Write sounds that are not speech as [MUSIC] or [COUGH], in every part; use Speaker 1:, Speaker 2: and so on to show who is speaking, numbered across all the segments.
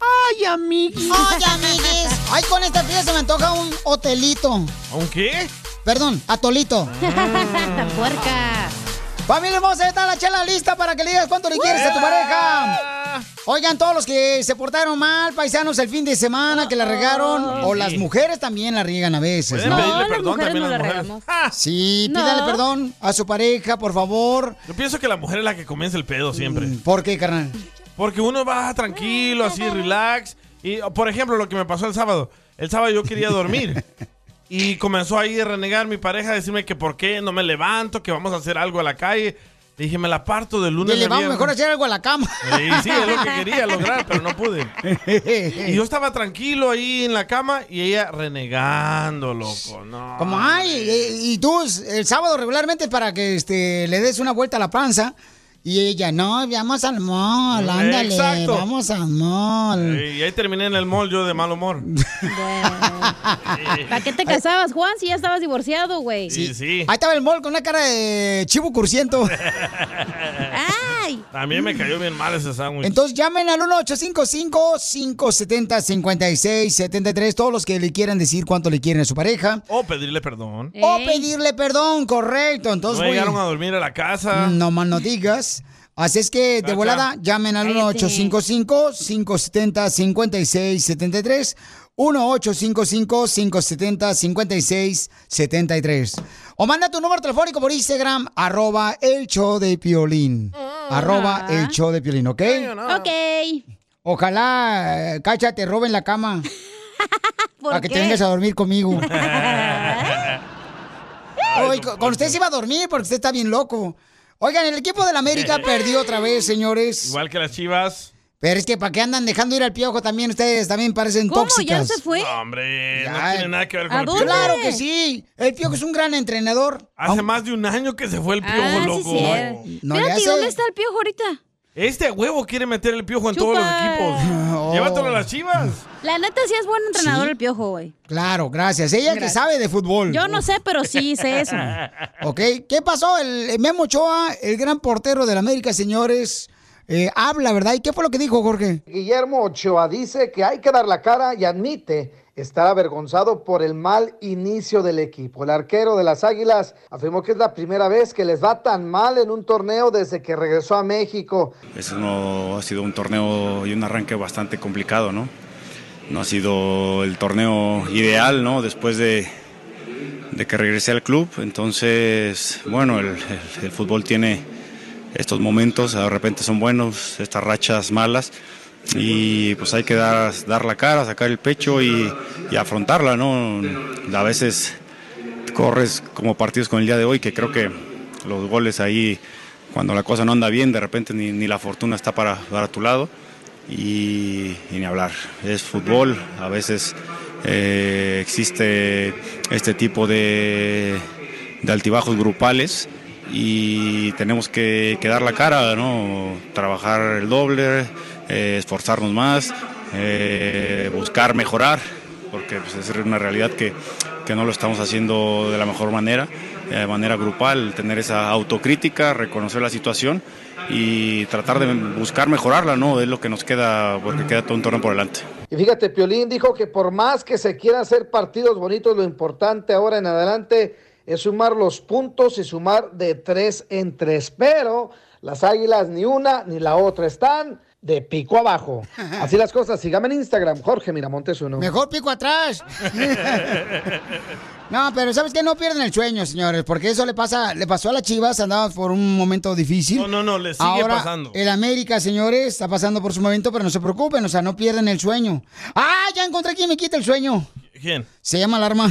Speaker 1: ¡Ay, amiguis!
Speaker 2: ¡Ay, amiguis! ay, con esta fiesta se me antoja un hotelito.
Speaker 1: ¿Un qué? Ah.
Speaker 2: Perdón, atolito. [LAUGHS]
Speaker 3: Puerca.
Speaker 2: Familia hermosa, ahí está la chela lista para que le digas cuánto le quieres a tu pareja. Oigan, todos los que se portaron mal, paisanos, el fin de semana, que la regaron, o las mujeres también la riegan a veces,
Speaker 1: Pueden
Speaker 2: ¿no?
Speaker 1: pedirle
Speaker 3: las
Speaker 1: perdón
Speaker 3: mujeres
Speaker 1: también
Speaker 3: no
Speaker 1: a las
Speaker 3: la
Speaker 1: mujeres.
Speaker 3: regamos.
Speaker 1: Ah,
Speaker 2: Sí,
Speaker 3: No.
Speaker 2: pídale perdón a su pareja, por favor.
Speaker 1: yo pienso que la mujer es la que comienza el pedo siempre.
Speaker 2: ¿Por qué, carnal?
Speaker 1: Porque uno va tranquilo, así, relax. Y, oh, por ejemplo, lo que me pasó el sábado. El sábado yo quería
Speaker 2: [LAUGHS]
Speaker 1: dormir. y comenzó ahí a renegar mi pareja, a decirme que por qué no me levanto, que vamos a hacer algo a la calle. Le dije, me la parto de lunes
Speaker 2: Y le
Speaker 1: a
Speaker 2: vamos
Speaker 1: viernes.
Speaker 2: mejor a hacer algo a la cama.
Speaker 1: Sí, sí, es lo
Speaker 2: [LAUGHS]
Speaker 1: que quería lograr, pero no pude. Y yo estaba tranquilo ahí en la cama y ella renegando, loco. No.
Speaker 2: Como, ay, eh, y tú el sábado regularmente para que este, le des una vuelta a la panza. Y ella, no, vamos al mall, ándale,
Speaker 1: Eh, Exacto. Eh.
Speaker 2: vamos al mall.
Speaker 1: Y ahí terminé en el mall yo de
Speaker 2: [LAUGHS]
Speaker 1: mal humor.
Speaker 3: ¿Para qué te casabas, Juan, si ya estabas divorciado, güey?
Speaker 1: Sí, sí.
Speaker 2: Ahí estaba el mall con una cara de chivo
Speaker 1: [LAUGHS]
Speaker 2: cursiento.
Speaker 3: ¡Ay!
Speaker 1: También me cayó bien mal ese sándwich.
Speaker 2: Entonces llamen al 1-855-570-5673, todos los que le quieran decir cuánto le quieren a su pareja.
Speaker 1: O Oh, pedirle perdón.
Speaker 2: O
Speaker 3: Ey.
Speaker 2: pedirle perdón, correcto.
Speaker 1: No
Speaker 2: Entonces, voy-
Speaker 1: llegaron a dormir a la casa.
Speaker 2: No más no digas. Así es que de
Speaker 1: Cacha.
Speaker 2: volada llamen al
Speaker 3: Cállate.
Speaker 2: 1-855-570-5673. 1-855-570-5673. O manda tu número telefónico por Instagram, arroba el show de Piolín.
Speaker 3: Ah.
Speaker 2: Arroba el show de Piolín, ¿ok?
Speaker 3: Ok.
Speaker 2: Ojalá, eh, Cacha, te roben la cama
Speaker 3: [LAUGHS] ¿Por
Speaker 2: para que
Speaker 3: qué?
Speaker 2: te vengas a dormir conmigo. Oy, con con usted se iba a dormir porque usted está bien loco. Oigan, el equipo de la
Speaker 1: [LAUGHS]
Speaker 2: América perdió otra vez, señores.
Speaker 1: Igual que las chivas.
Speaker 2: Pero es que para qué andan dejando ir al piojo también ustedes también parecen
Speaker 3: ¿Cómo? ¿Ya no
Speaker 2: tóxicas.
Speaker 3: se fue?
Speaker 1: No, hombre, no
Speaker 2: Ya,
Speaker 1: tiene nada que ver con
Speaker 3: ¿a
Speaker 1: el
Speaker 3: dónde?
Speaker 1: piojo.
Speaker 2: Claro que sí. El piojo es un gran entrenador.
Speaker 1: Hace más de un año que se fue el piojo,
Speaker 3: Ah, sí,
Speaker 1: loco.
Speaker 3: sí.
Speaker 2: No le
Speaker 3: Espérate,
Speaker 2: hace-
Speaker 3: ¿dónde está el piojo ahorita?
Speaker 1: Este huevo quiere meter el piojo en todos los
Speaker 3: Chupa.
Speaker 2: [LAUGHS]
Speaker 1: equipos.
Speaker 2: Oh.
Speaker 1: Llévatelo a las chivas.
Speaker 3: La neta sí es buen entrenador el piojo, güey.
Speaker 2: Claro, gracias. Ella que sabe de fútbol.
Speaker 3: Yo no sé, pero sí
Speaker 2: [LAUGHS]
Speaker 3: sé eso.
Speaker 2: Ok, ¿qué pasó? El Memo Ochoa, el gran portero del América, señores, eh, habla, ¿verdad? ¿Y qué fue lo que dijo, Jorge?
Speaker 4: Guillermo Ochoa dice que hay que dar la cara y admite estar avergonzado por el mal inicio del equipo. El arquero de las Águilas afirmó que es la primera vez que les va tan mal en un torneo desde que regresó a México.
Speaker 5: Es uno- ha sido un torneo y un arranque bastante complicado, ¿no? No ha sido el torneo ideal, ¿no? Después de, de que regresé al club. Entonces, bueno, el, el- el fútbol tiene estos momentos, de repente son buenos, estas rachas malas. Y pues hay que dar, dar la cara, sacar el pecho y, y afrontarla, ¿no? A veces corres como partidos con el día de hoy, que creo que los goles ahí, cuando la cosa no anda bien, de repente ni, ni la fortuna está para, para tu lado. Y, y ni hablar, es fútbol, a veces eh, existe este tipo de, de altibajos grupales y tenemos que, que dar la cara, ¿no? trabajar el doble, eh, esforzarnos más, eh, buscar mejorar porque pues, es una realidad que, que no lo estamos haciendo de la mejor manera, eh, de manera grupal, tener esa autocrítica, reconocer la situación y tratar de buscar mejorarla, ¿no? Es lo que nos queda, porque queda todo un torneo por delante.
Speaker 4: Y fíjate, Piolín dijo que por más que se quieran hacer partidos bonitos, lo importante ahora en adelante es sumar los puntos y sumar de tres en tres. Pero Las águilas, ni una ni la otra. Están de pico abajo. Así las cosas. Sígame en Instagram, Jorge Miramontes uno.
Speaker 2: Mejor pico
Speaker 1: [LAUGHS]
Speaker 2: atrás. No, pero ¿sabes qué? No pierden el sueño, señores, porque eso le pasa, le pasó a las Chivas, andaban por un momento difícil.
Speaker 1: No, no, no, le sigue
Speaker 2: Ahora,
Speaker 1: pasando.
Speaker 2: El América, señores, está pasando por su momento, pero no se preocupen, o sea, no pierden el sueño. ¡Ah! Ya encontré quien me quita el sueño.
Speaker 1: ¿Quién?
Speaker 2: Se llama alarma.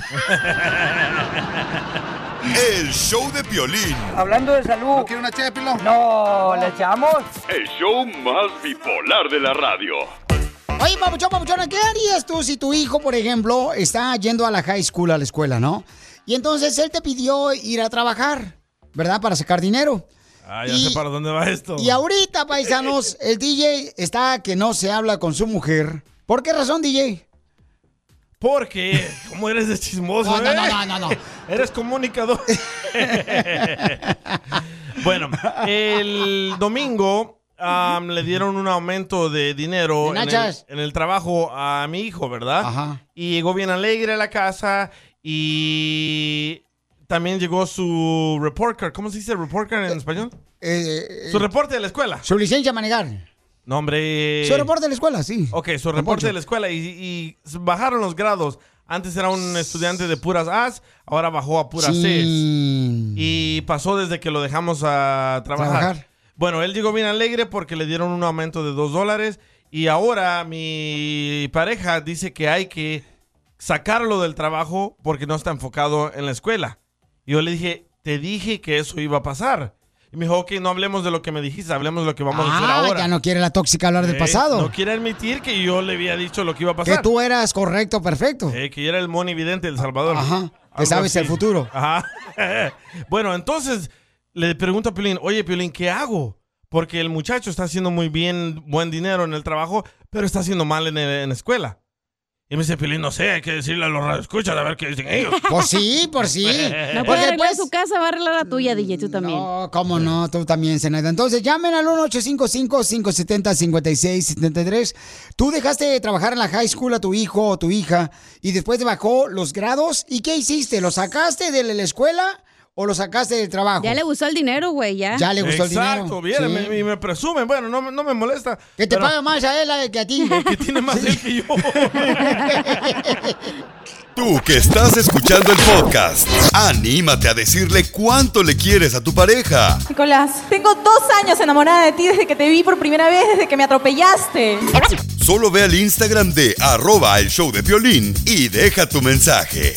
Speaker 6: El show de violín.
Speaker 7: Hablando de salud. ¿No quiere una ché No, ¿le echamos?
Speaker 8: El show más bipolar de la radio.
Speaker 2: Oye, papuchón, papuchona, ¿qué harías tú si tu hijo, por ejemplo, está yendo a la high school, a la escuela, ¿no? Y entonces él te pidió ir a trabajar, ¿verdad? Para sacar dinero.
Speaker 1: Ah, ya sé para dónde va esto.
Speaker 2: Y ahorita, paisanos, el DJ está que no se habla con su mujer. ¿Por qué razón, DJ?
Speaker 1: Porque, ¿cómo eres de chismoso?
Speaker 2: No, no,
Speaker 1: eh?
Speaker 2: no, no, no, no.
Speaker 1: [LAUGHS] Eres comunicador. [LAUGHS] bueno, el domingo am, le dieron un aumento de dinero
Speaker 2: De
Speaker 1: en el,
Speaker 2: nachas.
Speaker 1: en el trabajo a mi hijo, ¿verdad? Y llegó bien alegre a la casa y también llegó su report card. ¿Cómo se dice report card
Speaker 2: Eh,
Speaker 1: en español? su reporte de la escuela.
Speaker 2: Su licencia a manejar.
Speaker 1: No, hombre.
Speaker 2: Su reporte de la escuela, sí.
Speaker 1: Ok, su reporte de la escuela y, y bajaron los grados. Antes era un estudiante de puras A's, ahora bajó a puras C's. Y pasó desde que lo dejamos a trabajar.
Speaker 2: Trabajar.
Speaker 1: Bueno, él llegó bien alegre porque le dieron un aumento de dos dólares. Y ahora mi pareja dice que hay que sacarlo del trabajo porque no está enfocado en la escuela. Y yo le dije, te dije que eso iba a pasar. Y me dijo, ok, no hablemos de lo que me dijiste, hablemos de lo que vamos a hacer
Speaker 2: Ah,
Speaker 1: ahora.
Speaker 2: ya no quiere la tóxica hablar del
Speaker 1: Eh,
Speaker 2: pasado.
Speaker 1: No quiere admitir que yo le había dicho lo que iba a
Speaker 2: que
Speaker 1: pasar.
Speaker 2: tú eras correcto, perfecto.
Speaker 1: Eh, que yo era el monividente del Salvador.
Speaker 2: Ajá. Que
Speaker 1: Algo
Speaker 2: sabes
Speaker 1: así.
Speaker 2: el futuro.
Speaker 1: Ajá. [LAUGHS] bueno, entonces le pregunto a Piolín, oye Piolín, ¿qué hago? Porque el muchacho está haciendo muy bien, buen dinero en el trabajo, pero está haciendo mal en, el- en la escuela. Y me dice Piolín, no sé, hay que decirle a los radioescuchas a ver qué dicen ellos.
Speaker 2: [LAUGHS] Pues sí, por
Speaker 1: [LAUGHS]
Speaker 2: sí.
Speaker 1: eh,
Speaker 2: pues
Speaker 3: No puede arreglar su casa, va a arreglar la tuya, DJ, tú también.
Speaker 2: No, cómo no, tú también, Zenaida. Entonces llamen al 1-855-570-5673. Tú dejaste de trabajar en la high school a tu hijo o tu hija y después te bajó los grados. ¿Y qué hiciste? ¿Lo sacaste de la escuela o lo sacaste del trabajo?
Speaker 3: Ya le gustó el dinero, güey, ya.
Speaker 2: Ya le gustó el dinero.
Speaker 1: Exacto, bien,
Speaker 2: Sí.
Speaker 1: me- y me presumen, bueno, no, me- no me molesta.
Speaker 2: Que te
Speaker 1: pero-
Speaker 2: paga más a él eh, que a
Speaker 1: [LAUGHS]
Speaker 2: ti.
Speaker 1: que tiene más él que yo.
Speaker 6: Tú que estás escuchando el podcast, anímate a decirle cuánto le quieres a tu pareja.
Speaker 9: Nicolás, tengo dos años enamorada de ti desde que te vi por primera vez, desde que me atropellaste.
Speaker 6: Solo ve al Instagram de arroba el show de violín y deja tu mensaje.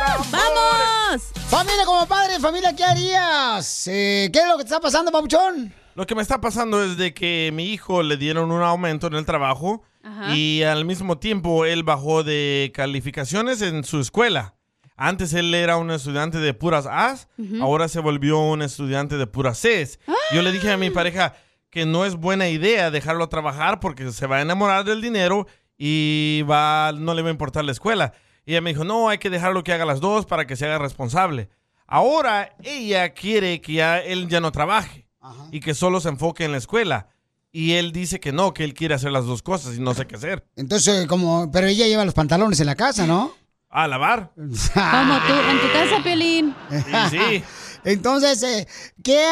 Speaker 2: ¡Vamos! Familia como padre, familia, ¿qué harías? Eh, ¿Qué es lo que te está pasando, papuchón?
Speaker 1: Lo que me está pasando es de que mi hijo le dieron un aumento en el trabajo
Speaker 3: Ajá.
Speaker 1: y al mismo tiempo él bajó de calificaciones en su escuela. Antes él era un estudiante de puras A's,
Speaker 3: Ujú.
Speaker 1: ahora se volvió un estudiante de puras C's. Yo le dije a mi pareja que no es buena idea dejarlo trabajar porque se va a enamorar del dinero y va, no le va a importar la escuela. Y ella me dijo, no, hay que dejarlo que haga las dos para que se haga responsable. Ahora ella quiere que ya él ya no trabaje y que solo se enfoque en la escuela. Y él dice que no, que él quiere hacer las dos cosas y no sé qué hacer.
Speaker 2: Entonces, como, pero ella lleva los pantalones en la casa, ¿no?
Speaker 1: A lavar.
Speaker 2: Como
Speaker 3: tú, en tu casa, Piolín.
Speaker 1: Sí, sí.
Speaker 2: [LAUGHS] Entonces, eh, ¿qué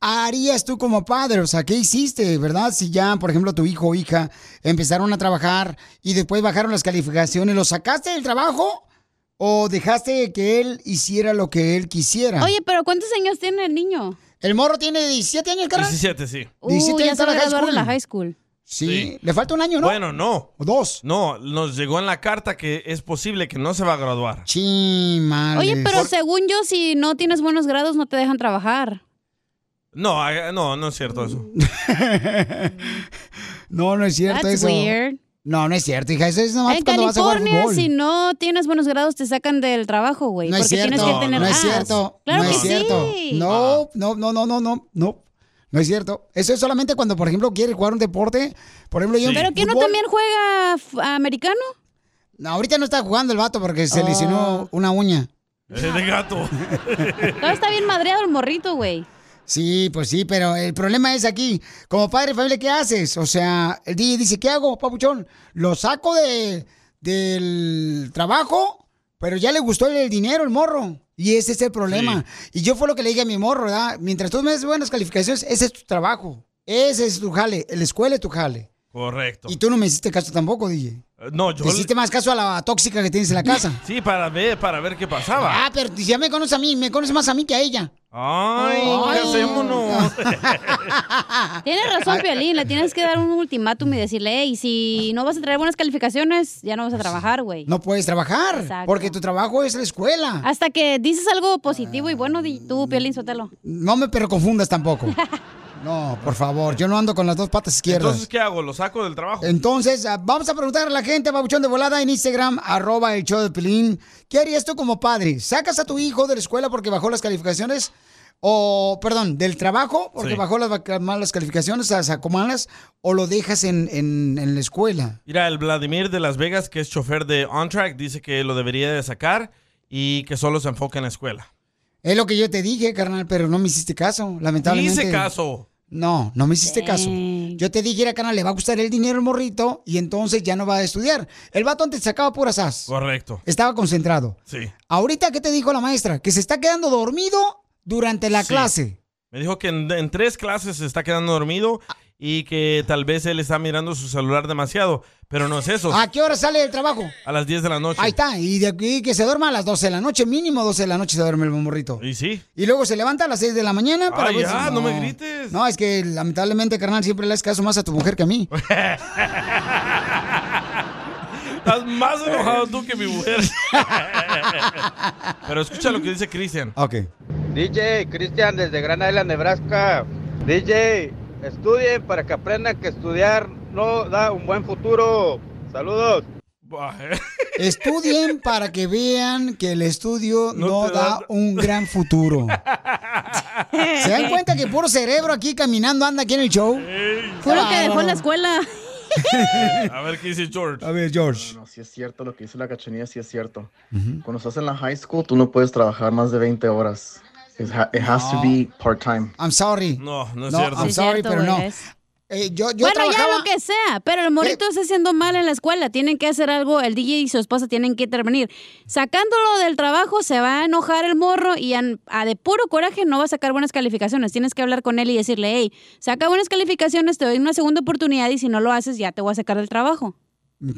Speaker 2: harías tú como padre? O sea, ¿qué hiciste, verdad? Si ya, por ejemplo, tu hijo o hija empezaron a trabajar y después bajaron las calificaciones, ¿lo sacaste del trabajo o dejaste que él hiciera lo que él quisiera?
Speaker 3: [LAUGHS] Oye, pero ¿cuántos años tiene el niño?
Speaker 2: El morro tiene 17 años, carnal.
Speaker 1: 17, sí.
Speaker 3: Uh, ya se va a graduar de la high school.
Speaker 2: Sí. Le falta un año, ¿no?
Speaker 1: Bueno, no.
Speaker 2: dos?
Speaker 1: No, nos llegó en la carta que es posible que no se va a graduar.
Speaker 2: Chimales.
Speaker 3: Oye, pero según yo, si no tienes buenos grados, no te dejan trabajar.
Speaker 1: No, ah, no, no es cierto eso.
Speaker 2: No, no es cierto
Speaker 3: That's
Speaker 2: eso.
Speaker 3: weird.
Speaker 2: No, no es cierto, hija. Eso es nomás
Speaker 3: en
Speaker 2: cuando vas a jugar
Speaker 3: California,
Speaker 2: fútbol.
Speaker 3: si no tienes buenos grados, te sacan del trabajo, güey.
Speaker 2: No
Speaker 3: porque
Speaker 2: es cierto,
Speaker 3: tienes que tener
Speaker 2: no es
Speaker 3: as.
Speaker 2: cierto,
Speaker 3: Claro
Speaker 2: no
Speaker 3: que
Speaker 2: es cierto.
Speaker 3: sí. Ah.
Speaker 2: No, no, no, no, no, no, no. No es cierto. Eso es solamente cuando, por ejemplo, quiere jugar un deporte. Por ejemplo, yo en
Speaker 3: Pero que no
Speaker 2: fútbol-
Speaker 3: también juega f- americano.
Speaker 2: No, ahorita no está jugando el vato porque se
Speaker 3: Oh.
Speaker 2: lesionó una uña.
Speaker 1: Es
Speaker 2: [LAUGHS]
Speaker 1: de gato.
Speaker 3: Todavía está bien madreado el morrito, güey.
Speaker 2: Sí, pues sí, pero el problema es aquí. Como padre de familia, ¿qué haces? O sea, el DJ dice, ¿qué hago, papuchón? Lo saco de, del trabajo, pero ya le gustó el dinero, el morro. Y ese es el problema. Y yo fue lo que le dije a mi morro, ¿verdad? Mientras tú me des buenas calificaciones, ese es tu trabajo. Ese es tu jale. La escuela es tu jale.
Speaker 1: Correcto.
Speaker 2: Y tú no me hiciste caso tampoco, DJ.
Speaker 1: Eh, No, yo.
Speaker 2: Te hiciste más caso a la tóxica que
Speaker 1: [LAUGHS]
Speaker 2: tienes en la casa.
Speaker 1: Sí, para ver, para ver qué pasaba.
Speaker 2: Ah, pero ya me conoces a mí, me conoces más a mí que a ella.
Speaker 1: Ay,
Speaker 2: Ay.
Speaker 1: ¿qué hacemos?
Speaker 2: [LAUGHS]
Speaker 1: No?
Speaker 2: Ah.
Speaker 3: Tienes razón, Piolín. Le tienes que dar un ultimátum y decirle, hey, si no vas a traer buenas calificaciones, ya no vas a trabajar, güey.
Speaker 2: No puedes trabajar,
Speaker 3: Exacto.
Speaker 2: porque tu trabajo es la escuela.
Speaker 3: Hasta que dices algo positivo y bueno, di- tú, Piolín, suéltalo.
Speaker 2: No me pero confundas
Speaker 1: [LAUGHS]
Speaker 2: tampoco. No, por favor, yo no ando con las dos patas
Speaker 1: Entonces,
Speaker 2: izquierdas.
Speaker 1: ¿qué hago? ¿Lo saco del trabajo?
Speaker 2: Entonces, ah, vamos a preguntar a la gente, babuchón de volada, en Instagram, arroba el show de Pelín. ¿Qué harías tú como padre? ¿Sacas a tu hijo de la escuela porque bajó las calificaciones? O, perdón, del trabajo porque
Speaker 1: Sí.
Speaker 2: bajó las vaca- malas calificaciones, las sacó malas, o lo dejas en, en- en la escuela.
Speaker 1: Mira, el Vladimir de Las Vegas, que es chofer de OnTrack, dice que lo debería de sacar y que solo se enfoque en la escuela.
Speaker 2: Es lo que yo te dije, carnal, pero no me hiciste caso, lamentablemente.
Speaker 1: Hice caso.
Speaker 2: No, no me hiciste caso. Yo te dije, canal, le va a gustar el dinero al morrito y entonces ya no va a estudiar. El vato antes sacaba puras as.
Speaker 1: Correcto.
Speaker 2: Estaba concentrado.
Speaker 1: Sí.
Speaker 2: Ahorita, ¿qué te dijo la maestra? Que se está quedando dormido durante la
Speaker 1: Sí.
Speaker 2: clase.
Speaker 1: Me dijo que en, en tres clases se está quedando dormido y que tal vez él está mirando su celular demasiado. Pero no es eso.
Speaker 2: ¿A Ah, qué hora sale del trabajo?
Speaker 1: A las 10 de la noche.
Speaker 2: Ahí está. Y de aquí que se duerma a las 12 de la noche, mínimo 12 de la noche se duerme el morrito.
Speaker 1: Y sí.
Speaker 2: Y luego se levanta a las 6 de la mañana para
Speaker 1: Ay,
Speaker 2: ver
Speaker 1: ya, no me grites.
Speaker 2: No, es que lamentablemente, carnal, siempre le haces caso más a tu mujer que a
Speaker 1: [LAUGHS]
Speaker 2: mí.
Speaker 1: Estás más enojado tú que mi mujer. [LAUGHS] Pero escucha lo que dice Cristian.
Speaker 2: [LAUGHS] Ok.
Speaker 10: DJ, Cristian desde Gran Island, Nebraska. DJ, estudien para que aprendan que estudiar no da un buen futuro. Saludos.
Speaker 1: eh.
Speaker 2: Estudien para que vean que el estudio no,
Speaker 10: te
Speaker 2: da
Speaker 10: da-
Speaker 2: un gran
Speaker 1: [LAUGHS]
Speaker 2: futuro. ¿Se dan cuenta que puro cerebro aquí caminando anda aquí en el show?
Speaker 3: Puro que dejó la escuela.
Speaker 1: A ver qué dice George.
Speaker 2: A ver, George.
Speaker 4: No, sí es cierto, lo que dice la cachanilla sí es cierto. Cuando estás en la high school, tú no puedes trabajar más de 20 horas. It, ha- it has to
Speaker 2: No.
Speaker 4: be part-time.
Speaker 2: I'm sorry.
Speaker 1: No, no
Speaker 4: es cierto.
Speaker 2: I'm
Speaker 4: Sí,
Speaker 2: sorry,
Speaker 4: cierto,
Speaker 2: pero no.
Speaker 3: güey, es-
Speaker 2: Eh, yo, yo
Speaker 3: bueno,
Speaker 2: trabajaba- Eh.
Speaker 3: ya lo que sea, pero el morrito está haciendo mal en la escuela, tienen que hacer algo, el DJ y su esposa tienen que intervenir. Sacándolo del trabajo se va a enojar el morro y an- a, de puro coraje no va a sacar buenas calificaciones, tienes que hablar con él y decirle, hey, saca buenas calificaciones, te doy una segunda oportunidad y si no lo haces ya te voy a sacar del trabajo.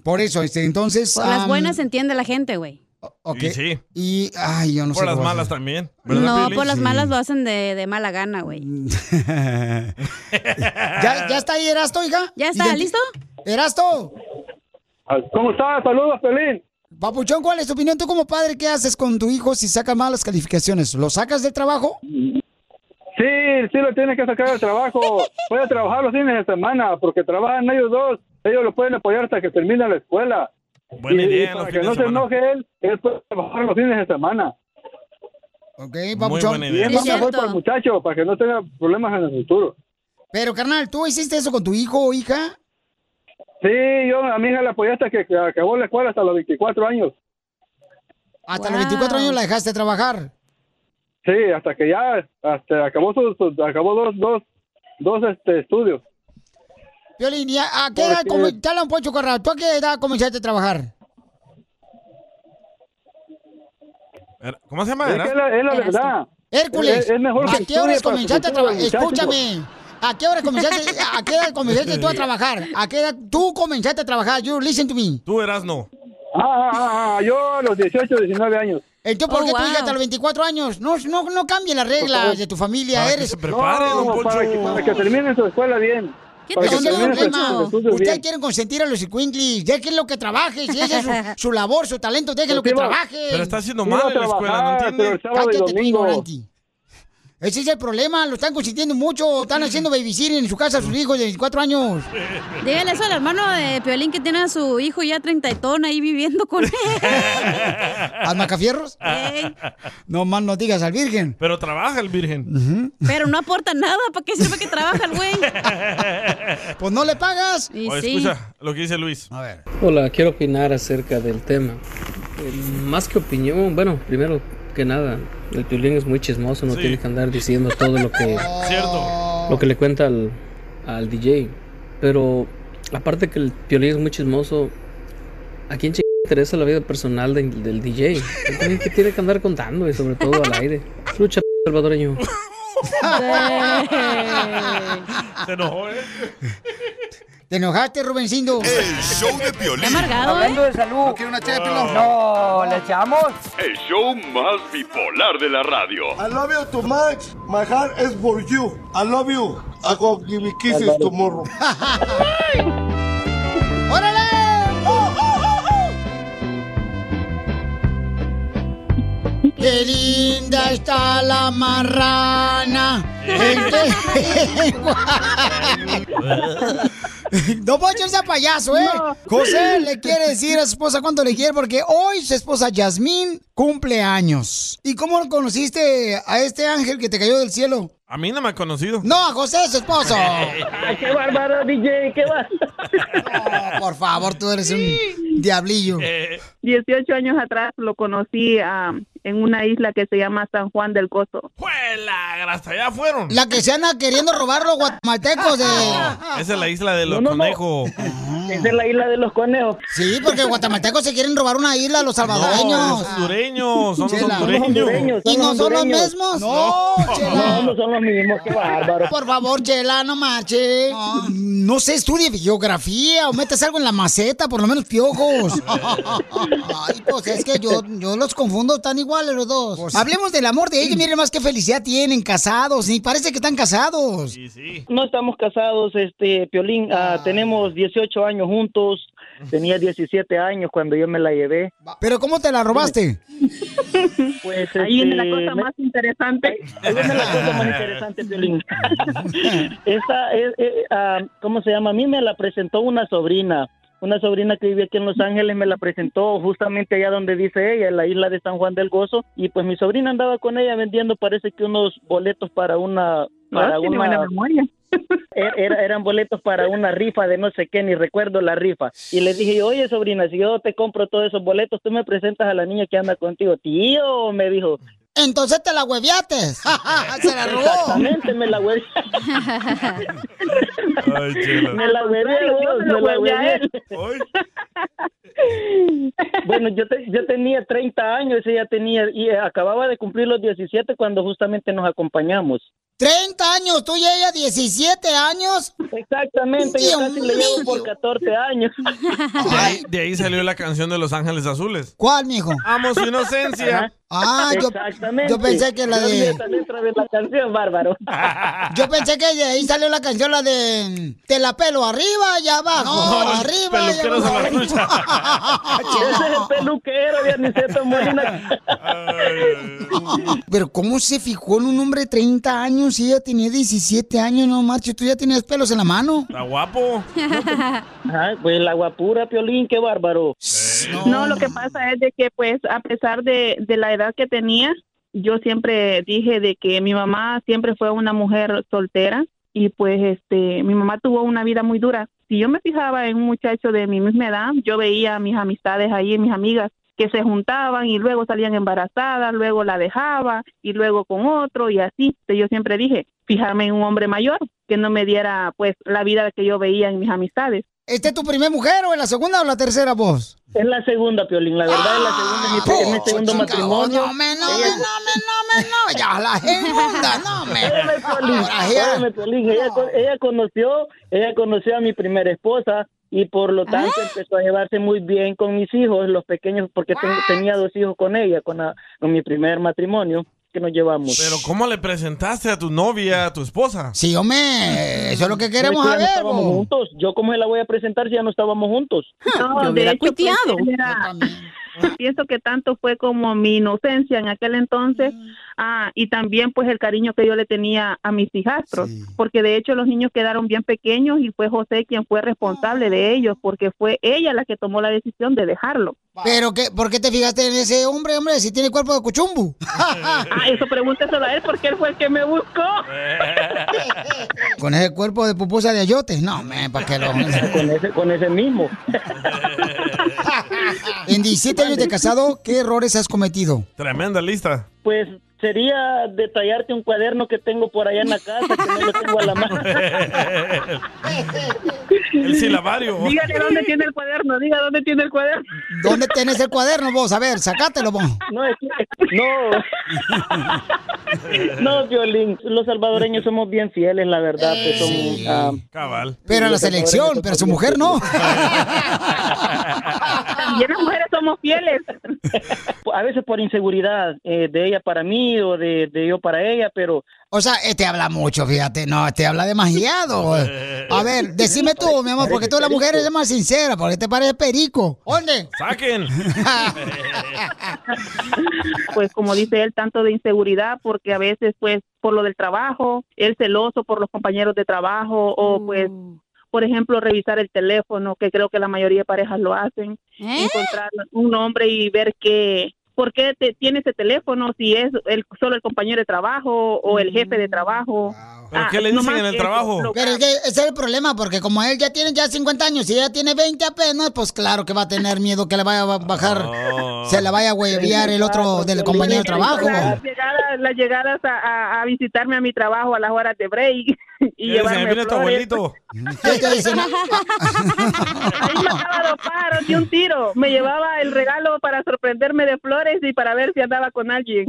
Speaker 2: Por eso, este, entonces.
Speaker 3: Por las
Speaker 2: am,
Speaker 3: buenas se entiende la gente, güey.
Speaker 2: ok.
Speaker 1: Y sí.
Speaker 2: Y, ay, yo no sé.
Speaker 1: por las
Speaker 2: cómo
Speaker 1: malas
Speaker 2: hacer.
Speaker 1: también.
Speaker 3: No, por las
Speaker 2: Sí.
Speaker 3: malas lo hacen de, de mala gana, güey.
Speaker 2: [LAUGHS] ¿Ya, ya está ahí, Erasto, hija? Eh,
Speaker 3: ¿Ya está, listo?
Speaker 2: Erasto.
Speaker 11: ¿Cómo estás? Saludos, Pelín.
Speaker 2: Papuchón, ¿cuál es tu opinión? Tú como padre, ¿qué haces con tu hijo si saca malas calificaciones? ¿Lo sacas del trabajo?
Speaker 11: Sí, sí lo tienes que sacar del trabajo. Puede trabajar los fines de semana porque trabajan ellos dos. Ellos lo pueden apoyar hasta que termine la escuela.
Speaker 1: Buena
Speaker 11: Y- y
Speaker 1: idea, los
Speaker 11: para que
Speaker 1: fines
Speaker 11: no
Speaker 1: de
Speaker 11: se
Speaker 1: semana.
Speaker 11: enoje él, él puede trabajar los fines de semana.
Speaker 2: Ok,
Speaker 11: Mucho.
Speaker 2: papuchón.
Speaker 11: Y es más mejor para el muchacho, para que no tenga problemas en el futuro.
Speaker 2: Pero, carnal, ¿tú hiciste eso con tu hijo o hija?
Speaker 11: Sí, yo a mi hija la apoyé hasta que que acabó la escuela, hasta los 24 años.
Speaker 2: Hasta los 24 años la dejaste trabajar.
Speaker 11: Sí, hasta que ya hasta acabó, sus, sus- acabó dos, dos, dos este, estudios.
Speaker 2: Violín, ¿y a, a qué edad
Speaker 11: Porque-
Speaker 2: come- dale un poncho corral? ¿Tú a qué edad comenzaste a trabajar?
Speaker 1: Era- ¿Cómo se llama?
Speaker 11: Es que es la- es la Erasto. verdad.
Speaker 2: Hércules,
Speaker 11: Es- es mejor
Speaker 2: ¿a
Speaker 11: que
Speaker 2: qué horas
Speaker 11: estudie para
Speaker 2: comenzaste a
Speaker 11: su futuro,
Speaker 2: trabajar?
Speaker 11: muchacho.
Speaker 2: Escúchame. ¿A qué hora comenzaste, a qué edad comenzaste tú a trabajar? ¿A qué edad tú comenzaste a trabajar? You listen to me.
Speaker 1: Tú eras no.
Speaker 11: Ah, ah, ah, yo a los 18, 19 años.
Speaker 2: Entonces, ¿por qué tú hasta los 24 años? No, no, no cambie las reglas de tu familia.
Speaker 11: Para Oh, Ah, que
Speaker 2: eres.
Speaker 11: se prepare, No, don Poncho. para que- para que termine su escuela bien.
Speaker 2: ¿Qué
Speaker 11: Para que
Speaker 2: tengo
Speaker 11: termine sus
Speaker 2: problema?
Speaker 11: estudios
Speaker 2: Ustedes
Speaker 11: bien.
Speaker 2: quieren consentir a los escuinclis. Déjenlo que trabaje. Si esa es su,
Speaker 11: [LAUGHS]
Speaker 2: su labor, su talento, déjenlo que
Speaker 11: Pero sí va-
Speaker 2: trabaje.
Speaker 1: Pero está haciendo mal en la escuela, ¿no entiendes?
Speaker 2: Cállate, tú ignorante. Ese es el problema, lo están consintiendo mucho, están haciendo babysitting en su casa a sus hijos de 24 años.
Speaker 3: Dígale eso al hermano de Piolín que tiene a su hijo ya treintentón ahí viviendo con él.
Speaker 1: [LAUGHS]
Speaker 2: ¿Al
Speaker 11: [LAUGHS]
Speaker 2: Macafierros? No más no digas al Virgen.
Speaker 1: Pero trabaja el virgen.
Speaker 3: Pero no aporta nada, ¿para qué sirve que trabaja el güey?
Speaker 2: [LAUGHS] Pues no le pagas.
Speaker 3: Y
Speaker 1: Oye,
Speaker 3: sí.
Speaker 1: escucha lo que dice Luis.
Speaker 2: A ver.
Speaker 12: Hola, quiero opinar acerca del tema. Eh, más que opinión, bueno, primero que nada, el Piolín es muy chismoso, no
Speaker 1: Sí.
Speaker 12: tiene que andar diciendo todo lo que,
Speaker 1: [LAUGHS] Cierto.
Speaker 12: lo que le cuenta al, al DJ. Pero aparte que el Piolín es muy chismoso, ¿a quién ch- interesa la vida personal de- del DJ. Él también que tiene que andar contando y sobre todo al aire. Lucha, p- salvadoreño.
Speaker 2: [LAUGHS]
Speaker 11: [LAUGHS]
Speaker 1: Se enojó, ¿eh?
Speaker 2: ¿Te enojaste, Rubencindo? El
Speaker 6: show de
Speaker 2: Piolín.
Speaker 13: ¿eh?
Speaker 7: Hablando de salud. ¿No quiere una ché de pilón? No, ¿le echamos?
Speaker 8: El show más bipolar de la radio.
Speaker 14: I love you too much. My heart is for you. I love you. I go give me kisses tomorrow.
Speaker 2: ¡Órale! ¡Oh, oh, oh, oh! ¡Qué linda está la marrana! ¡En qué- [LAUGHS] No Poncho ese payaso, ¿eh?
Speaker 7: No.
Speaker 2: José le quiere decir a su esposa cuánto le quiere porque hoy su esposa Yasmín cumple años. ¿Y cómo conociste a este ángel que te cayó del cielo?
Speaker 1: A mí no me ha conocido.
Speaker 2: No, a José, su esposo.
Speaker 1: Ay,
Speaker 2: qué bárbaro, DJ, qué bárbaro. Oh, por favor, tú eres un diablillo.
Speaker 15: 18 años atrás lo conocí ah, en una isla que se llama San Juan del Coso.
Speaker 1: Hasta hasta allá fueron.
Speaker 2: La que se anda queriendo robar los guatemaltecos de...
Speaker 1: Esa es la isla de los
Speaker 2: No, no, no.
Speaker 1: conejos.
Speaker 2: Esa es la isla de los conejos. Sí, [LAUGHS] porque los guatemaltecos se quieren robar una isla a los
Speaker 1: No,
Speaker 2: salvadoreños.
Speaker 1: los hondureños, son los
Speaker 2: Chela.
Speaker 1: hondureños.
Speaker 2: ¿Y no son los
Speaker 7: hondureños.
Speaker 2: mismos?
Speaker 7: No. No, no
Speaker 2: son los mismos, qué
Speaker 7: bárbaro.
Speaker 2: Por favor, Chela, no marche. No sé, estudie geografía o metas algo en la maceta, por lo menos piojos. Ay, pues es que yo, yo los confundo tan iguales los dos. Hablemos del amor de ellos, miren más qué felicidad tienen, casados, ni parece que están casados.
Speaker 13: No estamos casados, este, Piolín. Ah, tenemos 18 años juntos. Tenía 17 años cuando yo me la llevé.
Speaker 2: ¿Pero cómo te la robaste?
Speaker 13: Pues,
Speaker 15: Ahí viene la
Speaker 13: este,
Speaker 15: cosa
Speaker 13: me-
Speaker 15: más interesante.
Speaker 13: [LAUGHS] Ahí viene la cosa más interesante, Piolín. Esta es, eh, ah, ¿cómo se llama? A mí me la presentó una sobrina. Una sobrina que vive aquí en Los Ángeles me la presentó justamente allá donde dice ella, en la isla de San Juan del Gozo. Y pues mi sobrina andaba con ella vendiendo, parece que unos boletos para una. Para
Speaker 15: Ah, tiene
Speaker 13: una-
Speaker 15: buena memoria.
Speaker 13: [LAUGHS] Er- era- eran boletos para una rifa de no sé qué, ni recuerdo la rifa. Y le dije, yo, oye sobrina, si yo te compro todos esos boletos, tú me presentas a la niña que anda contigo. Tío, me dijo.
Speaker 2: Entonces te la hueviaste. [LAUGHS] Se la robó.
Speaker 13: Exactamente, me la huevé. me la ¿eh? huevé,
Speaker 15: Yo
Speaker 13: Dios,
Speaker 15: se
Speaker 13: me
Speaker 15: lo
Speaker 13: la
Speaker 15: huevé a
Speaker 13: huevé.
Speaker 15: él.
Speaker 13: [LAUGHS] Bueno, yo, te- yo tenía 30 años, ella tenía, y acababa de cumplir los 17 cuando justamente nos acompañamos.
Speaker 2: 30 años, tú y ella 17 años.
Speaker 13: Exactamente, yo casi le llevo por 14 años.
Speaker 1: De ahí, de ahí salió la canción de Los Ángeles Azules.
Speaker 2: ¿Cuál, mijo?
Speaker 1: Amo su inocencia.
Speaker 13: Ajá.
Speaker 2: Ah, yo,
Speaker 13: Exactamente.
Speaker 2: yo pensé que la
Speaker 13: Dios mío,
Speaker 2: de.
Speaker 13: esa letra de la canción, bárbaro.
Speaker 2: Yo pensé que de ahí salió la canción, la de. Te la pelo arriba y abajo.
Speaker 7: No, el
Speaker 2: arriba y
Speaker 7: peluquero se la
Speaker 2: abajo. [LAUGHS]
Speaker 7: escucha.
Speaker 13: Ese es el peluquero de Aniceto Molina.
Speaker 2: Pero ¿cómo se fijó en un hombre de 30 años si ella tenía 17 años? No, marcho, tú ya tenías pelos en la mano.
Speaker 1: Está guapo.
Speaker 13: Ajá, pues la guapura, Piolín, qué bárbaro.
Speaker 15: No, lo que pasa es de que pues a pesar de, de la edad que tenía, yo siempre dije de que mi mamá siempre fue una mujer soltera y pues este mi mamá tuvo una vida muy dura. Si yo me fijaba en un muchacho de mi misma edad, yo veía a mis amistades ahí, mis amigas que se juntaban y luego salían embarazadas, luego la dejaba y luego con otro y así. Entonces, Yo siempre dije, fijarme en un hombre mayor que no me diera pues la vida que yo veía en mis amistades.
Speaker 2: ¿Esta es tu primera mujer o en la segunda o la tercera voz?
Speaker 13: Es la segunda, Piolín, la verdad es la segunda en mi,
Speaker 2: Ah,
Speaker 13: en mi segundo
Speaker 2: chica,
Speaker 13: matrimonio.
Speaker 2: No me, no me, no me, no me, no. Ya la segunda, no me.
Speaker 13: Espérame, Piolín, espérame, Piolín. Ella, con- ella conoció, ella conoció a mi primera esposa y por lo tanto
Speaker 2: ¿Eh?
Speaker 13: empezó a llevarse muy bien con mis hijos, los pequeños, porque tengo- tenía dos hijos con ella, con, la- con mi primer matrimonio que nos llevamos.
Speaker 1: Pero ¿cómo le presentaste a tu novia, a tu esposa?
Speaker 2: Sí, hombre, eso es lo que
Speaker 13: Pero es que ya no estábamos juntos. Yo cómo se la voy a presentar si ya no estábamos juntos.
Speaker 15: No, de hecho, pues, era- [LAUGHS] pienso que tanto fue como mi inocencia en aquel entonces ah, y también pues el cariño que yo le tenía a mis hijastros, porque de hecho los niños quedaron bien pequeños y fue José quien fue responsable de ellos, porque fue ella la que tomó la decisión de dejarlo.
Speaker 2: Pero que, ¿por qué te fijaste en ese hombre, hombre, si tiene cuerpo de cuchumbu?
Speaker 15: [LAUGHS] ah, eso pregúnteselo a él porque él fue el
Speaker 2: [LAUGHS]
Speaker 15: que me buscó.
Speaker 2: Con ese cuerpo de pupusa de ayote. No, me, para que lo.
Speaker 13: con, ese, con ese mismo.
Speaker 2: [LAUGHS] En 17 años de casado, ¿qué errores has cometido?
Speaker 1: Tremenda lista.
Speaker 13: Pues sería detallarte un cuaderno que tengo por allá en la casa, que no lo tengo a la
Speaker 15: [LAUGHS]
Speaker 13: mano.
Speaker 1: El silabario.
Speaker 15: Dígale dónde tiene el cuaderno, diga dónde tiene el cuaderno.
Speaker 2: ¿Dónde tenés el cuaderno vos? A ver, sacátelo vos.
Speaker 13: No, es que-
Speaker 2: [LAUGHS]
Speaker 13: no. no, Violín, los salvadoreños somos bien fieles, la verdad. pues, son, ah,
Speaker 1: Cabal.
Speaker 2: Eh, Pero a la
Speaker 13: Los salvadoreños
Speaker 2: selección, pero su mujer no. [LAUGHS]
Speaker 13: Y las mujeres somos fieles. A veces por inseguridad eh, de ella para mí o de, de yo para ella, pero...
Speaker 2: O sea, este habla mucho, fíjate. No, este habla demasiado. A ver, decime tú, mi amor, porque tú la mujer es más sincera, porque te parece perico. ¿Dónde? [LAUGHS]
Speaker 1: ¡Saquen!
Speaker 15: pues como dice él, tanto de inseguridad, porque a veces pues por lo del trabajo, él celoso por los compañeros de trabajo o pues, por ejemplo, revisar el teléfono, que creo que la mayoría de parejas lo hacen, encontrar un hombre y ver que... ¿Por qué te, tiene ese teléfono si es el, solo el compañero de trabajo o el jefe de trabajo? Ah,
Speaker 1: ¿Pero qué le dicen en el trabajo?
Speaker 2: Pero es que ese es el problema, porque como él ya tiene ya 50 años y ella tiene 20 apenas, pues claro que va a tener miedo que le vaya a bajar,
Speaker 3: Ah.
Speaker 2: se la vaya a hueviar el otro del compañero de trabajo.
Speaker 15: Las llegadas, las llegadas a, a- a visitarme a mi trabajo a las horas de break [LAUGHS] y llevarme flores.
Speaker 2: ¿Qué te dicen?
Speaker 15: [LAUGHS] Ahí me acaba de paros y un tiro. Me llevaba el regalo para sorprenderme de flores y para ver si andaba con alguien. [LAUGHS]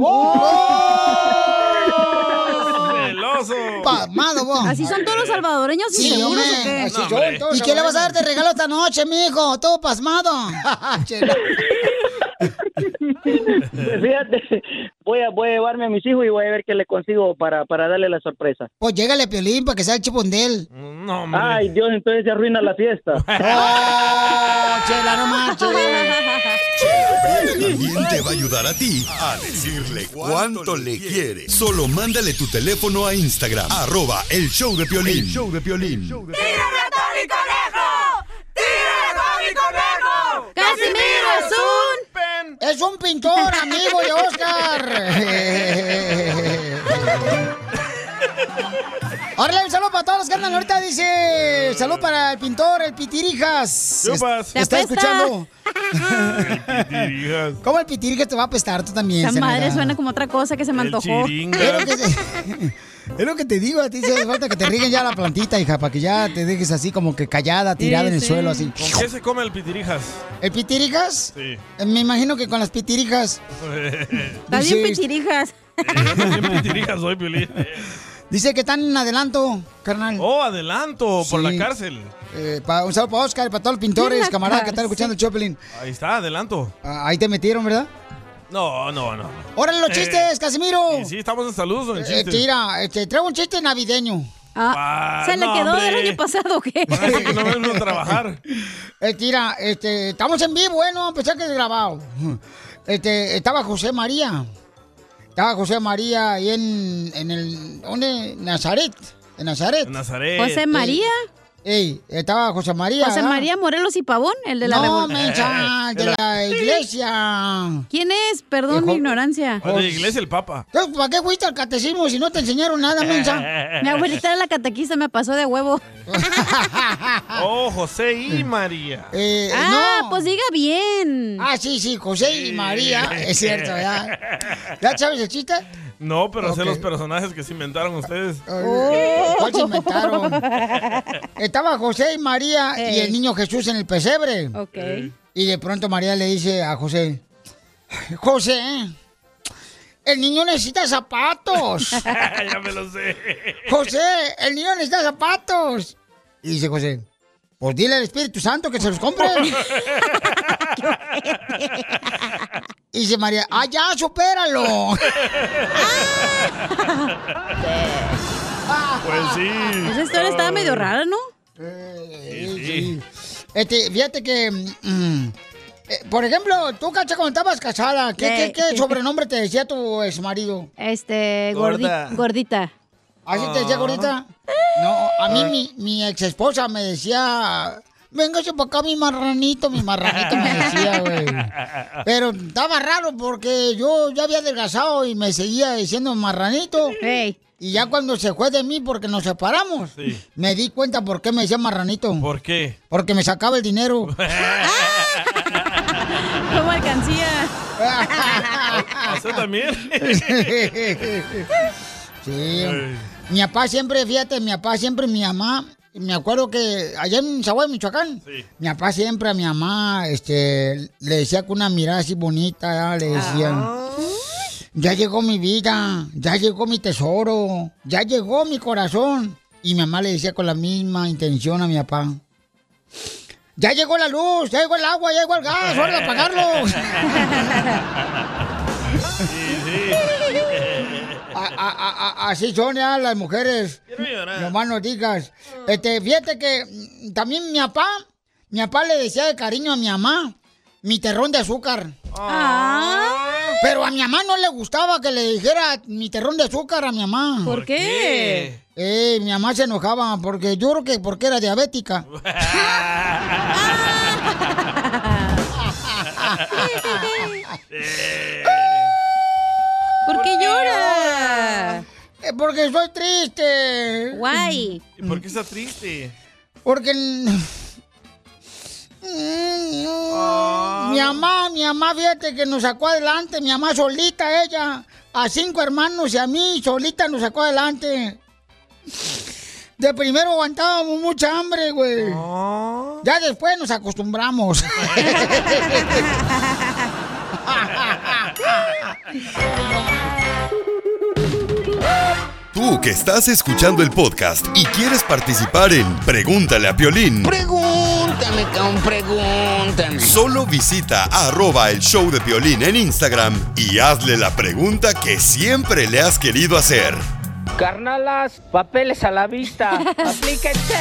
Speaker 1: ¡Celoso!
Speaker 2: Palmado, vos.
Speaker 3: Así son todos los salvadoreños
Speaker 2: Sí,
Speaker 3: inseguros,
Speaker 2: hombre.
Speaker 3: ¿o qué?
Speaker 2: Así
Speaker 3: No,
Speaker 2: son
Speaker 3: hombre.
Speaker 2: todos ¿Y qué le vas a dar de regalo esta noche, mijo? Todo [LAUGHS] pasmado. Chela.
Speaker 13: Pues Fíjate, [LAUGHS] voy a, voy a llevarme a mis hijos y voy a ver qué le consigo para, para darle la sorpresa.
Speaker 2: pues llégale a Piolín para que sea el [LAUGHS] chipondel.
Speaker 1: No,
Speaker 13: Ay, Dios, entonces se arruina
Speaker 2: [LAUGHS]
Speaker 13: la fiesta.
Speaker 2: chela, no marches.
Speaker 6: También te va a ayudar a ti a decirle cuánto le quieres. Solo mándale tu teléfono a Instagram, arroba el show de Piolín.
Speaker 16: El
Speaker 6: show de Piolín.
Speaker 16: ¡Casimiro es un
Speaker 2: Es un pintor, amigo de Oscar. Órale, un saludo para todos los que andan ahorita. Dice, salud para el pintor, el Pitirijas.
Speaker 1: Chupas.
Speaker 2: Te Está
Speaker 1: Te apesta.
Speaker 2: escuchando.
Speaker 1: Dirías,
Speaker 2: ¿Cómo el Pitirijas te va a apestar tú también?
Speaker 3: Esa madre
Speaker 2: Zenaida?
Speaker 3: suena como otra cosa que se me
Speaker 2: El
Speaker 3: antojó.
Speaker 2: chiringa. Pero que Es lo que te [LAUGHS] digo, a ti se hace falta que te rieguen ya la plantita, hija, para que ya te dejes así como que callada, tirada en el suelo, así.
Speaker 1: ¿Con qué se come
Speaker 2: [LAUGHS]
Speaker 1: el pitirijas?
Speaker 2: ¿El ¿Eh, Pitirijas?
Speaker 1: Sí.
Speaker 2: Eh, Me imagino que con las Pitirijas.
Speaker 3: Está bien pichirijas.
Speaker 1: pitirijas
Speaker 2: [LAUGHS]
Speaker 1: soy, Piolín.
Speaker 2: Dice que están en adelanto, carnal.
Speaker 1: Oh, adelanto, por
Speaker 2: Sí.
Speaker 1: la cárcel.
Speaker 2: Eh, pa- un saludo para Oscar, y para todos los pintores,
Speaker 1: La
Speaker 2: camaradas que están
Speaker 1: cárcel.
Speaker 2: escuchando el Choplin.
Speaker 1: Ahí está, adelanto.
Speaker 2: Ah, ahí te metieron, ¿verdad?
Speaker 1: No, no, no. no.
Speaker 2: ¡Órale los
Speaker 1: Eh,
Speaker 2: chistes, Casimiro!
Speaker 1: y sí, estamos en saludos o en
Speaker 2: Eh,
Speaker 1: chistes.
Speaker 2: tira, este, traigo un chiste navideño.
Speaker 1: Ah, ¿se le no, quedó del hombre. año
Speaker 2: pasado o qué?
Speaker 1: Parece que no vengo a trabajar.
Speaker 2: Eh, tira, este, estamos en vivo, bueno, a pesar que es grabado. Este, estaba José María. Estaba José María ahí en, en el. ¿Dónde? Nazaret. En Nazaret.
Speaker 1: En Nazaret.
Speaker 3: ¿José María?
Speaker 2: Ey, estaba José María.
Speaker 3: José
Speaker 2: ¿ah?
Speaker 3: María Morelos y Pavón, el de la
Speaker 2: No,
Speaker 3: revol-
Speaker 2: mensa, de la iglesia.
Speaker 3: ¿Quién es? Perdón mi ignorancia.
Speaker 1: Oye, de iglesia
Speaker 2: [LAUGHS]
Speaker 1: el Papa.
Speaker 2: Entonces, ¿Para qué fuiste al catecismo si no te enseñaron
Speaker 1: [LAUGHS]
Speaker 2: nada, mensa?
Speaker 3: Mi abuelita era la catequista, me pasó de huevo.
Speaker 1: Oh, José y María.
Speaker 2: Eh,
Speaker 3: ah, pues diga
Speaker 2: [LAUGHS]
Speaker 3: bien.
Speaker 2: Ah, sí, sí, José y María, es cierto,
Speaker 1: [LAUGHS]
Speaker 2: ¿verdad? ¿Ya sabes el chiste?
Speaker 1: No, pero sé los personajes que se inventaron ustedes.
Speaker 3: Oh.
Speaker 2: ¿Cuál se inventaron? Estaba José y María y
Speaker 1: Ey.
Speaker 2: el niño Jesús en el
Speaker 3: Eh.
Speaker 2: pesebre. Eh.
Speaker 3: Ok. Ey.
Speaker 2: Y de pronto María le dice a José, José, el niño
Speaker 3: [LAUGHS]
Speaker 2: necesita zapatos.
Speaker 16: [LAUGHS] ya me lo sé.
Speaker 2: José, el niño necesita zapatos. Y dice José, pues dile al Espíritu Santo que se
Speaker 3: [LAUGHS]
Speaker 2: los compre.
Speaker 1: [LAUGHS]
Speaker 2: y dice María, ah, ya, supéralo.
Speaker 16: pues sí.
Speaker 3: Esa historia estaba medio rara, ¿no?
Speaker 2: Sí. Este, fíjate que, mm, eh, por ejemplo, tú, Cacha, cuando estabas casada, ¿qué,
Speaker 3: Eh.
Speaker 2: qué- qué sobrenombre te decía tu ex marido?
Speaker 3: Este, gordi-
Speaker 2: Gorda.
Speaker 3: gordita.
Speaker 2: ¿Así te decía
Speaker 3: Ah.
Speaker 2: gordita? No, a mí
Speaker 3: Ah.
Speaker 2: mi, mi ex esposa me decía, véngase para acá mi marranito, mi marranito me
Speaker 3: [LAUGHS]
Speaker 2: decía,
Speaker 16: [LAUGHS]
Speaker 2: güey. Pero estaba raro porque yo ya había adelgazado y me seguía diciendo marranito. Y ya cuando se fue de mí porque nos separamos,
Speaker 16: [LAUGHS]
Speaker 1: Sí.
Speaker 2: me di cuenta por qué me decía marranito.
Speaker 1: ¿Por qué?
Speaker 2: Porque me sacaba el
Speaker 1: [LAUGHS]
Speaker 2: dinero.
Speaker 3: ¿Cómo alcancía?
Speaker 2: [LAUGHS]
Speaker 1: ¿Usted también?
Speaker 2: sí. Mi papá siempre, fíjate, mi papá siempre, mi mamá me acuerdo que allá en Zaguay, Michoacán, mi papá siempre a mi mamá este, le decía con una mirada así bonita, ya, le decía, ya llegó mi vida, ya llegó mi tesoro, ya llegó mi corazón. Y mi mamá le decía con la misma intención a mi papá, ya llegó la luz, ya llegó el agua, ya llegó el gas, hora de
Speaker 1: [LAUGHS]
Speaker 2: apagarlo. [LAUGHS] A- a- a- a- así son ya las mujeres. Nomás no digas. Este, fíjate que mm, también mi papá, mi papá le decía de cariño a mi mamá, mi terrón de azúcar.
Speaker 3: Ah.
Speaker 2: Pero a mi mamá no le gustaba que le dijera mi terrón de azúcar a mi mamá.
Speaker 3: ¿Por qué?
Speaker 2: Eh, mi mamá se enojaba porque yo creo que porque era
Speaker 3: [LAUGHS]
Speaker 2: diabética.
Speaker 3: ¿Por qué llora?
Speaker 2: Eh, Porque soy triste.
Speaker 3: Guay.
Speaker 1: ¿Y por qué está triste?
Speaker 2: Porque. Mm, Mi mamá, mi mamá, fíjate que nos sacó adelante, mi mamá solita ella, a cinco hermanos y a mí solita nos sacó adelante. De primero aguantábamos mucha hambre, güey. Ya después nos acostumbramos.
Speaker 6: Tú que estás escuchando el podcast y quieres participar en Pregúntale a Piolín,
Speaker 2: Pregúntame, cabrón, pregúntame.
Speaker 6: solo visita arroba el show de Piolín en Instagram y hazle la pregunta que siempre le has querido hacer.
Speaker 7: Carnalas, papeles a la vista. Aplíquense.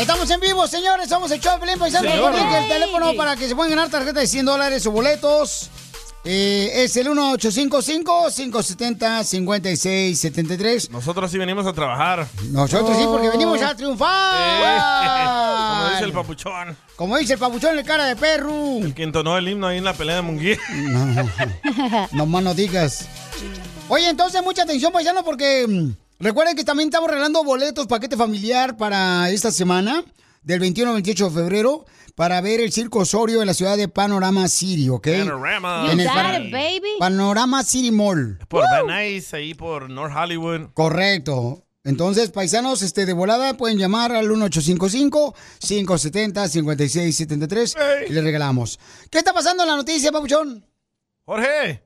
Speaker 2: Estamos en vivo, señores. Somos el show de Pelín Paisanos.
Speaker 7: Señor.
Speaker 2: Recuerden que el teléfono para que se puedan ganar tarjeta de 100 dólares o boletos eh, es el 1855-570-5673.
Speaker 1: Nosotros sí venimos a trabajar.
Speaker 2: Nosotros sí, porque venimos a triunfar.
Speaker 1: Como dice el papuchón.
Speaker 2: Como dice el papuchón, el cara de perro.
Speaker 1: El que entonó el himno ahí en la pelea
Speaker 2: [LAUGHS]
Speaker 1: de Munguía.
Speaker 2: No más no digas. Oye, entonces mucha atención, paisano, porque mm, recuerden que también estamos regalando boletos, paquete familiar para esta semana, del 21 al 28 de febrero, para ver el Circo Osorio en la ciudad de Panorama City, ¿ok?
Speaker 1: Panorama. You got
Speaker 2: Pana-
Speaker 1: it, baby.
Speaker 2: Panorama City Mall.
Speaker 1: Por Van Nuys, ahí por North Hollywood.
Speaker 2: Correcto. Entonces, paisanos, este, de volada pueden llamar al 1855-570-5673 y les regalamos. ¿Qué está pasando en la noticia, Papuchón?
Speaker 1: Jorge.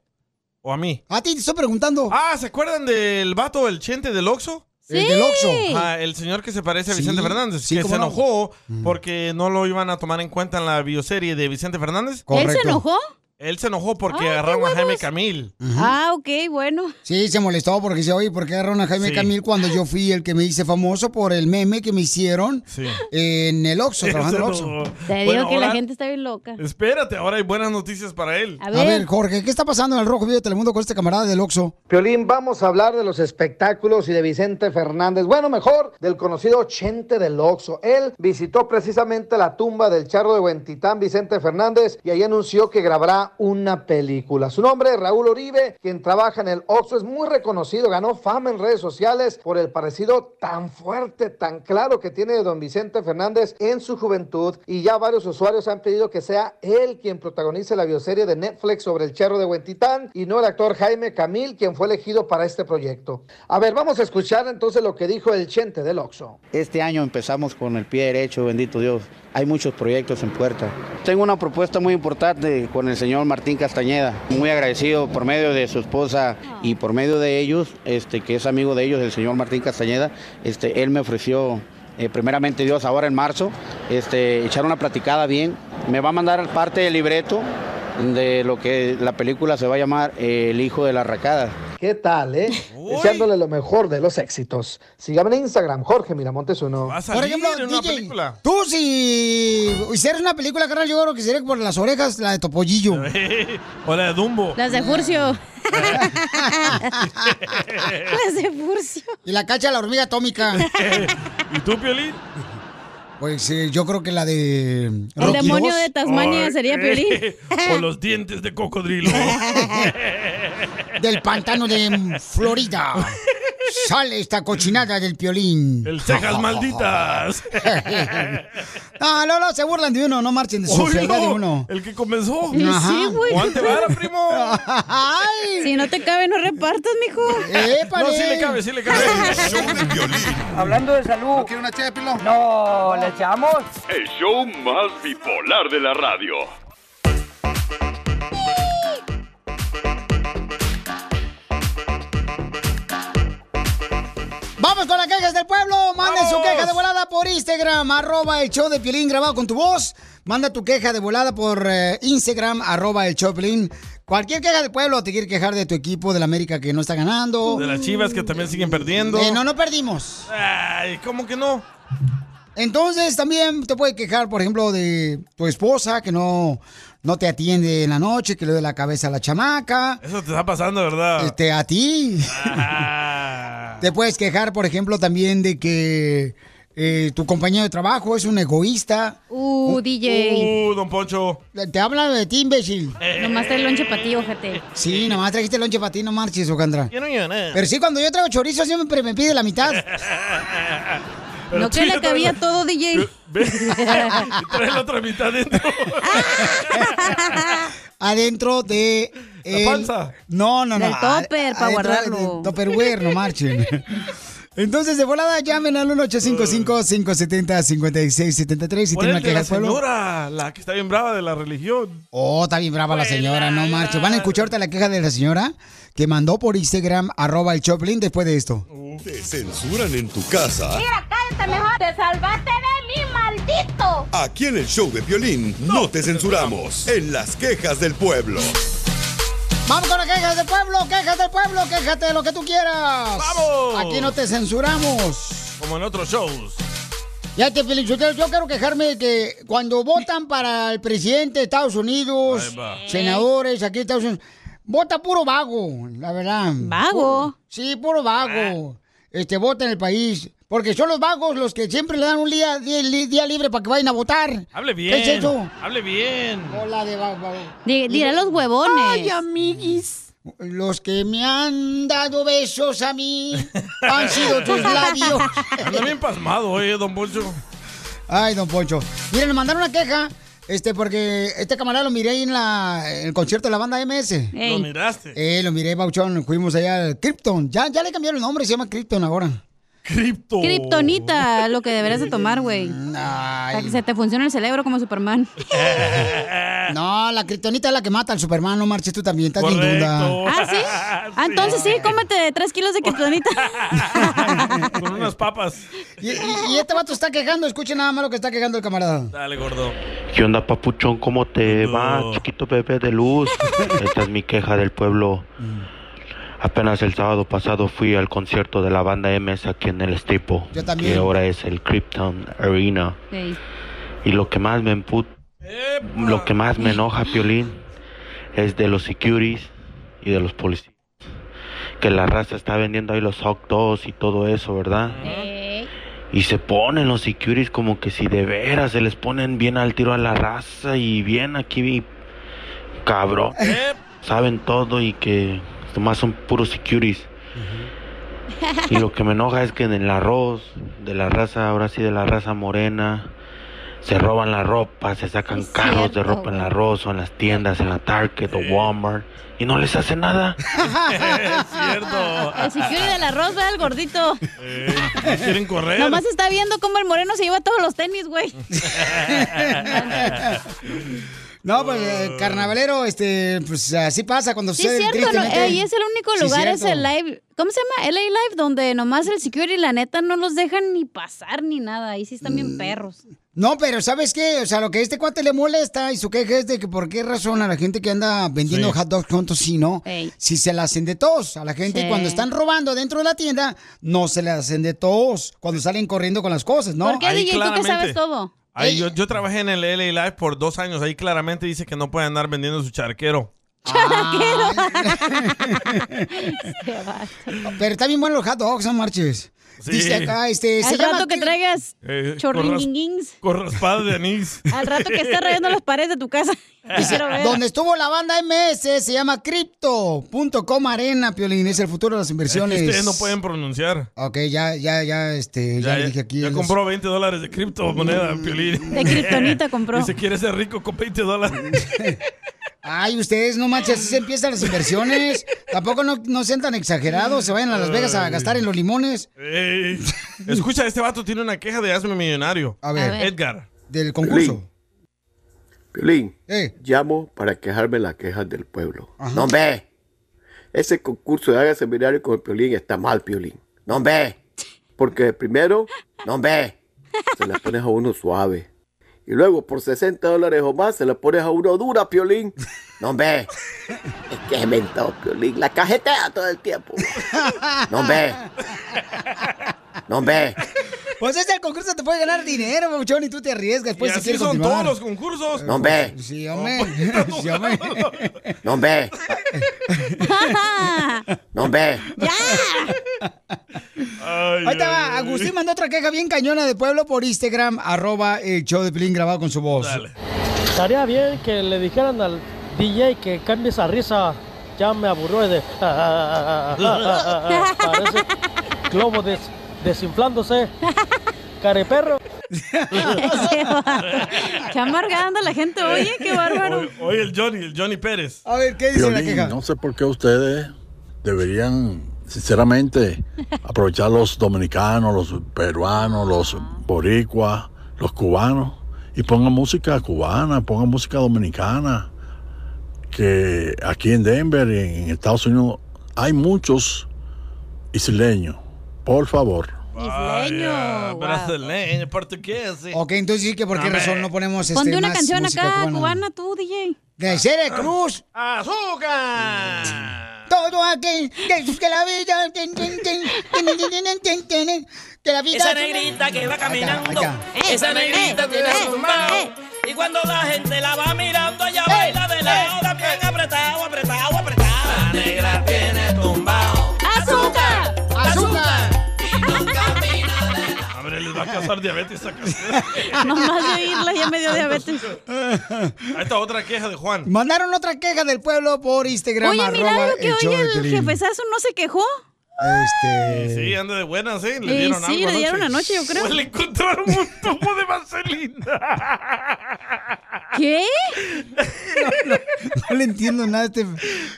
Speaker 1: ¿O a mí?
Speaker 2: A ti te estoy preguntando.
Speaker 1: Ah, ¿se acuerdan del vato, el chente del Oxxo?
Speaker 2: Sí. El Eh, del Oxxo.
Speaker 1: Ah, el señor que se parece a
Speaker 2: Sí,
Speaker 1: Vicente Fernández,
Speaker 2: sí,
Speaker 1: que
Speaker 2: cómo
Speaker 1: se
Speaker 2: no. Mm.
Speaker 1: enojó porque no lo iban a tomar en cuenta en la bioserie de Vicente Fernández.
Speaker 2: Correcto. ¿Él se enojó?
Speaker 1: Él se enojó porque
Speaker 3: Ay, qué
Speaker 1: agarraron a Jaime
Speaker 3: huevos.
Speaker 1: Camil.
Speaker 3: Ah, ok, bueno.
Speaker 2: Sí, se molestó porque dice, oye, ¿por qué agarraron a Jaime
Speaker 1: Sí.
Speaker 2: Camil cuando yo fui el que me hice famoso por el meme que me hicieron
Speaker 1: Sí.
Speaker 2: en el Oxxo,
Speaker 1: [LAUGHS] Sí,
Speaker 2: trabajando en el
Speaker 1: se
Speaker 2: Oxxo?
Speaker 1: enojó.
Speaker 3: Te digo
Speaker 1: Bueno,
Speaker 3: que la
Speaker 1: ahora-
Speaker 3: gente está bien loca.
Speaker 1: Espérate, ahora hay buenas noticias para él.
Speaker 3: A
Speaker 2: A ver, Jorge, ¿qué está pasando en el Rojo Vivo de Telemundo con este camarada del Oxxo?
Speaker 4: Piolín, vamos a hablar de los espectáculos y de Vicente Fernández. Bueno, mejor del conocido Chente del Oxo. Él visitó precisamente la tumba del charro de Huentitán, Vicente Fernández, y ahí anunció que grabará una película. Su nombre es Raúl Oribe, quien trabaja en el Oxo. Es muy reconocido, ganó fama en redes sociales por el parecido tan fuerte, tan claro que tiene de don Vicente Fernández en su juventud. Y ya varios usuarios han pedido que sea él quien protagonice la bioserie de Netflix sobre el charro de Huentitán y no el actor Jaime Camil, quien fue elegido para este proyecto. A ver, vamos a escuchar entonces lo que dijo el Chente del Oxo.
Speaker 10: Este año empezamos con el pie derecho, bendito Dios. Hay muchos proyectos en puerta. Tengo una propuesta muy importante con el señor Martín Castañeda. Muy agradecido por medio de su esposa y por medio de ellos, este, que es amigo de ellos, el señor Martín Castañeda. Este, él me ofreció, eh, primeramente Dios, ahora en marzo, este, echar una platicada bien. Me va a mandar parte del libreto de lo que la película se va a llamar eh, El hijo de la racada.
Speaker 4: ¿Qué tal, eh? Deseándole lo mejor de los éxitos. Síganme en Instagram, Jorge Miramontes uno.
Speaker 2: Por ejemplo, DJ, tú si hicieras una película, carnal, yo creo que sería por las orejas, la de Topollillo.
Speaker 1: Hola, Dumbo.
Speaker 3: Las de Furcio. [LAUGHS] Las de Furcio.
Speaker 2: Ah. Y la cacha de la hormiga atómica.
Speaker 1: ¿Y tú, Piolín?
Speaker 2: Pues eh, yo creo que la de...
Speaker 3: El demonio de Tasmania
Speaker 1: Ay,
Speaker 3: sería
Speaker 1: eh,
Speaker 3: Piolín.
Speaker 1: O [LAUGHS] los dientes de cocodrilo.
Speaker 2: Del pantano de Florida. Sale esta cochinada del piolín. [LAUGHS]
Speaker 1: El cejas malditas.
Speaker 2: No, no, no, se burlan de uno, no marchen de su
Speaker 1: Uy,
Speaker 2: fealdad
Speaker 1: no,
Speaker 2: de uno.
Speaker 1: El que comenzó.
Speaker 2: Y sí, güey.
Speaker 1: Guante vara,
Speaker 2: [LAUGHS]
Speaker 1: primo.
Speaker 3: Si no te cabe, no repartas, mijo.
Speaker 1: No, sí le cabe, sí le cabe.
Speaker 7: Hablando de salud. ¿No quiere una ché de pilón? No, ¿le echamos?
Speaker 8: El show más bipolar de la radio.
Speaker 2: Vamos con las quejas del pueblo. Manden su
Speaker 13: ¡Vamos!
Speaker 2: queja de volada por Instagram, arroba el show de Piolín grabado con tu voz. Manda tu queja de volada por eh, Instagram, arroba el show de Piolín. Cualquier queja del pueblo, te quiere quejar de tu equipo, de la América que no está ganando.
Speaker 1: De las chivas que también siguen perdiendo.
Speaker 2: Oh. Eh, no, no perdimos.
Speaker 1: Ay, ¿cómo que no?
Speaker 2: Entonces también te puede quejar, por ejemplo, de tu esposa que no, no te atiende en la noche, que le duele la cabeza a la chamaca.
Speaker 1: Eso te está pasando, ¿verdad?
Speaker 2: Este, a ti. Te puedes quejar, por ejemplo, también de que eh, tu compañero de trabajo es un egoísta.
Speaker 3: Uh, DJ.
Speaker 1: Uh, don Poncho.
Speaker 2: Te hablan de ti, imbécil.
Speaker 3: Nomás trae el lonche para ti, ojete.
Speaker 2: Sí, nomás trajiste el lonche para ti, no marches, Ocandra.
Speaker 3: Eh, Yo no llevo nada.
Speaker 2: Pero sí, cuando yo traigo chorizo siempre me pide la
Speaker 1: [LAUGHS]
Speaker 2: mitad. Eh.
Speaker 3: No que le cabía todo, DJ.
Speaker 1: [LAUGHS] Trae la otra mitad dentro.
Speaker 2: Adentro de...
Speaker 1: La panza.
Speaker 2: No, no, no.
Speaker 3: Del topper,
Speaker 2: Ad-
Speaker 3: pa'
Speaker 2: adentro
Speaker 3: guardarlo.
Speaker 2: del Topperware,
Speaker 3: [LAUGHS]
Speaker 2: no marchen. Entonces, de volada, llamen al 1-855-570-5673 si
Speaker 1: Ponele
Speaker 2: tienen una queja
Speaker 1: la
Speaker 2: del pueblo.
Speaker 1: señora, la que está bien brava de la religión.
Speaker 2: Oh, está bien brava la señora, no marches. Van a escucharte la queja de la señora que mandó por Instagram, arroba el Choplin, después de esto.
Speaker 6: Te censuran en tu casa.
Speaker 17: cállate mejor. Te salvaste de mí, maldito.
Speaker 6: Aquí en el show de violín no te censuramos. En las quejas del pueblo.
Speaker 2: Vamos con las quejas del pueblo, quejas del pueblo, quéjate de lo que tú quieras.
Speaker 1: ¡Vamos!
Speaker 2: Aquí no te censuramos.
Speaker 1: Como en otros shows.
Speaker 2: Ya te felicito, yo quiero quejarme de que cuando votan para el presidente de Estados Unidos,
Speaker 13: Ahí va.
Speaker 2: senadores aquí de Estados Unidos, vota puro vago, la verdad. ¿Vago? Sí, puro vago. Este, vota en el país. Porque son los vagos los que siempre le dan un día, día, día libre para que vayan a votar.
Speaker 1: Hable bien.
Speaker 2: ¿Qué es eso?
Speaker 1: Hable bien.
Speaker 2: Hola de vago.
Speaker 3: Dirá los huevones.
Speaker 2: Ay, amiguis. Los que me han dado besos a mí han sido tus labios.
Speaker 3: [LAUGHS]
Speaker 1: Anda bien pasmado, oye, don Poncho.
Speaker 2: Ay, don Poncho. Miren, nos mandaron una queja. Este, porque este camarada lo miré ahí en, la, en el concierto de la banda MS.
Speaker 1: Lo miraste.
Speaker 2: Eh, lo miré, Bauchón. Fuimos allá al Krypton. Ya, ya le cambiaron el nombre, se llama Krypton ahora.
Speaker 1: Krypton.
Speaker 3: Kryptonita, lo que deberías de tomar, güey. Para que se te funcione el cerebro como Superman.
Speaker 1: Ah.
Speaker 2: No, la Kryptonita es la que mata al Superman, no marches tú también, estás bien duda.
Speaker 3: ¿Ah,
Speaker 1: [LAUGHS]
Speaker 3: sí? Ah, entonces sí, cómete tres kilos de kryptonita.
Speaker 1: Con unas papas.
Speaker 2: Y, y- y este vato está quejando, escuchen nada más lo que está quejando el camarada.
Speaker 1: Dale, gordo.
Speaker 18: ¿Qué onda, papuchón? ¿Cómo te va,
Speaker 1: No.
Speaker 18: chiquito bebé de luz? Esta es mi queja del pueblo. Apenas el sábado pasado fui al concierto de la banda MS aquí en el Estipo.
Speaker 2: Yo también.
Speaker 18: Que ahora es el Krypton Arena. Y lo que más me emput... Lo que más me enoja, Piolín, es de los securities y de los policías. Que la raza está vendiendo ahí los hot dogs y todo eso, ¿verdad? Y se ponen los securities como que si de veras se les ponen bien al tiro a la raza y bien aquí, vi- cabrón. Saben todo y que nomás son puros securities. Y lo que me enoja es que en el arroz, de la raza, ahora sí de la raza morena, se roban la ropa, se sacan carros de ropa en el arroz o en las tiendas, en la Target o Walmart, y no les hace nada.
Speaker 3: [LAUGHS] es cierto. Eh, El security del arroz, ¿verdad? El gordito.
Speaker 1: Quieren correr.
Speaker 3: Nomás está viendo cómo el moreno se lleva todos los tenis, güey.
Speaker 2: No, pues eh, carnavalero, este, pues así pasa cuando
Speaker 3: Sí,
Speaker 2: sucede
Speaker 3: es
Speaker 2: el
Speaker 3: cierto, no,
Speaker 2: tristemente.
Speaker 3: eh, y es el único
Speaker 2: Sí,
Speaker 3: lugar, es
Speaker 2: cierto.
Speaker 3: el live, ¿cómo se llama? LA Live, donde nomás el security, la neta, no los dejan ni pasar ni nada, ahí sí están
Speaker 2: Mm.
Speaker 3: bien
Speaker 2: [LAUGHS]
Speaker 3: perros.
Speaker 2: No, pero ¿sabes qué? O sea, lo que a este cuate le molesta y su queja es de que por qué razón a la gente que anda vendiendo
Speaker 3: Sí.
Speaker 2: hot dogs con tocino, si se la hacen de tos a la gente
Speaker 3: Sí.
Speaker 2: cuando están robando dentro de la tienda, no se la hacen de tos cuando salen corriendo con las cosas, ¿no?
Speaker 3: ¿Por qué, DJ, tú que sabes todo?
Speaker 1: Ahí yo, yo trabajé en el LA Live por dos años. Ahí claramente dice que no puede andar vendiendo su charquero.
Speaker 2: Ah. [LAUGHS]
Speaker 3: Este,
Speaker 2: Pero está bien bueno los hot dogs, no marches.
Speaker 3: [LAUGHS]
Speaker 2: Dice acá, este.
Speaker 3: Al
Speaker 2: se
Speaker 3: rato
Speaker 2: llama
Speaker 3: que traigas
Speaker 1: Eh, [LAUGHS]
Speaker 3: chorringuinguins.
Speaker 1: Con raspada de
Speaker 2: [LAUGHS]
Speaker 1: anís.
Speaker 3: Al rato que estés rayando las paredes de tu casa. [LAUGHS]
Speaker 2: Dice,
Speaker 3: Quiero ver.
Speaker 2: donde estuvo la banda MS se llama Crypto.com Arena, Piolín. Es el futuro de las
Speaker 1: Es que
Speaker 2: inversiones.
Speaker 1: ustedes no pueden pronunciar.
Speaker 2: Ok, ya, ya, ya, este, ya, le dije aquí. Mm.
Speaker 1: ya
Speaker 2: el-
Speaker 1: compró 20 dólares de criptomoneda, Piolín.
Speaker 2: De
Speaker 1: [LAUGHS]
Speaker 2: kriptonita compró.
Speaker 1: Dice, ¿quieres ser rico con 20 dólares?
Speaker 2: [LAUGHS] Ay, ustedes, no manches,
Speaker 1: [LAUGHS]
Speaker 2: así se empiezan las inversiones. Tampoco no, no sean tan exagerados, se vayan a Las Vegas a
Speaker 1: Ay.
Speaker 2: gastar en los limones.
Speaker 1: Ey, escucha, este vato tiene una queja de hazme millonario.
Speaker 2: A ver. A ver.
Speaker 1: Edgar.
Speaker 2: Del concurso.
Speaker 19: Piolín,
Speaker 2: Eh.
Speaker 19: llamo para quejarme las quejas del pueblo. No ve. Ese concurso de haga seminario con el Piolín está mal, Piolín. No ve. Porque primero, no ve. Se la pones a uno suave. Y luego, por 60 dólares o más, se la pones a uno dura, Piolín. No ve. Es que es mentado, Piolín. La cajetea todo el tiempo. No ve. No ve.
Speaker 2: [LAUGHS] Pues este concurso te puede ganar dinero, Mauchón, y tú te arriesgas. Pues
Speaker 1: y
Speaker 2: si
Speaker 1: así
Speaker 2: quieres
Speaker 1: son
Speaker 2: continuar.
Speaker 1: todos los concursos.
Speaker 19: No ve.
Speaker 2: Sí, hombre. Sí, hombre.
Speaker 19: No ve. No ve.
Speaker 2: [LAUGHS] Ahí te va. Agustín mandó otra queja bien cañona de pueblo por Instagram, arroba el show de Piolín grabado con su voz.
Speaker 20: Estaría bien que le dijeran al DJ que cambie esa risa. Ya me aburrió de. [LAUGHS] Parece globo des- desinflándose. Careperro.
Speaker 3: Está Este, amargando la gente, oye,
Speaker 2: [LAUGHS]
Speaker 3: qué bárbaro.
Speaker 1: Oye, oye, el Johnny, el Johnny Pérez.
Speaker 2: A ver, ¿qué
Speaker 21: Piolín, no sé por qué ustedes deberían, sinceramente, aprovechar los dominicanos, los peruanos, los boricuas, los cubanos, y pongan música cubana, pongan música dominicana, que aquí en Denver, en Estados Unidos, hay muchos isleños. Por favor.
Speaker 1: Ah, Isleño. Brasileño, portugués. sí.
Speaker 2: Ok, entonces sí que por qué
Speaker 1: Hombre.
Speaker 2: razón no ponemos este,
Speaker 3: Ponte una
Speaker 2: más
Speaker 3: canción
Speaker 2: música
Speaker 3: acá,
Speaker 2: cubana.
Speaker 3: cubana. tú, DJ.
Speaker 2: De
Speaker 1: Ah.
Speaker 2: Cruz.
Speaker 1: ¡Azúcar!
Speaker 2: Todo aquel que, que la vida. tin, tin, tin, tin, tin, tin, tin, tin, tin, Que la vida.
Speaker 22: Esa negrita que va caminando, Eh, esa negrita que va tumbado. Y cuando la gente la va mirando, ella baila de la hora bien apretado, apretado, apretado. La negra tiene tumbado.
Speaker 16: ¡Azúcar!
Speaker 2: ¡Azúcar!
Speaker 1: Hombre, les va a causar diabetes a
Speaker 3: [LAUGHS] Nomás de oírla ya me
Speaker 1: [LAUGHS]
Speaker 3: dio diabetes.
Speaker 1: Ahí está otra queja de Juan.
Speaker 2: Mandaron otra queja del pueblo por Instagram.
Speaker 3: Oye,
Speaker 2: arroba
Speaker 3: milagro que
Speaker 2: el show
Speaker 3: hoy
Speaker 2: de
Speaker 3: el
Speaker 2: Piolín.
Speaker 3: jefezazo no se quejó.
Speaker 2: Este.
Speaker 1: Sí, anda de buenas, ¿eh? Le
Speaker 3: Eh,
Speaker 1: dieron
Speaker 3: sí,
Speaker 1: algo
Speaker 3: le dieron anoche, yo creo.
Speaker 1: O le encontraron un tubo
Speaker 3: [LAUGHS]
Speaker 1: de vaselina.
Speaker 3: ¿Qué?
Speaker 2: [LAUGHS] No, no le entiendo nada. a Este...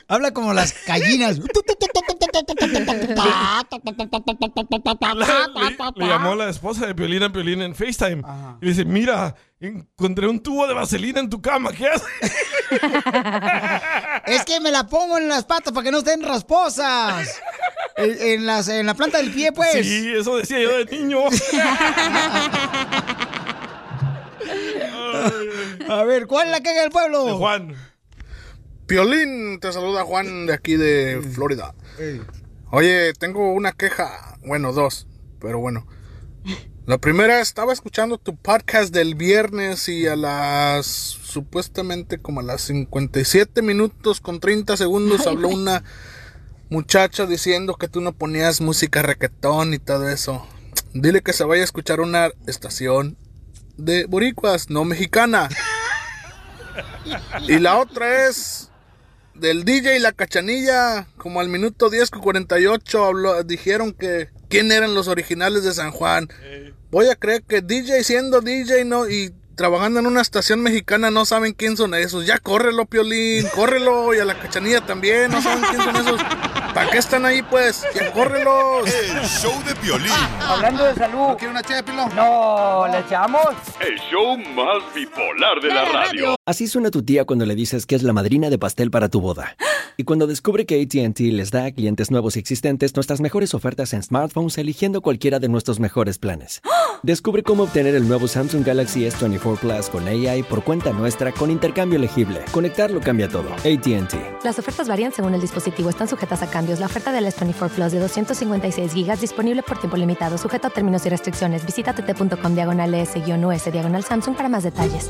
Speaker 2: Habla como las gallinas.
Speaker 1: Le llamó la esposa de Piolín a Piolín en FaceTime. Y le dice, mira, encontré un tubo de vaselina en tu cama. ¿Qué haces?
Speaker 2: Es que me la pongo en las patas para que no estén rasposas. En, en las, en la planta del pie, pues.
Speaker 1: Sí, eso decía yo de
Speaker 2: [LAUGHS]
Speaker 1: niño. [LAUGHS]
Speaker 2: A ver, ¿cuál es la queja del pueblo?
Speaker 1: Juan.
Speaker 23: Piolín, te saluda Juan de aquí de Florida. Oye, tengo una queja, bueno, dos, pero bueno. La primera, estaba escuchando tu podcast del viernes y a las supuestamente como a las 57 minutos con 30 segundos habló una muchacha diciendo que tú no ponías música reggaetón y todo eso. Dile que se vaya a escuchar una estación de boricuas, no mexicana. Y la otra es del DJ y la cachanilla, como al minuto 10 con 48 habló- dijeron que quién eran los originales de San Juan. Voy a creer que DJ siendo DJ no y trabajando en una estación mexicana no saben quién son esos. Ya córrelo, Piolín, córrelo y a la cachanilla también, no saben quién son esos. ¿Para qué están ahí pues? Ya córrelos. El show de Piolín.
Speaker 7: Hablando de salud. ¿No una No, ¿le echamos?
Speaker 8: El show más bipolar de la radio.
Speaker 24: Así suena tu tía cuando le dices que es la madrina de pastel para tu boda. Y cuando descubre que ATT les da a clientes nuevos y existentes nuestras mejores ofertas en smartphones eligiendo cualquiera de nuestros mejores planes. Descubre cómo obtener el nuevo Samsung Galaxy S24 Plus con AI por cuenta nuestra con intercambio elegible. Conectarlo cambia todo. ATT.
Speaker 25: Las ofertas varían según el dispositivo, están sujetas a cambios. La oferta del S24 Plus de 256 GB disponible por tiempo limitado, sujeto a términos y restricciones. Visita tt.com diagonal S-US diagonal Samsung para más detalles.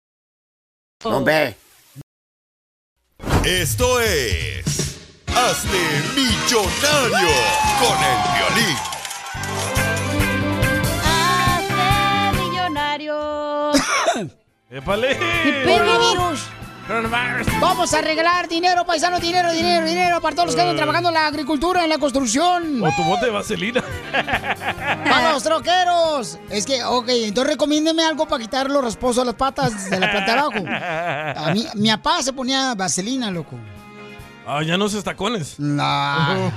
Speaker 26: Hombre.
Speaker 6: Esto es. Hazte millonario con el violín.
Speaker 3: ¡Hazte millonario!
Speaker 1: ¡Épale!
Speaker 2: Coronavirus.
Speaker 1: Coronavirus.
Speaker 2: Vamos a regalar dinero, paisano, dinero, dinero, dinero para todos los que andan trabajando en la agricultura, en la construcción.
Speaker 1: O tu bote de vaselina.
Speaker 2: ¡Para los troqueros! Es que, ok, entonces recomiéndeme algo para quitar los rasposos a las patas de la planta de
Speaker 1: [LAUGHS]
Speaker 2: abajo. A mí, mi papá se ponía vaselina, loco.
Speaker 1: Ah, ya no se tacones. [LAUGHS]
Speaker 2: No.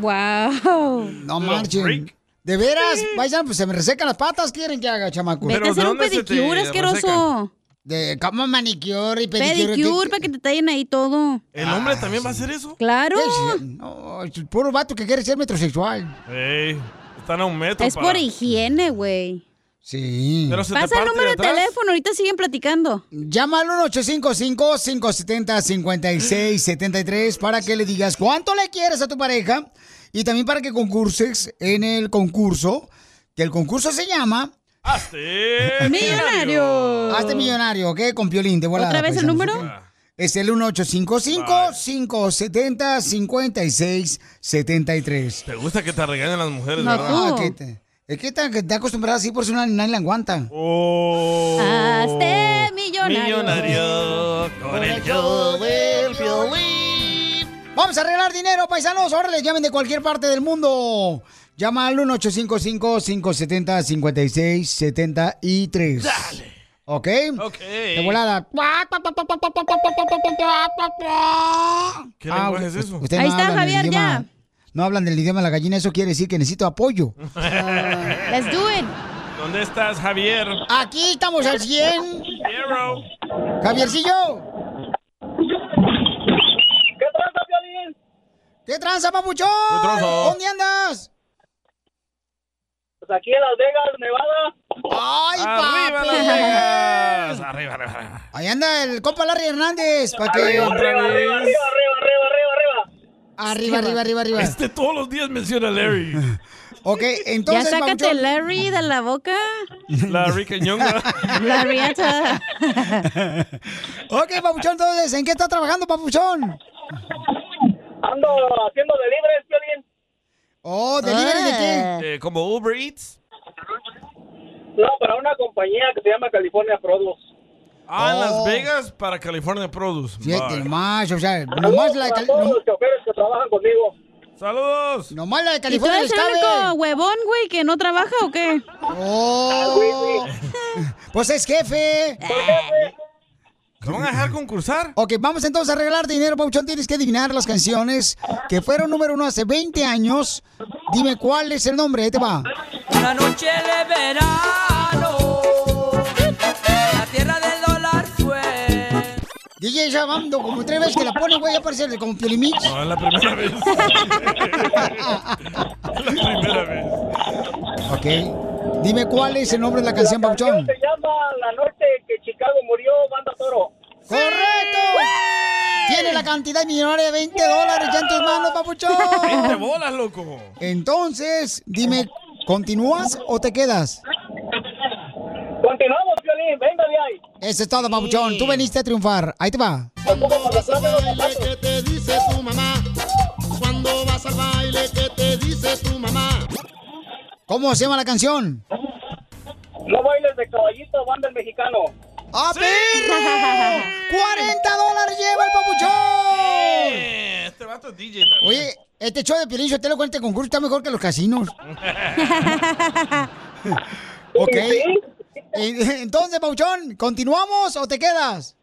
Speaker 3: ¡Wow!
Speaker 2: No marchen. De veras, vayan, pues se me resecan las patas, quieren que haga, chamacos.
Speaker 3: Vete a hacer un pedicure, asqueroso.
Speaker 2: De cama manicure y pedicure.
Speaker 3: Pedicure, para que te tallen ahí todo.
Speaker 1: ¿El hombre también va a hacer eso?
Speaker 3: Claro.
Speaker 2: Es, no, es el puro vato que quiere ser metrosexual.
Speaker 1: Ey, están a un metro.
Speaker 3: Es
Speaker 1: para-
Speaker 3: por higiene, güey.
Speaker 2: Sí.
Speaker 1: Pero se te
Speaker 3: Pasa el
Speaker 1: parte
Speaker 3: número de
Speaker 1: atrás.
Speaker 3: teléfono, ahorita siguen platicando.
Speaker 2: Llama al 1-855-570-5673 para que le digas cuánto le quieres a tu pareja y también para que concurses en el concurso, que el concurso se
Speaker 3: [LAUGHS]
Speaker 2: llama...
Speaker 1: ¡Hazte
Speaker 3: millonario!
Speaker 2: Hazte millonario, ¿ok? Con Piolín, de volada.
Speaker 3: ¿Otra vez el
Speaker 2: paisanos,
Speaker 3: número?
Speaker 2: ¿ok? Es el 1855-570-5673.
Speaker 1: ¿Te gusta que te regañen las mujeres,
Speaker 2: No,
Speaker 1: verdad?
Speaker 2: tú. ¿qué te- Es que está, que está acostumbrada así por si una- nadie la aguanta.
Speaker 13: Oh.
Speaker 3: Hazte millonario.
Speaker 1: Millonario con el yo del
Speaker 2: Vamos a regalar dinero, paisanos. Órale, llamen de cualquier parte del mundo. Llama al 1-855-570-5673. Dale. ¿Ok?
Speaker 1: Ok.
Speaker 2: De volada.
Speaker 13: ¿Qué
Speaker 2: Ah,
Speaker 13: lenguaje es
Speaker 2: u-
Speaker 13: eso?
Speaker 2: ustedes
Speaker 13: Ahí
Speaker 2: no
Speaker 13: está,
Speaker 2: hablan el
Speaker 13: Javier,
Speaker 2: idioma- No hablan del idioma de la gallina, eso quiere decir que necesito apoyo.
Speaker 3: Ah, Let's do it.
Speaker 1: ¿Dónde estás, Javier?
Speaker 2: Aquí estamos al 100. Javiercillo. ¿Qué tranza, papuchón?
Speaker 13: ¿Qué tranza?
Speaker 2: ¿Dónde andas?
Speaker 13: Pues aquí en Las Vegas, Nevada.
Speaker 2: ¡Ay,
Speaker 13: Arriba
Speaker 2: papi!
Speaker 13: Las
Speaker 2: [LAUGHS]
Speaker 13: Vegas. Arriba, arriba, arriba.
Speaker 2: Ahí anda el compa Larry Hernández. Para que...
Speaker 13: Arriba, arriba, arriba, arriba,
Speaker 2: Arriba, arriba, arriba, arriba.
Speaker 1: Este todos los días menciona a Larry.
Speaker 2: [LAUGHS] Ok, entonces.
Speaker 3: ya sácate
Speaker 2: Papuchón,
Speaker 3: Larry de la boca.
Speaker 1: Larry
Speaker 2: [LAUGHS]
Speaker 1: Cañonga.
Speaker 3: La riata.
Speaker 2: Ok, Papuchón, entonces, ¿en qué está trabajando, Papuchón?
Speaker 13: Ando haciendo deliveries, Piolín.
Speaker 2: Oh, ¿delivery de qué?
Speaker 1: Eh, como Uber Eats.
Speaker 13: No, para una compañía que se llama California Produce.
Speaker 1: Ah, en
Speaker 13: Oh.
Speaker 1: Las Vegas para California Produce.
Speaker 2: Fíjate,
Speaker 1: Bye.
Speaker 2: nomás, o sea, nomás la de
Speaker 13: Para
Speaker 2: Cali-
Speaker 13: todos
Speaker 2: nom-
Speaker 13: los choferes que trabajan conmigo.
Speaker 1: Saludos.
Speaker 2: nomás la de
Speaker 3: ¿Y tú
Speaker 2: California
Speaker 3: eres
Speaker 2: les
Speaker 3: el
Speaker 2: cabe.
Speaker 3: único huevón, güey, que no trabaja o qué?
Speaker 2: Oh. [LAUGHS] Pues es jefe.
Speaker 1: ¿Lo van a dejar concursar?
Speaker 2: Ok, vamos entonces a regalar dinero, Papuchón. Tienes que adivinar las canciones que fueron número uno hace 20 años. Dime cuál es el nombre, ahí te va.
Speaker 13: Una noche de verano. La tierra del dólar fue.
Speaker 2: DJ ya vamos como tres veces que la pone, güey, ya parece como Piolimix.
Speaker 1: No, [LAUGHS] es la primera vez.
Speaker 2: Ok. Dime cuál es el nombre de la canción, Papuchón.
Speaker 13: Se llama La Noche que Chicago murió, Banda Toro.
Speaker 2: ¡Correcto! Tiene la cantidad millonaria de 20 dólares ya en tus manos,
Speaker 1: ¡20
Speaker 2: Papuchón.
Speaker 1: bolas, loco!
Speaker 2: Entonces, dime, ¿continúas o te quedas?
Speaker 13: Continuamos, Piolín, venga de ahí.
Speaker 2: Eso es todo, Papuchón. Tú veniste a triunfar. Ahí te va.
Speaker 13: vas al baile que te dice tu mamá? ¿Cuándo vas al baile que te dice tu mamá?
Speaker 2: ¿Cómo se llama la
Speaker 13: [LAUGHS]
Speaker 2: canción?
Speaker 13: No bailes de caballito, banda el mexicano.
Speaker 2: ¡A ¡Ah, perro! ¡40 dólares lleva el Papuchón!
Speaker 1: Eh, Este vato es DJ también.
Speaker 2: Oye, este show de Piolín Sotelo con este concurso está mejor que los
Speaker 13: [LAUGHS]
Speaker 2: casinos. ok. Eh, Entonces, Pauchón, ¿continuamos o te quedas?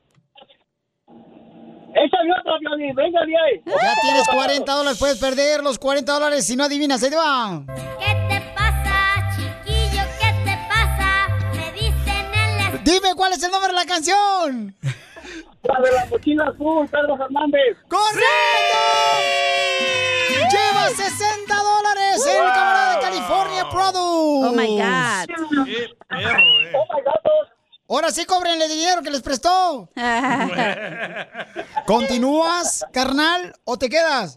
Speaker 13: Échame otra, Piolín, venga de ahí.
Speaker 2: Ya tienes 40 dólares, puedes perder los 40 dólares si no adivinas. Ahí te va.
Speaker 27: ¿Qué te pasa, chiquillo? ¿Qué te pasa? Me dicen en la
Speaker 2: Dime cuál es el nombre de la canción.
Speaker 13: La de la mochila azul, Pedro Fernández.
Speaker 2: ¡Correcto! Lleva 60 dólares el camarada de California Produce. Oh
Speaker 3: my God.
Speaker 13: Oh
Speaker 2: Ahora sí cóbrenle dinero que les prestó. ¿Continúas, carnal, o te quedas?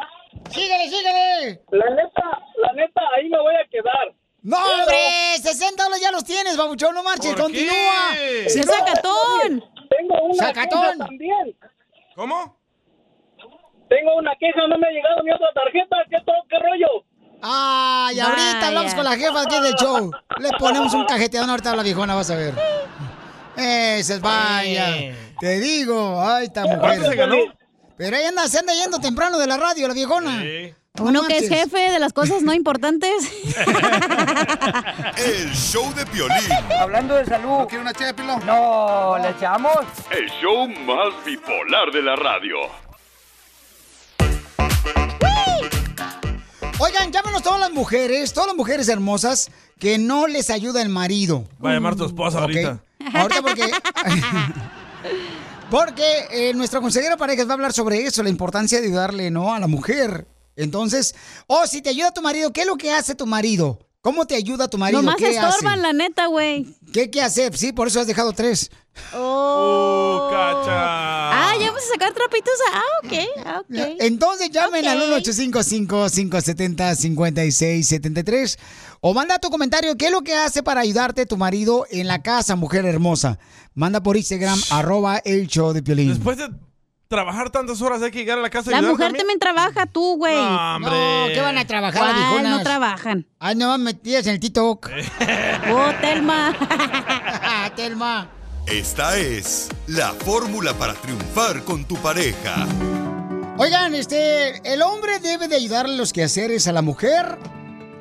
Speaker 2: ¡Síguele, síguele!
Speaker 13: La neta, la neta, ahí me voy a quedar.
Speaker 2: ¡No, hombre! ¡60 dólares ya los tienes, babuchón! ¡No marches!
Speaker 13: ¿Por
Speaker 2: ¡Continúa!
Speaker 13: qué?
Speaker 2: ¡Se
Speaker 13: ¡Es sacatón! Tengo una
Speaker 2: ¡Sacatón!
Speaker 13: queja también.
Speaker 1: ¿Cómo?
Speaker 13: Tengo una queja, no me ha llegado mi otra tarjeta. ¿Qué, to- qué rollo?
Speaker 2: Ay, ahorita
Speaker 13: Vaya.
Speaker 2: hablamos con la jefa aquí del show. Le ponemos un cajeteadón ahorita a la viejona, vas a ver. Ese, vaya. Te digo, ay, esta mujer.
Speaker 3: se ganó?
Speaker 2: Pero ahí anda, se anda yendo temprano de la radio, la viejona.
Speaker 3: Uno que es jefe de las cosas no importantes.
Speaker 6: El show de Piolín.
Speaker 7: Hablando de salud. ¿No quiere una chépilo? No, ¿le echamos?
Speaker 8: El show más bipolar de la radio.
Speaker 2: Oigan, llámenos todas las mujeres, todas las mujeres hermosas que no les ayuda el marido.
Speaker 1: Va a llamar tu esposa
Speaker 2: Ok.
Speaker 1: ahorita.
Speaker 2: Ahorita porque. [LAUGHS] porque eh, nuestra consejera parejas va a hablar sobre eso, la importancia de ayudarle, ¿no? A la mujer. Entonces, oh, si te ayuda tu marido, ¿qué es lo que hace tu marido? ¿Cómo te ayuda tu [LAUGHS] marido?
Speaker 3: Nomás
Speaker 2: ¿Qué hace?
Speaker 3: estorban, la neta, güey.
Speaker 2: ¿Qué, ¿Qué hacer? Sí, por eso has dejado tres.
Speaker 3: Oh.
Speaker 1: cacha!
Speaker 3: Ah, ya vamos a sacar trapitos. Ah, ok, ah, ok.
Speaker 2: Entonces llamen al 1-855-570-5673 o manda tu comentario. ¿Qué es lo que hace para ayudarte tu marido en la casa, mujer hermosa? Manda por Instagram, arroba el show de Piolín.
Speaker 1: Después de trabajar tantas horas hay que llegar a la casa y
Speaker 3: La
Speaker 1: ayudar
Speaker 3: mujer
Speaker 1: también.
Speaker 3: también trabaja tú, güey.
Speaker 1: No, hombre. No, ¿qué van a
Speaker 2: trabajar
Speaker 3: ¿Cuál?
Speaker 2: las viejonas?
Speaker 3: No trabajan.
Speaker 2: Ay, no van metidas en el TikTok.
Speaker 1: Eh.
Speaker 3: Oh, Telma.
Speaker 2: [LAUGHS] Telma.
Speaker 6: Esta es la fórmula para triunfar con tu pareja.
Speaker 2: Oigan, este, el hombre debe de ayudarle los quehaceres a la mujer.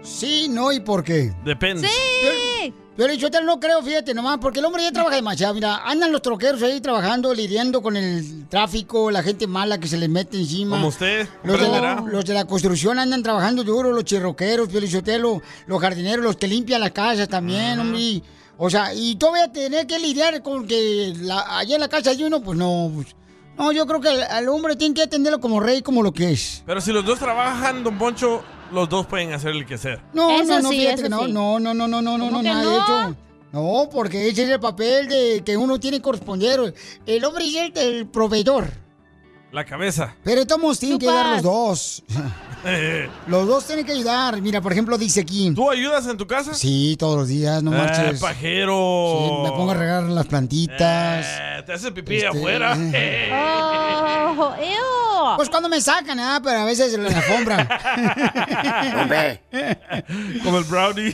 Speaker 2: Sí, no y por qué.
Speaker 1: Depende.
Speaker 2: Sí. Pero yo tal no creo, fíjate nomás, porque el hombre ya trabaja demasiado. Mira, andan los troqueros ahí trabajando, lidiando con el tráfico, la gente mala que se les mete encima.
Speaker 1: Como usted,
Speaker 2: Los de, la,
Speaker 1: comprenderá.
Speaker 2: los de la construcción andan trabajando duro, los chirroqueros, Piolichotelo, los jardineros, los que limpian las casas también, hombre. O sea, y todavía tener que lidiar con que la, allá en la casa hay uno, pues no. pues, no, yo creo que al, al hombre tiene que atenderlo como rey, como lo que es.
Speaker 1: Pero si los dos trabajan, don Poncho, los dos pueden hacer el quehacer.
Speaker 2: No, no, no,
Speaker 3: sí,
Speaker 2: fíjate
Speaker 3: eso
Speaker 2: que no,
Speaker 3: sí.
Speaker 2: no, no, no, no, no, no,
Speaker 3: ¿Cómo
Speaker 2: no,
Speaker 3: que
Speaker 2: nada
Speaker 3: no?
Speaker 2: de hecho. No, porque ese es el papel de que uno tiene que corresponder. El hombre es el, el proveedor. [LAUGHS]
Speaker 1: La cabeza.
Speaker 2: Pero estamos tienen que dar los dos.
Speaker 1: Eh,
Speaker 2: Los dos tienen que ayudar. Mira, por ejemplo, dice aquí.
Speaker 1: ¿Tú ayudas en tu casa?
Speaker 2: Sí, todos los días, no marches. Sí,
Speaker 1: pajero.
Speaker 2: me pongo a regar las plantitas.
Speaker 1: Eh, te hace
Speaker 2: Este,
Speaker 1: pipí afuera. Eh.
Speaker 3: Oh, ew.
Speaker 2: Pues cuando me sacan, ah, pero a veces en la
Speaker 1: [LAUGHS]
Speaker 2: alfombra.
Speaker 28: Hombre.
Speaker 1: Como el brownie.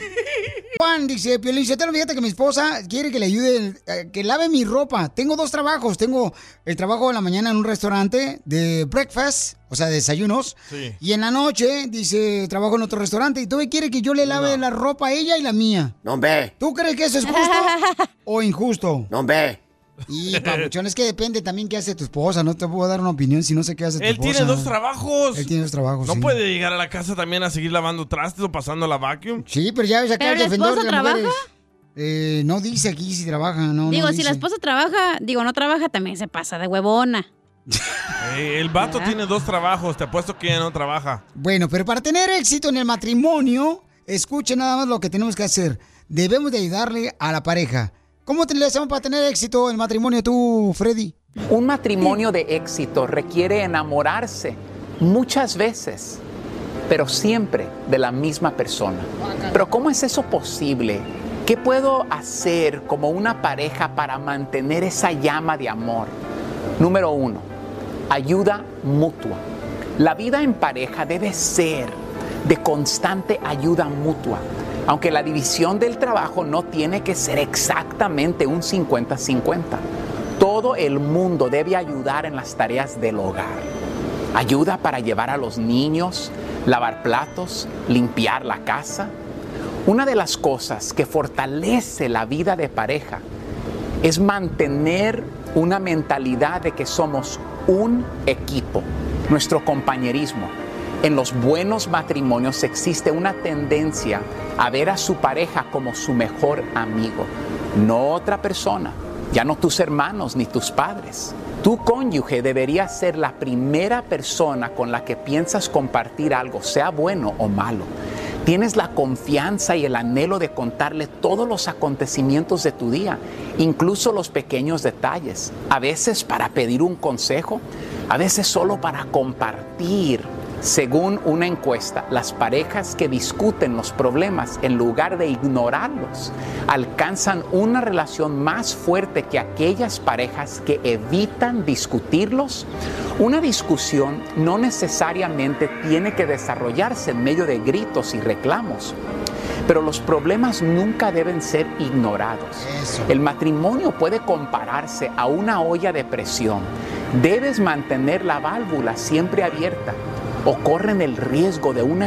Speaker 2: Juan dice, Piolín, yo te lo fíjate que mi esposa quiere que le ayude, eh, que lave mi ropa. Tengo dos trabajos. Tengo el trabajo de la mañana en un restaurante de breakfast, o sea, de desayunos.
Speaker 29: Sí.
Speaker 2: Y en la noche, dice, trabajo en otro restaurante. Y todavía quiere que yo le lave la ropa a ella y la mía.
Speaker 28: No, hombre.
Speaker 2: ¿Tú crees que eso
Speaker 28: [LAUGHS]
Speaker 2: es justo o injusto?
Speaker 28: Eh. No, hombre.
Speaker 2: Y, papuchón, es que depende también qué hace tu esposa. No te puedo dar una opinión si no sé qué hace tu
Speaker 1: Él
Speaker 2: esposa.
Speaker 1: tiene dos trabajos.
Speaker 2: Él tiene dos trabajos,
Speaker 1: No
Speaker 2: pues sí.
Speaker 1: puede llegar a la casa también a seguir lavando trastes o pasando la vacuum.
Speaker 2: Sí, pero ya ves acá
Speaker 3: ¿Pero
Speaker 2: el
Speaker 3: la
Speaker 2: defensor de
Speaker 3: esposa
Speaker 2: las
Speaker 3: trabaja?
Speaker 2: mujeres. Eh, no dice aquí si trabaja, no. no
Speaker 3: digo, si
Speaker 2: dice.
Speaker 3: la esposa trabaja, digo, no trabaja, también se pasa de huevona.
Speaker 1: Eh, el vato tiene dos trabajos. Te apuesto que ella no trabaja.
Speaker 2: Bueno, pero para tener éxito en el matrimonio, escuchen nada más lo que tenemos que hacer. Debemos de ayudarle a la pareja. ¿Cómo te le hacemos para tener éxito en el matrimonio tú, Freddy?
Speaker 30: Un matrimonio de éxito requiere enamorarse muchas veces, pero siempre de la misma persona. Pero ¿cómo es eso posible? ¿Qué puedo hacer como una pareja para mantener esa llama de amor? Número uno, ayuda mutua. La vida en pareja debe ser de constante ayuda mutua. Aunque la división del trabajo no tiene que ser exactamente un 50-50. Todo el mundo debe ayudar en las tareas del hogar. Ayuda para llevar a los niños, lavar platos, limpiar la casa. Una de las cosas que fortalece la vida de pareja es mantener una mentalidad de que somos un equipo, nuestro compañerismo. En los buenos matrimonios existe una tendencia a ver a su pareja como su mejor amigo, no otra persona, ya no tus hermanos ni tus padres. Tu cónyuge debería ser la primera persona con la que piensas compartir algo, sea bueno o malo. Tienes la confianza y el anhelo de contarle todos los acontecimientos de tu día, incluso los pequeños detalles, a veces para pedir un consejo, a veces solo para compartir según una encuesta, las parejas que discuten los problemas en lugar de ignorarlos alcanzan una relación más fuerte que aquellas parejas que evitan discutirlos. Una discusión no necesariamente tiene que desarrollarse en medio de gritos y reclamos. Pero los problemas nunca deben ser ignorados. El matrimonio puede compararse a una olla de presión. Debes mantener la válvula siempre abierta o corren el riesgo de una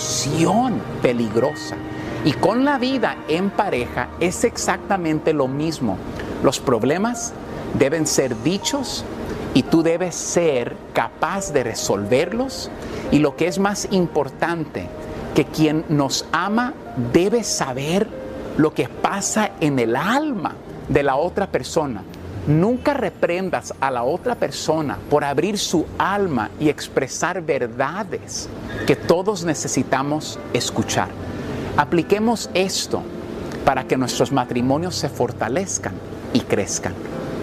Speaker 30: explosión peligrosa. Y con la vida en pareja es exactamente lo mismo. Los problemas deben ser dichos y tú debes ser capaz de resolverlos. Y lo que es más importante, que quien nos ama debe saber lo que pasa en el alma de la otra persona. Nunca reprendas a la otra persona por abrir su alma y expresar verdades que todos necesitamos escuchar. Apliquemos esto para que nuestros matrimonios se fortalezcan y crezcan.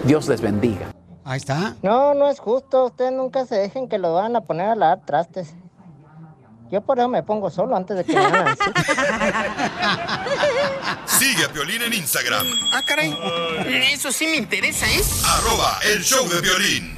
Speaker 30: Dios les bendiga.
Speaker 2: Ahí está.
Speaker 31: No, no es justo. Ustedes nunca se dejen que lo van a poner a lavar trastes. Yo por eso me pongo solo antes de que me hagan así.
Speaker 32: Sigue a Piolín en Instagram.
Speaker 13: Ah, caray. Eso sí me interesa, ¿eh?
Speaker 32: Arroba el show de violín.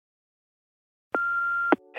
Speaker 33: [LAUGHS]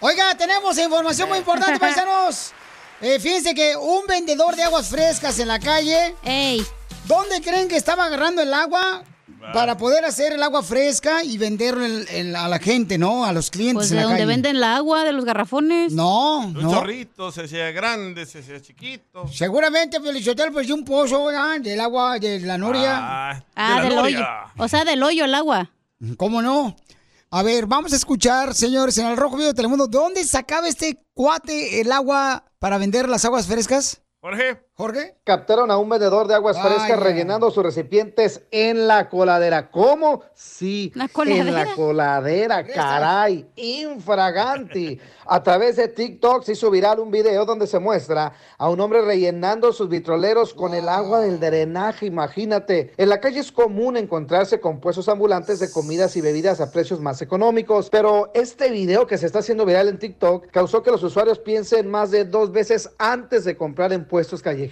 Speaker 2: Oiga, tenemos información
Speaker 3: [LAUGHS]
Speaker 2: muy importante, paisanos. Eh, fíjense que un vendedor de aguas frescas en la calle. ¿Dónde creen que estaba agarrando el agua para poder hacer el agua fresca y venderlo en- en- a la gente, ¿no? A los clientes.
Speaker 3: Pues de
Speaker 2: en la
Speaker 3: donde
Speaker 2: calle.
Speaker 3: venden la agua, de los garrafones.
Speaker 2: No,
Speaker 1: Un chorrito, se hacía grande, se hacía chiquito.
Speaker 2: Seguramente Feliciotel pues de un pozo, oigan, del agua de la noria.
Speaker 1: Ah,
Speaker 3: Ah, del hoyo. O sea, del hoyo el agua.
Speaker 2: ¿Cómo no? A ver, vamos a escuchar, señores, en el Rojo Vivo de Telemundo, ¿de dónde sacaba este cuate el agua para vender las aguas frescas?
Speaker 1: Jorge.
Speaker 2: Jorge.
Speaker 4: Captaron a un vendedor de aguas
Speaker 2: Vaya.
Speaker 4: frescas rellenando sus recipientes en la coladera. ¿Cómo? Sí, en
Speaker 2: coladera.
Speaker 4: la coladera, caray, infraganti. A través de TikTok se hizo viral un video donde se muestra a un hombre rellenando sus vitroleros con el agua del drenaje, imagínate. En la calle es común encontrarse con puestos ambulantes de comidas y bebidas a precios más económicos, pero este video que se está haciendo viral en TikTok causó que los usuarios piensen más de dos veces antes de comprar en puestos callejeros.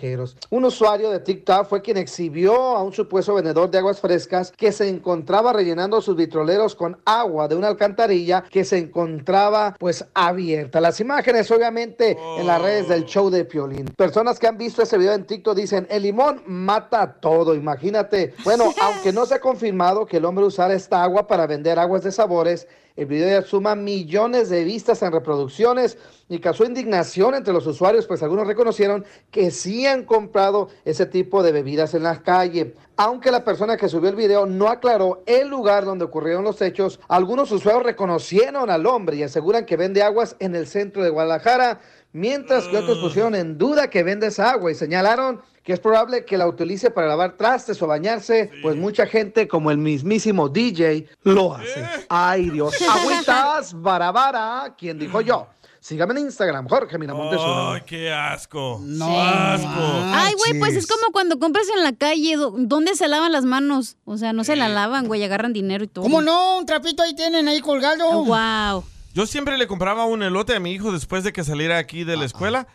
Speaker 4: Un usuario de TikTok fue quien exhibió a un supuesto vendedor de aguas frescas que se encontraba rellenando sus vitroleros con agua de una alcantarilla que se encontraba pues abierta. Las imágenes obviamente en las redes del show de Piolín. Personas que han visto ese video en TikTok dicen, el limón mata todo, imagínate. Bueno, aunque no se ha confirmado que el hombre usara esta agua para vender aguas de sabores, el video ya suma millones de vistas en reproducciones y causó indignación entre los usuarios, pues algunos reconocieron que sí han comprado ese tipo de bebidas en la calle. Aunque la persona que subió el video no aclaró el lugar donde ocurrieron los hechos, algunos usuarios reconocieron al hombre y aseguran que vende aguas en el centro de Guadalajara, mientras que
Speaker 1: Mm.
Speaker 4: otros pusieron en duda que vende esa agua y señalaron que es probable que la utilice para lavar trastes o bañarse, pues mucha gente, como el mismísimo
Speaker 1: ¿Eh?
Speaker 4: DJ, lo hace. Ay, Dios. Agüitas, barabara, quien dijo yo. Sígame en Instagram, Jorge Miramontes. uno.
Speaker 1: Mm. ¡Ay, qué asco! ¡No! ¡Asco!
Speaker 3: Ay, güey, pues es como cuando compras en la calle, do- ¿dónde se lavan las manos? O sea, no se la lavan, güey, agarran dinero y todo.
Speaker 2: ¿Cómo no? Un trapito ahí tienen, ahí colgado.
Speaker 3: Oh, wow.
Speaker 1: Yo siempre le compraba un elote a mi hijo después de que saliera aquí
Speaker 2: Ah,
Speaker 1: de la escuela.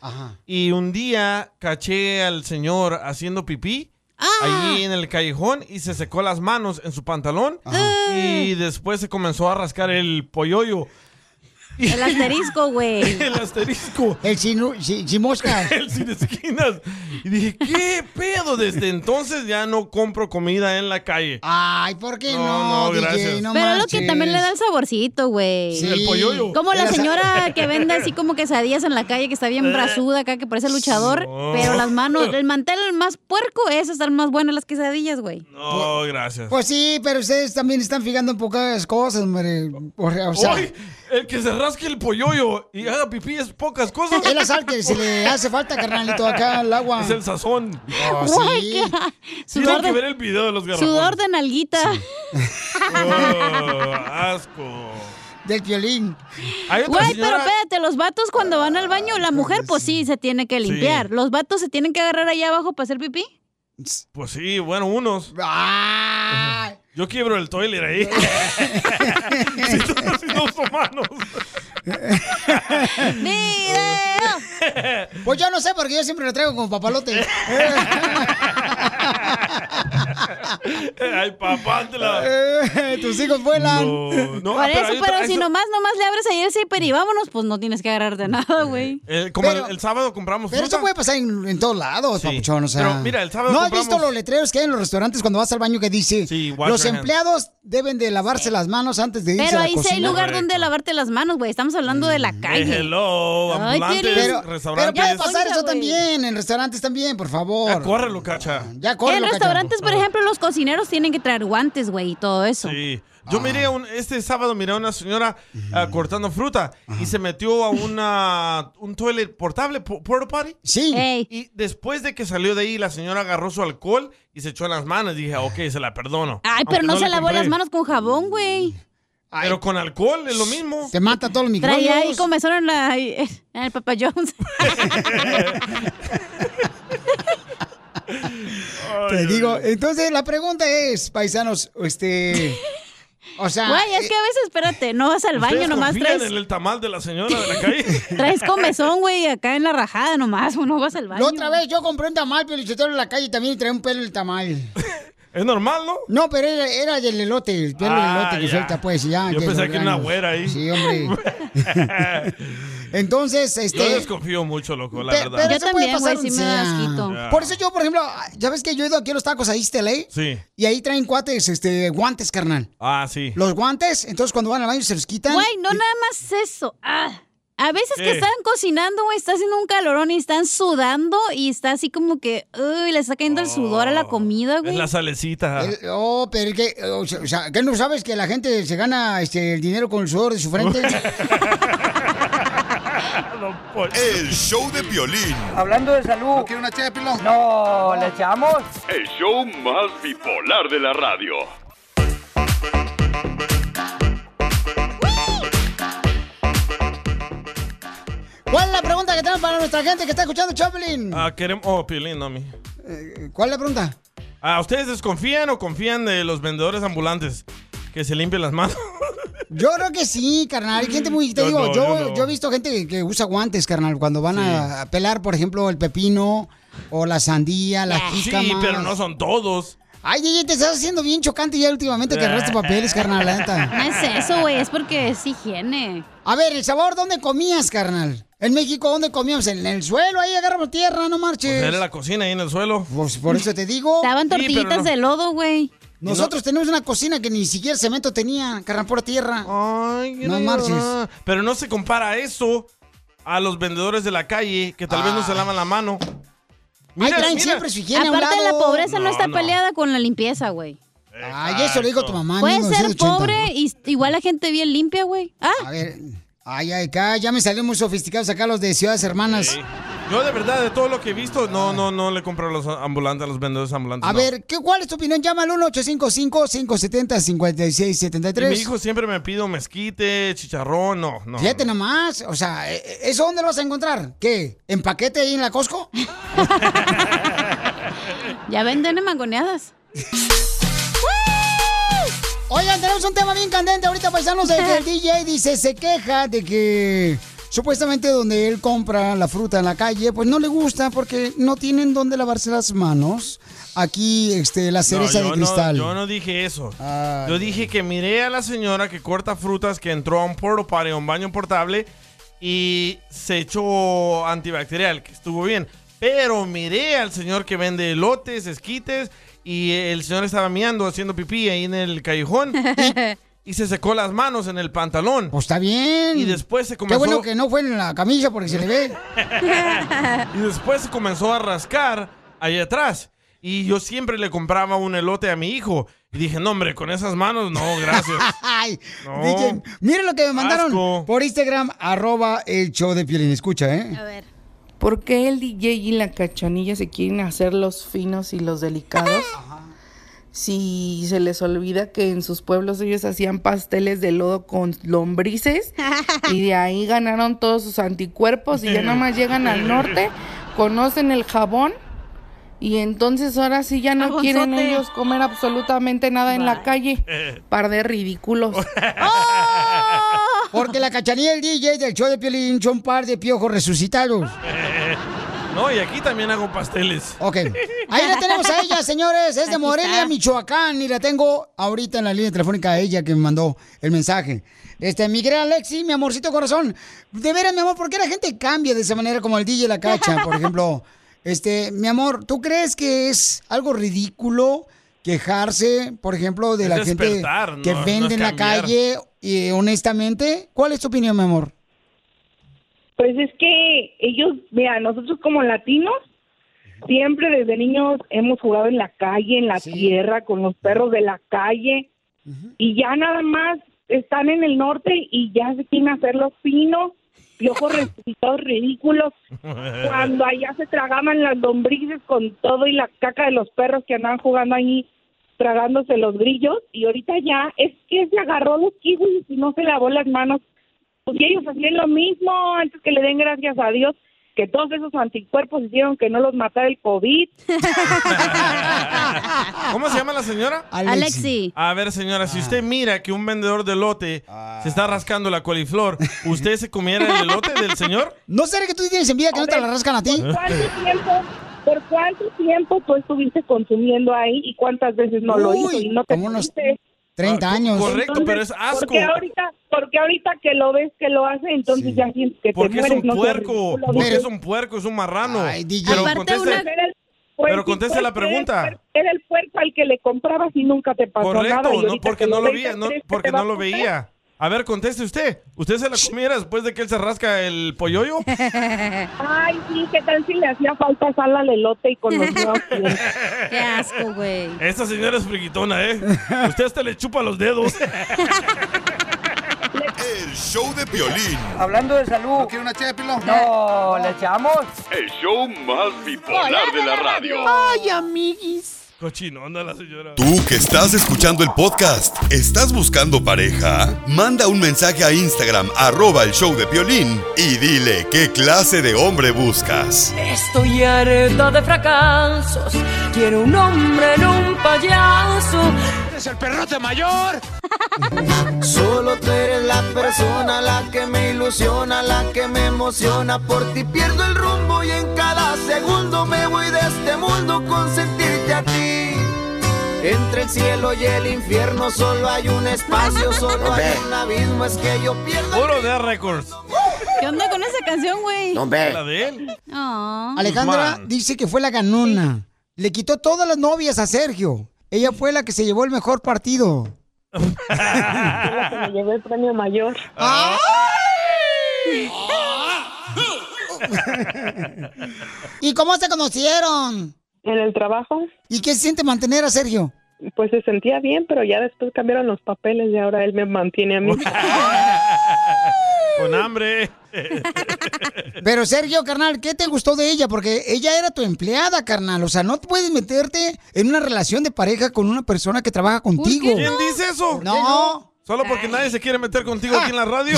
Speaker 1: Y un día caché al señor haciendo pipí.
Speaker 3: Ah.
Speaker 1: Allí en el callejón y se secó las manos en su pantalón. Y después se comenzó a rascar el polloyo. [LAUGHS]
Speaker 3: El asterisco, güey.
Speaker 1: El asterisco.
Speaker 2: El sin, moscas.
Speaker 1: [LAUGHS] El sin esquinas. Y dije, ¿qué pedo? Desde entonces ya no compro comida en la calle.
Speaker 2: Ah, Ay, ¿por qué
Speaker 1: No,
Speaker 2: no,
Speaker 1: no,
Speaker 2: DJ?
Speaker 1: gracias.
Speaker 2: No
Speaker 3: Pero es lo
Speaker 2: marches.
Speaker 3: que también le da el saborcito, güey.
Speaker 2: Sí. El polloyo.
Speaker 3: Como la
Speaker 2: El asa- [LAUGHS]
Speaker 3: señora que vende así como quesadillas en la calle, que está
Speaker 1: Eh.
Speaker 3: bien brasuda acá, que parece luchador. Pero las
Speaker 1: [LAUGHS]
Speaker 3: manos, el mantel más puerco, esas están más buenas las quesadillas, güey.
Speaker 1: No, gracias.
Speaker 2: Pues sí, pero ustedes también están fijando en pocas cosas, hombre. O, o sea,
Speaker 1: Ay, el que se rasque el polloyo y haga pipí es pocas cosas.
Speaker 2: Es la sal que se le hace falta, carnalito, acá al agua.
Speaker 1: Es el sazón.
Speaker 2: Oh,
Speaker 3: Güey,
Speaker 2: sí.
Speaker 3: qué- [LAUGHS]
Speaker 1: Tienen
Speaker 3: Sudor
Speaker 1: que
Speaker 3: de-
Speaker 1: ver el video de los garrafones.
Speaker 3: Sudor de nalguita.
Speaker 1: [LAUGHS]
Speaker 3: [LAUGHS]
Speaker 1: Oh, asco.
Speaker 2: del violín.
Speaker 1: Hay otra
Speaker 3: Güey, pero
Speaker 1: señora-
Speaker 3: espérate, los vatos cuando van al baño, la mujer pues sí se tiene que limpiar. Los vatos se tienen que agarrar allá abajo para hacer pipí.
Speaker 1: Pues sí, bueno, unos. Yo quiebro el toilet
Speaker 2: [LAUGHS]
Speaker 1: ahí. [LAUGHS]
Speaker 2: ¡Video! Pues yo no sé, porque yo siempre lo traigo como
Speaker 1: [LAUGHS]
Speaker 2: papalote.
Speaker 1: Ay, papántela.
Speaker 2: Eh, Tus hijos vuelan.
Speaker 1: No,
Speaker 3: Por
Speaker 1: pero
Speaker 3: eso,
Speaker 1: hay
Speaker 3: pero
Speaker 1: otra- hay
Speaker 3: si
Speaker 1: otra-
Speaker 3: nomás, nomás le abres ahí el zipper y vámonos, pues no tienes que agarrarte nada, güey.
Speaker 1: Eh, como
Speaker 2: Pero-
Speaker 1: el, el sábado compramos
Speaker 2: Pero
Speaker 1: fruta.
Speaker 2: eso puede pasar en, en todos lados,
Speaker 1: Sí.
Speaker 2: papuchón, o sea.
Speaker 1: Pero mira, el sábado
Speaker 2: ¿No has
Speaker 1: compramos-
Speaker 2: visto los letreros que hay en los restaurantes cuando vas al baño que dice
Speaker 1: wash
Speaker 2: los
Speaker 1: your
Speaker 2: empleados deben de lavarse las manos antes de irse
Speaker 3: Pero
Speaker 2: a la
Speaker 3: ahí sí hay
Speaker 2: cocina"?
Speaker 3: lugar donde lavarte las manos, güey. Estamos hablando de la
Speaker 1: Eh,
Speaker 3: calle.
Speaker 1: hello,
Speaker 3: Ay,
Speaker 1: ambulantes,
Speaker 3: tienes- Pero-
Speaker 2: Pero
Speaker 1: restaurantes.
Speaker 2: puede pasar eso
Speaker 3: güey.
Speaker 2: también, en restaurantes también, por favor.
Speaker 1: Ya córrelo, cacha.
Speaker 2: Ya corre,
Speaker 3: en
Speaker 2: lo
Speaker 3: restaurantes,
Speaker 2: cacharon.
Speaker 3: por ejemplo, los cocineros tienen que traer guantes, güey, y todo eso.
Speaker 1: Sí. Yo miré
Speaker 2: Ah.
Speaker 1: un, este sábado miré a una señora ah, cortando fruta y se metió a una un toilet portable, po- porta potty.
Speaker 2: Sí.
Speaker 1: Y después de que salió de ahí, la señora agarró su alcohol y se echó en las manos.
Speaker 2: Ah.
Speaker 1: Dije, ok, se la perdono.
Speaker 3: Ay,
Speaker 1: Aunque
Speaker 3: pero no, se
Speaker 1: le
Speaker 3: lavó
Speaker 1: compré.
Speaker 3: las manos con jabón, güey.
Speaker 1: Pero con alcohol es lo mismo.
Speaker 2: Te mata todos los microbios.
Speaker 3: Traía ahí comenzaron en, la- en el Papa
Speaker 1: [LAUGHS]
Speaker 3: Jones.
Speaker 2: Te digo, entonces la pregunta es, paisanos,
Speaker 3: [LAUGHS]
Speaker 2: este... O sea... eh,
Speaker 3: Güey, es que a veces, espérate, no vas al baño,
Speaker 1: ¿Ustedes
Speaker 3: nomás
Speaker 1: confían
Speaker 3: traes,
Speaker 1: en el tamal de la señora de la calle?
Speaker 3: traes comezón, güey, acá en la rajada nomás, no vas al baño.
Speaker 2: La otra vez yo compré un tamal, pero en la calle y también traía un pelo el tamal.
Speaker 1: [LAUGHS] ¿Es normal, no?
Speaker 2: No, pero era, era del elote, el pelo
Speaker 1: Ah,
Speaker 2: del elote que
Speaker 1: ya.
Speaker 2: suelta, pues, ya.
Speaker 1: Yo
Speaker 2: de
Speaker 1: pensé
Speaker 2: los
Speaker 1: que era una
Speaker 2: granos.
Speaker 1: güera ahí.
Speaker 2: Sí, hombre.
Speaker 1: [LAUGHS]
Speaker 2: Entonces,
Speaker 1: Yo
Speaker 2: este...
Speaker 1: desconfío mucho, loco, la
Speaker 2: pe-
Speaker 1: verdad.
Speaker 2: pero eso puede pasar
Speaker 3: güey, sí
Speaker 2: donde
Speaker 3: me da
Speaker 2: sea.
Speaker 3: asquito.
Speaker 1: Ya.
Speaker 2: Por eso yo, por ejemplo, ya ves que yo he ido aquí a los tacos a East LA
Speaker 1: Sí.
Speaker 2: y ahí traen cuates, este, guantes, carnal.
Speaker 1: Ah, sí.
Speaker 2: Los guantes, entonces cuando van al baño se los quitan.
Speaker 3: Güey, no nada más eso. Ah. A veces
Speaker 2: ¿Qué?
Speaker 3: que están cocinando, güey, está haciendo un calorón y están sudando y está así como que, uy, le está cayendo el sudor a la comida,
Speaker 1: Es
Speaker 3: güey.
Speaker 1: la salecita.
Speaker 2: El- oh, pero es que, o sea- o sea, ¿qué no sabes que la gente se gana este, el dinero con el sudor de su
Speaker 1: [LAUGHS]
Speaker 2: frente?
Speaker 6: El show de violín.
Speaker 7: Hablando de salud. ¿No quiere una ché No, ¿le echamos?
Speaker 8: El show más bipolar de la radio.
Speaker 2: ¿Cuál es la pregunta que tenemos para nuestra gente que está escuchando, Chaplin?
Speaker 1: Ah, queremos... Oh, Piolín, no a mí.
Speaker 2: ¿Cuál es la pregunta?
Speaker 1: Ah, ¿ustedes desconfían o confían de los vendedores ambulantes que se limpian las manos?
Speaker 2: Yo creo que sí, carnal. Hay gente muy. Te
Speaker 1: Mm, Yo
Speaker 2: digo,
Speaker 1: no,
Speaker 2: yo,
Speaker 1: yo no.
Speaker 2: yo he visto gente que, que usa guantes, carnal, cuando van a a pelar, por ejemplo, el pepino o la sandía, la
Speaker 3: Ah,
Speaker 1: Ah, Sí,
Speaker 2: jícama.
Speaker 1: pero no son todos.
Speaker 2: Ay, DJ, te estás haciendo bien chocante ya últimamente que agarraste
Speaker 1: [LAUGHS]
Speaker 2: papeles, carnal, la neta.
Speaker 3: No es eso, güey, es porque es higiene.
Speaker 2: A ver, El Salvador, ¿dónde comías, carnal? En México, ¿dónde comíamos? En el suelo, ahí agarramos tierra, no marches.
Speaker 1: Era la cocina ahí Pues en el suelo.
Speaker 2: Pues por eso te digo.
Speaker 3: Estaban
Speaker 1: Sí, pero
Speaker 3: tortillitas
Speaker 1: no.
Speaker 3: de lodo, güey.
Speaker 2: Nosotros tenemos una cocina que ni siquiera cemento tenía, carnal, pura tierra.
Speaker 1: Ay,
Speaker 2: no marches.
Speaker 1: Ah, Pero no se compara eso a los vendedores de la calle que tal vez no se lavan la mano. Mira,
Speaker 2: traen
Speaker 1: mira.
Speaker 2: siempre su higiene a un
Speaker 3: Aparte, la
Speaker 2: lado.
Speaker 3: pobreza no, está
Speaker 1: no.
Speaker 3: peleada con la limpieza, güey.
Speaker 2: Ay, eso le digo a tu mamá. en
Speaker 3: Puedes ser
Speaker 2: 1980.
Speaker 3: pobre y igual la gente bien limpia, güey. Ah,
Speaker 2: A ver, ay, ay, acá ya me salieron muy sofisticados acá los de Ciudades Hermanas.
Speaker 1: Yo de verdad, de todo lo que he visto, no, no, no le compro a los ambulantes, a los vendedores ambulantes.
Speaker 2: A
Speaker 1: no.
Speaker 2: ver, ¿qué, ¿cuál es tu opinión? Llama al
Speaker 1: Y mi
Speaker 2: 1-855-570-5673.
Speaker 1: hijo siempre me pide un mezquite, chicharrón, no, no.
Speaker 2: Fíjate nomás, o sea, ¿e- e- ¿eso dónde lo vas a encontrar? ¿Qué? ¿En paquete ahí en la Costco?
Speaker 3: [LAUGHS] Ya venden mangoneadas.
Speaker 2: Oigan, tenemos un tema bien candente ahorita, paisanos, de
Speaker 3: [LAUGHS]
Speaker 2: que el DJ dice, se queja de que supuestamente donde él compra la fruta en la calle, pues no le gusta porque no tienen dónde lavarse las manos. Aquí, este, la cereza
Speaker 1: No, yo
Speaker 2: de cristal.
Speaker 1: No, yo no dije eso. yo dije que miré a la señora que corta frutas que entró a un porto para un baño portable y se echó antibacterial, que estuvo bien. Pero miré al señor que vende elotes, esquites y el señor estaba miando, haciendo pipí ahí en el callejón.
Speaker 2: [LAUGHS]
Speaker 1: Y, y se secó las manos en el pantalón.
Speaker 2: Pues está bien.
Speaker 1: Y después se
Speaker 2: Qué
Speaker 1: comenzó
Speaker 2: bueno que no fue en la camilla porque se le
Speaker 1: [LAUGHS]
Speaker 2: ve.
Speaker 1: y después comenzó a rascar allá atrás. Y yo siempre le compraba un elote a mi hijo. Y dije, no, hombre, con esas manos, no, gracias.
Speaker 2: [LAUGHS] Ay,
Speaker 1: No.
Speaker 2: DJ, miren lo que me mandaron por Instagram, arroba el show de Piolín. Escucha, ¿eh?
Speaker 34: ¿Por qué el DJ y la cachanilla se quieren hacer los finos y los delicados? Si se les olvida que en sus pueblos ellos hacían pasteles de lodo con lombrices y de ahí ganaron todos sus anticuerpos y ya nomás llegan al norte, conocen el jabón y entonces ahora sí ya no quieren
Speaker 35: Jabonzote.
Speaker 34: ellos comer absolutamente nada en la calle. Par de ridículos.
Speaker 2: Porque la cachanilla del DJ del show de Piolín son par de piojos resucitados.
Speaker 1: no, y aquí también hago pasteles.
Speaker 2: Ok. Ahí la tenemos a ella, señores. Es de Morelia, Michoacán. Y la tengo ahorita en la línea telefónica a ella que me mandó el mensaje. Este, mi gran Alexi, mi amorcito corazón. De veras, mi amor, ¿por qué la gente cambia de esa manera como el DJ La Cacha, por ejemplo? Este, mi amor, ¿tú crees que es algo ridículo quejarse, por ejemplo, de
Speaker 1: Es
Speaker 2: la gente
Speaker 1: despertar, no-
Speaker 2: que
Speaker 1: no es
Speaker 2: vende en la
Speaker 1: cambiar.
Speaker 2: calle y honestamente? ¿Cuál es tu opinión, mi amor?
Speaker 35: Pues es que ellos, mira, nosotros como latinos, siempre desde niños hemos jugado en la calle, en la tierra, con los perros de la calle, y ya nada más están en el norte y ya se quieren hacer los finos, piojos resucitados
Speaker 1: [LAUGHS]
Speaker 35: ridículos, cuando allá se tragaban las lombrices con todo y la caca de los perros que andaban jugando allí, tragándose los grillos, y ahorita ya es que se agarró los kiwis y no se lavó las manos pues y ellos hacían lo mismo antes que le den gracias a Dios que todos esos anticuerpos hicieron que no los matara el COVID.
Speaker 1: ¿Cómo se llama la señora?
Speaker 3: Alexi.
Speaker 1: A ver, señora, si usted mira que un vendedor de elote se está rascando la coliflor, ¿usted se comiera el elote del señor?
Speaker 2: ¿No será que tú tienes envidia que no te la rascan a ti?
Speaker 35: ¿Cuánto tiempo, por cuánto tiempo tú estuviste consumiendo ahí y cuántas veces no lo
Speaker 2: Uy,
Speaker 35: hizo y no te fuiste?
Speaker 2: 30
Speaker 1: Ah,
Speaker 2: años.
Speaker 35: Correcto, pero es asco. Porque ahorita, porque ahorita que lo ves que lo hace, entonces ya sientes [LAUGHS] que te
Speaker 1: Porque es
Speaker 35: mueres.
Speaker 1: un
Speaker 35: no seas
Speaker 1: puerco,
Speaker 35: ridículo,
Speaker 1: porque
Speaker 35: dices,
Speaker 1: es un puerco, es un marrano. Pero
Speaker 35: Aparte
Speaker 1: conteste,
Speaker 35: una- Pues
Speaker 1: pero
Speaker 35: sí,
Speaker 1: conteste
Speaker 35: pues,
Speaker 1: la pregunta.
Speaker 35: Era, era el puerco al que le comprabas y nunca te pasó nada. y
Speaker 1: Correcto, no,
Speaker 35: ahorita
Speaker 1: porque
Speaker 35: que
Speaker 1: no lo
Speaker 35: ves,
Speaker 1: veía, no,
Speaker 35: crees que
Speaker 1: porque
Speaker 35: te va
Speaker 1: no lo
Speaker 35: a pasar.
Speaker 1: veía. A ver, conteste usted. ¿Usted se la comiera después de que él se rasca el polloyo?
Speaker 35: Ay, sí, ¿qué tal si le hacía falta sal al elote y con [LAUGHS] los nuevos clientes?
Speaker 3: Qué asco, güey.
Speaker 1: Esta señora es friquitona, ¿eh? Usted hasta le chupa los dedos.
Speaker 6: El show de Piolín.
Speaker 7: Hablando de salud. ¿No quiere una No, ¿le echamos?
Speaker 8: El show más bipolar de la radio.
Speaker 7: Ay, amiguis.
Speaker 1: Cochino, anda la señora.
Speaker 6: Tú que estás escuchando el podcast, ¿estás buscando pareja? Manda un mensaje a Instagram, arroba el show de Piolín, y dile qué clase de hombre [LAUGHS] buscas.
Speaker 36: Estoy harta de fracasos. Quiero un hombre en un payaso. ¡Eres el perrote mayor!
Speaker 13: Solo tú eres la persona, la que me ilusiona, la que me emociona. Por ti pierdo el rumbo y en cada segundo me voy de este mundo con sentirte a ti. Entre el cielo y el infierno solo hay un espacio, solo hay un abismo, es que yo pierdo.
Speaker 1: Puro de Records.
Speaker 3: ¿Qué onda con esa canción, güey?
Speaker 2: No, hombre.
Speaker 1: La de él.
Speaker 3: No.
Speaker 2: Alejandra dice que fue la ganona. Le quitó todas las novias a Sergio. Ella fue la que se llevó el mejor partido.
Speaker 35: Me llevé el premio mayor.
Speaker 1: Ah.
Speaker 2: ¿Y cómo se conocieron?
Speaker 35: En el trabajo.
Speaker 2: ¿Y qué se siente mantener a Sergio?
Speaker 35: Pues se sentía bien, pero ya después cambiaron los papeles y ahora él me mantiene a mí.
Speaker 1: Con hambre.
Speaker 2: Pero Sergio, carnal, ¿qué te gustó de ella? Porque ella era tu empleada, carnal. O sea, no puedes meterte en una relación de pareja con una persona que trabaja contigo.
Speaker 1: ¿Quién dice eso?
Speaker 2: No. no?
Speaker 1: Solo porque nadie se quiere meter contigo aquí en la radio.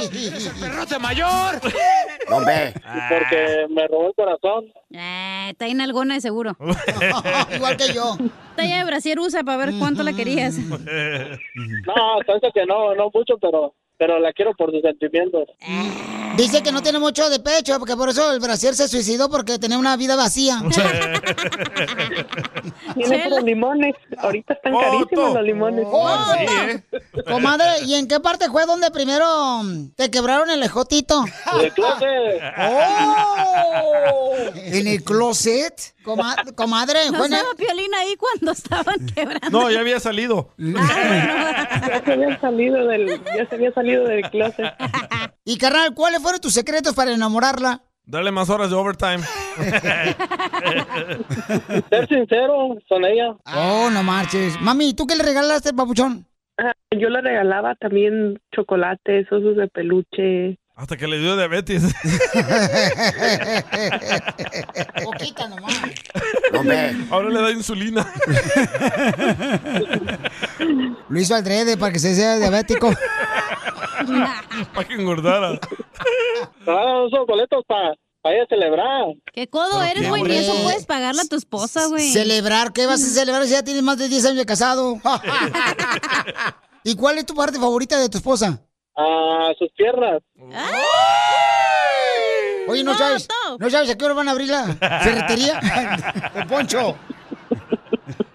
Speaker 13: ¡Es el perrote mayor!
Speaker 19: No ve.
Speaker 9: Porque me robó el
Speaker 1: [LAUGHS]
Speaker 9: corazón.
Speaker 3: Ah, está en alguna de seguro.
Speaker 2: [LAUGHS] Igual que yo.
Speaker 3: Talla de brasier usa para ver cuánto la querías.
Speaker 9: No, pienso que no, no mucho, pero, pero la quiero por sus sentimientos.
Speaker 2: Dice que no tiene mucho de pecho, porque por eso el brasier se suicidó porque tenía una vida vacía.
Speaker 9: Tiene puros limones. Ahorita están carísimos los limones.
Speaker 2: Oh, Comadre, ¿y en qué parte fue donde primero mm, te quebraron el ejotito?
Speaker 9: De
Speaker 1: [LAUGHS]
Speaker 9: closet.
Speaker 2: ¡Oh! ¿En el closet? Coma- comadre,
Speaker 3: No
Speaker 2: fue en el-
Speaker 3: estaba Piolín ahí cuando
Speaker 2: [LAUGHS]
Speaker 3: estaban quebrando.
Speaker 1: No, ya había salido.
Speaker 9: Ya se había salido del, ya se había salido del closet.
Speaker 2: Y carnal, ¿cuáles fueron tus secretos para enamorarla?
Speaker 1: Dale más horas de overtime.
Speaker 9: [LAUGHS] Ser sincero con ella.
Speaker 1: Ah.
Speaker 2: Oh, no marches. Mami, ¿tú qué le regalaste, papuchón?
Speaker 16: Ah, Yo le regalaba también chocolates, osos de peluche.
Speaker 1: Hasta que le dio diabetes.
Speaker 2: [LAUGHS] Poquita nomás.
Speaker 1: Ahora le da insulina.
Speaker 2: Lo hizo adrede para que se sea
Speaker 3: [LAUGHS]
Speaker 2: diabético.
Speaker 1: Para que engordara.
Speaker 9: Ah, esos boletos para pa ir a celebrar.
Speaker 3: ¿Qué codo
Speaker 9: Pero
Speaker 3: eres,
Speaker 9: qué
Speaker 3: güey? Ni eso
Speaker 9: hombre.
Speaker 3: puedes pagarle a tu esposa, güey.
Speaker 2: ¿Celebrar? ¿Qué vas a celebrar si ya tienes más de 10 años
Speaker 3: [LAUGHS]
Speaker 2: de casado? ¿Y cuál es tu parte favorita de tu esposa?
Speaker 9: A sus piernas.
Speaker 2: Oye, ¿no sabes? ¿No sabes a qué hora van a abrir [LAUGHS] la
Speaker 1: [LAUGHS]
Speaker 2: [LAUGHS] ferretería? Don Poncho.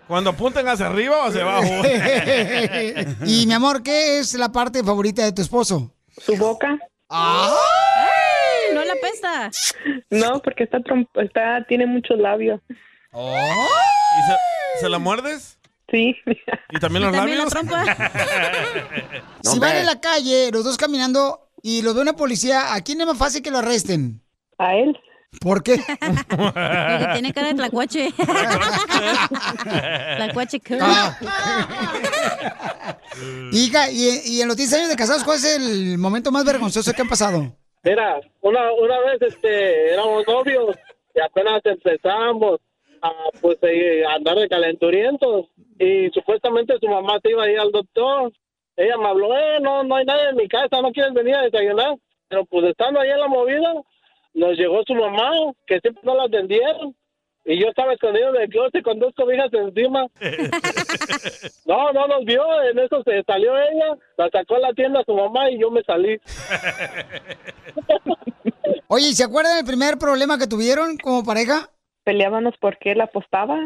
Speaker 1: Cuando apuntan hacia arriba o
Speaker 2: [LAUGHS]
Speaker 1: hacia abajo.
Speaker 2: y mi amor, ¿qué es la parte favorita de tu esposo?
Speaker 16: Su boca.
Speaker 3: ¡Ay! No la pesta.
Speaker 16: No, porque está, trom- está tiene muchos labios.
Speaker 1: ¿Y se, se la muerdes?
Speaker 16: Sí.
Speaker 1: ¿Y también los
Speaker 2: también la
Speaker 1: labios? [LAUGHS] No,
Speaker 2: si
Speaker 1: hombre.
Speaker 2: van en la calle, los dos caminando, y los ve una policía, ¿a quién es más fácil que lo arresten?
Speaker 16: A él.
Speaker 2: ¿Por [LAUGHS] qué?
Speaker 3: Porque tiene cara de
Speaker 2: [LAUGHS]
Speaker 3: tlacuache. tlacuache cool.
Speaker 2: Ah. [LAUGHS] Hija, y, y en los 10 años de casados, ¿cuál es el momento más vergonzoso que han pasado?
Speaker 9: Mira, una, una vez este, éramos novios y apenas empezamos a, pues, eh, a andar de calenturientos y supuestamente su mamá se iba a ir al doctor. Ella me habló, eh, no, no hay nadie en mi casa, no quieres venir a desayunar. Pero pues estando ahí en la movida, nos llegó su mamá, que siempre no la atendieron. Y yo estaba escondido en el closet con dos cobijas encima. No, no nos vio, en eso se salió ella, la sacó a la tienda su mamá y yo me salí.
Speaker 2: Oye, ¿y ¿se acuerdan del primer problema que tuvieron como pareja?
Speaker 16: Peleábamos porque él apostaba.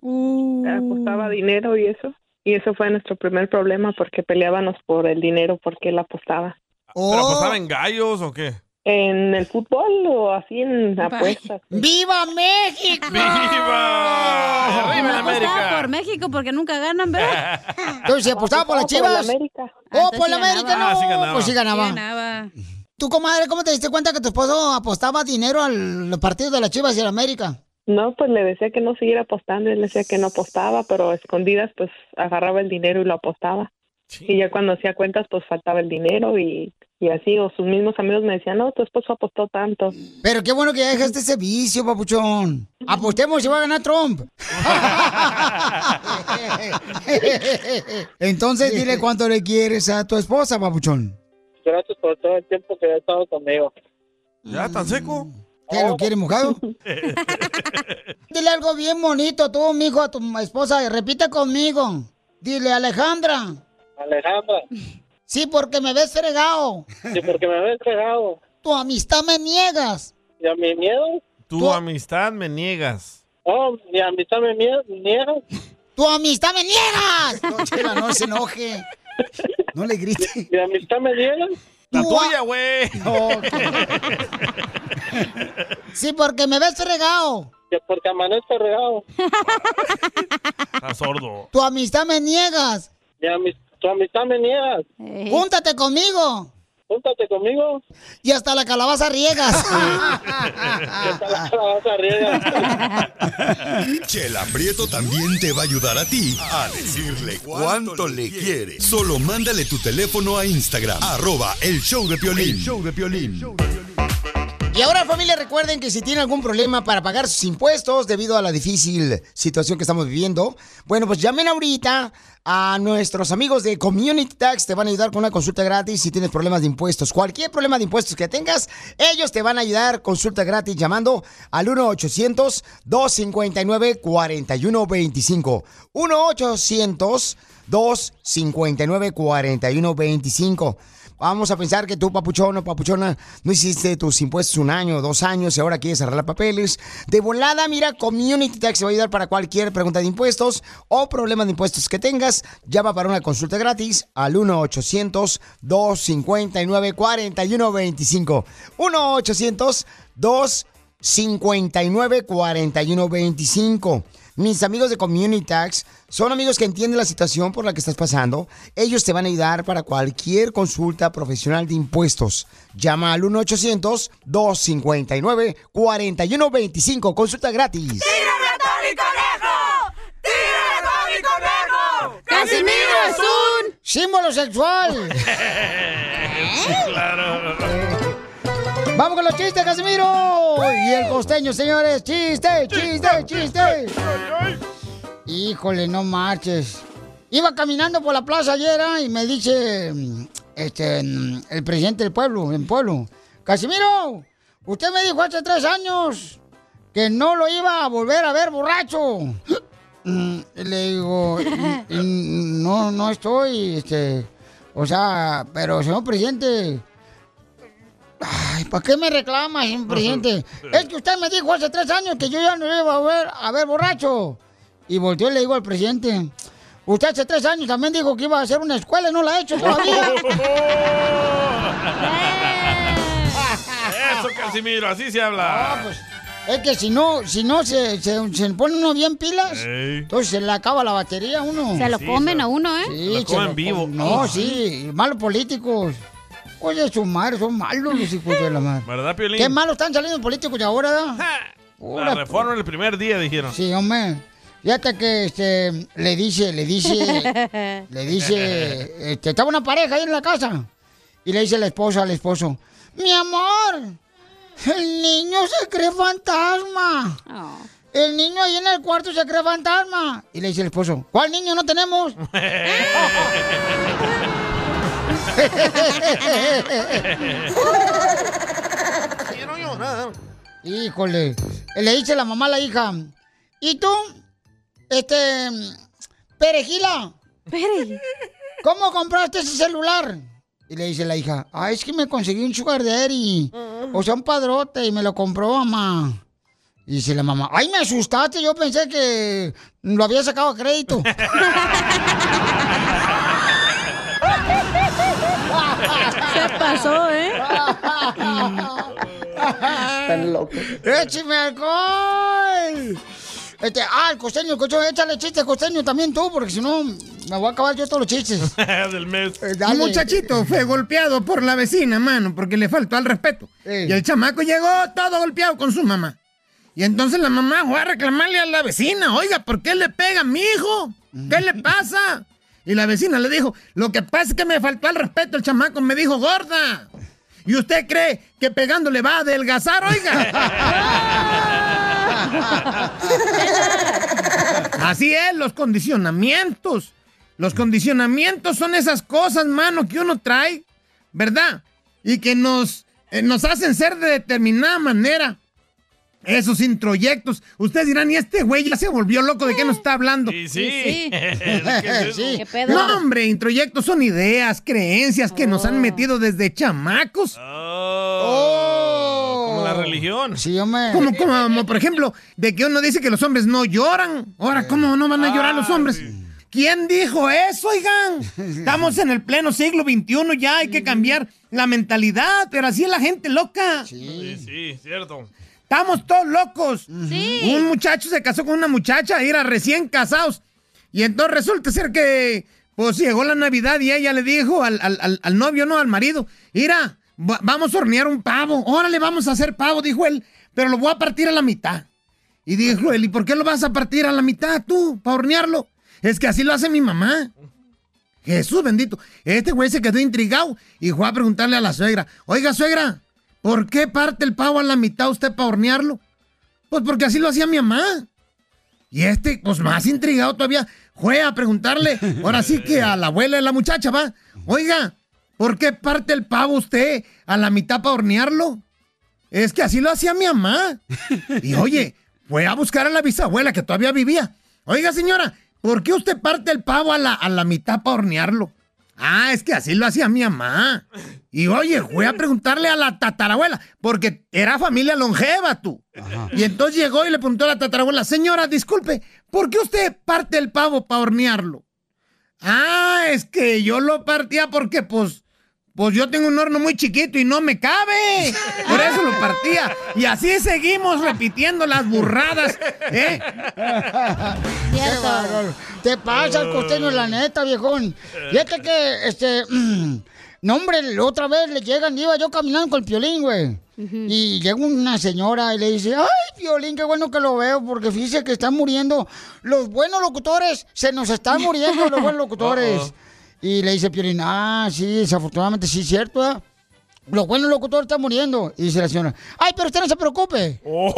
Speaker 2: Uh.
Speaker 16: Apostaba dinero y eso. Y eso fue nuestro primer problema porque peleábamos por el dinero porque él apostaba.
Speaker 2: Oh.
Speaker 1: ¿Pero apostaba en gallos o qué?
Speaker 16: En el fútbol o así en apuestas.
Speaker 2: ¡Viva
Speaker 3: [LAUGHS]
Speaker 2: México!
Speaker 1: ¡Viva!
Speaker 3: No apostaba por México porque nunca ganan, ¿verdad? [LAUGHS]
Speaker 2: Entonces, ¿se apostaba por las
Speaker 3: Apostaba por
Speaker 2: chivas?
Speaker 3: la América.
Speaker 2: ¡Oh,
Speaker 3: Ah,
Speaker 2: por la
Speaker 3: entonces sí
Speaker 2: América!
Speaker 3: ganaba.
Speaker 2: No,
Speaker 3: Ah, sí ganaba.
Speaker 2: pues sí ganaba.
Speaker 3: Sí ganaba.
Speaker 2: ¿Tú, comadre, cómo te diste cuenta que tu esposo apostaba dinero al los partidos de las chivas y el América?
Speaker 16: No, pues le decía que no siguiera apostando, él decía que no apostaba, pero a escondidas pues agarraba el dinero y lo apostaba. Y ya cuando hacía cuentas pues faltaba el dinero y, y así, o sus mismos amigos me decían, no, tu esposo apostó tanto.
Speaker 2: Pero qué bueno que ya dejaste ese vicio, papuchón. Apostemos y va a ganar Trump. [LAUGHS] Entonces, dile cuánto le quieres a tu esposa, papuchón.
Speaker 9: Gracias por todo el tiempo que has estado conmigo.
Speaker 1: ¿Ya tan seco?
Speaker 2: ¿Qué, lo quiere mojado? Dile algo bien bonito tú, mijo, a tu esposa. Repite conmigo. Dile, Alejandra.
Speaker 9: [LAUGHS] Alejandra,
Speaker 2: Sí, porque me ves fregado.
Speaker 9: sí, porque me habías entregado.
Speaker 2: Tu amistad me niegas.
Speaker 9: ¿Y a mi miedo?
Speaker 1: Tu amistad
Speaker 2: [LAUGHS]
Speaker 1: me niegas.
Speaker 9: Oh, mi amistad me mie- niega.
Speaker 2: Tu amistad me niegas. Ah, No, Chela, no se enoje. No le grite.
Speaker 9: Mi amistad me niega.
Speaker 1: La
Speaker 2: Tú-
Speaker 1: tuya, güey.
Speaker 2: Sí, porque me ves fregado.
Speaker 9: Que porque amanezco regado.
Speaker 1: Está sordo.
Speaker 2: Tu amistad me niegas.
Speaker 9: Mi amis- tu amistad me niega.
Speaker 2: Júntate conmigo.
Speaker 9: júntate conmigo.
Speaker 2: Y hasta la calabaza
Speaker 9: [LAUGHS]
Speaker 2: riegas.
Speaker 6: Chela Prieto también te va a ayudar a ti a decirle cuánto le quiere. Solo mándale tu teléfono a Instagram, arroba el show de Piolín.
Speaker 2: El
Speaker 6: show de Piolín.
Speaker 2: Y ahora familia, recuerden que si tienen algún problema para pagar sus impuestos debido a la difícil situación que estamos viviendo, bueno, pues llamen ahorita a nuestros amigos de Community Tax, te van a ayudar con una consulta gratis si tienes problemas de impuestos. Cualquier problema de impuestos que tengas, ellos te van a ayudar consulta gratis llamando al 1-800-259-4125. 1-800. 259-4125. Vamos a pensar que tú, papuchón o papuchona, no hiciste tus impuestos un año, dos años y ahora quieres arreglar papeles. De volada, mira, Community Tax te va a ayudar para cualquier pregunta de impuestos o problema de impuestos que tengas. Llama para una consulta gratis al 1-800-259-4125. 1-800-259-4125. 59 41 25. Mis amigos de Community Tax son amigos que entienden la situación por la que estás pasando. Ellos te van a ayudar para cualquier consulta profesional de impuestos. Llama al 1-800-259-4125. Consulta gratis.
Speaker 13: ratón y conejo! ¡Tira ratón y conejo! ¡Casimiro es un...
Speaker 2: símbolo sexual! ¿Eh?
Speaker 13: ¡Claro!
Speaker 2: ¡Vamos con los chistes, Casimiro! Y el costeño, señores. ¡Chiste, chiste, chiste! Híjole, no marches. Iba caminando por la plaza ayer ah, y me dice mm, este, mm, el presidente del pueblo, en pueblo. Casimiro, usted me dijo hace tres años que no lo iba a volver a ver borracho. [GASPS] Mm, y le digo, "Mm, mm, no, no estoy, este, o sea, pero señor presidente, Ay, ¿para qué me reclama, señor presidente? Es que usted me dijo hace tres años que yo ya no iba a ver, a ver borracho. Y volteó y le digo al presidente, usted hace tres años también dijo que iba a hacer una escuela y no la ha
Speaker 3: Oh. [LAUGHS]
Speaker 2: hecho todavía. Eh.
Speaker 1: Eso, Casimiro, así se
Speaker 2: Ah,
Speaker 1: habla.
Speaker 2: pues, es que si no, si no se, se, se pone uno bien pilas,
Speaker 1: Ey.
Speaker 2: entonces se le acaba la batería a uno.
Speaker 3: Se lo Sí, comen se- a
Speaker 2: uno, ¿eh?
Speaker 3: Se lo comen vivo.
Speaker 2: No,
Speaker 3: Ah.
Speaker 2: sí, malos políticos. Oye, su madre, son malos los hijos de la madre.
Speaker 1: ¿Verdad, Piolín?
Speaker 2: Qué malos están saliendo políticos de ahora, ¿verdad?
Speaker 1: La reforma en el primer día, dijeron.
Speaker 2: Sí, hombre. Fíjate que este, le dice, le
Speaker 3: [LAUGHS]
Speaker 2: dice, le dice, este, estaba una pareja ahí en la casa. Y le dice la esposa al esposo, Mi amor, el niño se cree fantasma. El niño ahí en el cuarto se cree fantasma. Y le dice el esposo,
Speaker 13: [LAUGHS]
Speaker 2: ¿cuál [LAUGHS] niño no tenemos?
Speaker 13: Quiero llorar.
Speaker 2: Híjole. Le dice la mamá a la hija. ¿Y tú? Este. Perejila. ¿Cómo compraste ese celular? Y le dice la hija. Ah, es que me conseguí un sugar daddy. O sea, un padrote y me lo compró, mamá. Y dice la mamá. Ay, me asustaste. Yo pensé que lo había sacado a crédito. [LAUGHS]
Speaker 13: Se
Speaker 2: pasó, ¿eh? [LAUGHS]
Speaker 13: Están locos.
Speaker 2: ¡Échame alcohol! Este, ah, el costeño, el costeño, échale chiste, costeño, también tú, porque si no me voy a acabar yo todos los chistes.
Speaker 1: [LAUGHS] Del mes.
Speaker 2: Eh, dale.
Speaker 36: Muchachito fue golpeado por la vecina, mano, porque le faltó al respeto. Y el chamaco llegó todo golpeado con su mamá. Y entonces la mamá fue a reclamarle a la vecina, oiga, ¿por qué le pega a mi hijo? ¿Qué le pasa? Y la vecina le dijo, lo que pasa es que me faltó al respeto, el chamaco me dijo gorda. ¿Y usted cree que pegándole va a adelgazar, oiga? Así es, los condicionamientos. Los condicionamientos son esas cosas, mano, que uno trae, ¿verdad? Y que nos, eh, nos hacen ser de determinada manera. Esos introyectos. Ustedes dirán, y este güey ya se volvió loco, ¿de qué nos está hablando?
Speaker 13: Sí, sí.
Speaker 36: [LAUGHS]
Speaker 13: [LAUGHS] Sí, sí. ¿Qué
Speaker 11: [LAUGHS]
Speaker 13: es
Speaker 2: [LAUGHS]
Speaker 13: eso? ¿Qué pedo?
Speaker 36: No, hombre, introyectos son ideas, creencias que
Speaker 13: Oh.
Speaker 36: nos han metido desde chamacos.
Speaker 1: Oh, Como la religión.
Speaker 2: Oh. Sí, hombre.
Speaker 36: Como, como, como, por ejemplo, de que uno dice que los hombres no lloran. Ahora, ¿cómo no van a llorar los hombres? ¿Quién dijo eso, oigan? Estamos en el pleno siglo XXI, ya hay que cambiar la mentalidad, pero así es la gente loca.
Speaker 1: Sí, sí, cierto.
Speaker 36: Estamos todos locos. Un muchacho se casó con una muchacha, era recién casados. Y entonces resulta ser que, pues llegó la Navidad y ella le dijo al, al- al- al novio, no, al marido, mira, va- vamos a hornear un pavo. Órale, vamos a hacer pavo, dijo él, pero lo voy a partir a la mitad. Y dijo él, ¿y por qué lo vas a partir a la mitad tú, para hornearlo? Es que así lo hace mi mamá. Jesús bendito. Este güey se quedó intrigado y fue a preguntarle a la suegra, oiga suegra, ¿por qué parte el pavo a la mitad usted para hornearlo? Pues porque así lo hacía mi mamá. Y este, pues más intrigado todavía, fue a preguntarle, ahora sí que a la abuela de la muchacha, va, oiga, ¿por qué parte el pavo usted a la mitad para hornearlo? Es que así lo hacía mi mamá. Y oye, fue a buscar a la bisabuela que todavía vivía. Oiga, señora, ¿por qué usted parte el pavo a la, a la mitad para hornearlo? Ah, es que así lo hacía mi mamá. Y oye, fue a preguntarle a la tatarabuela, porque era familia longeva tú. Y entonces llegó y le preguntó a la tatarabuela, señora, disculpe, ¿por qué usted parte el pavo para hornearlo? Ah, es que yo lo partía porque pues, pues yo tengo un horno muy chiquito y no me cabe. Por eso lo partía. Y así seguimos repitiendo las burradas. ¿eh?
Speaker 2: [LAUGHS] Qué bárbaro. Te pasa el costeño, la neta, viejón. Fíjate que, este. [CLEARS THROAT] mm, no, hombre, otra vez le llegan, iba yo caminando con el piolín, güey. Y llega una señora y le dice: Ay, piolín, qué bueno que lo veo, porque fíjese que están muriendo. Los buenos locutores se nos están muriendo, los buenos locutores.
Speaker 37: Uh-oh.
Speaker 2: Y le dice piolín: Ah, sí, desafortunadamente sí, cierto, ¿verdad? Los buenos locutores están muriendo. Y dice la señora: Ay, pero usted no se preocupe.
Speaker 20: Oh.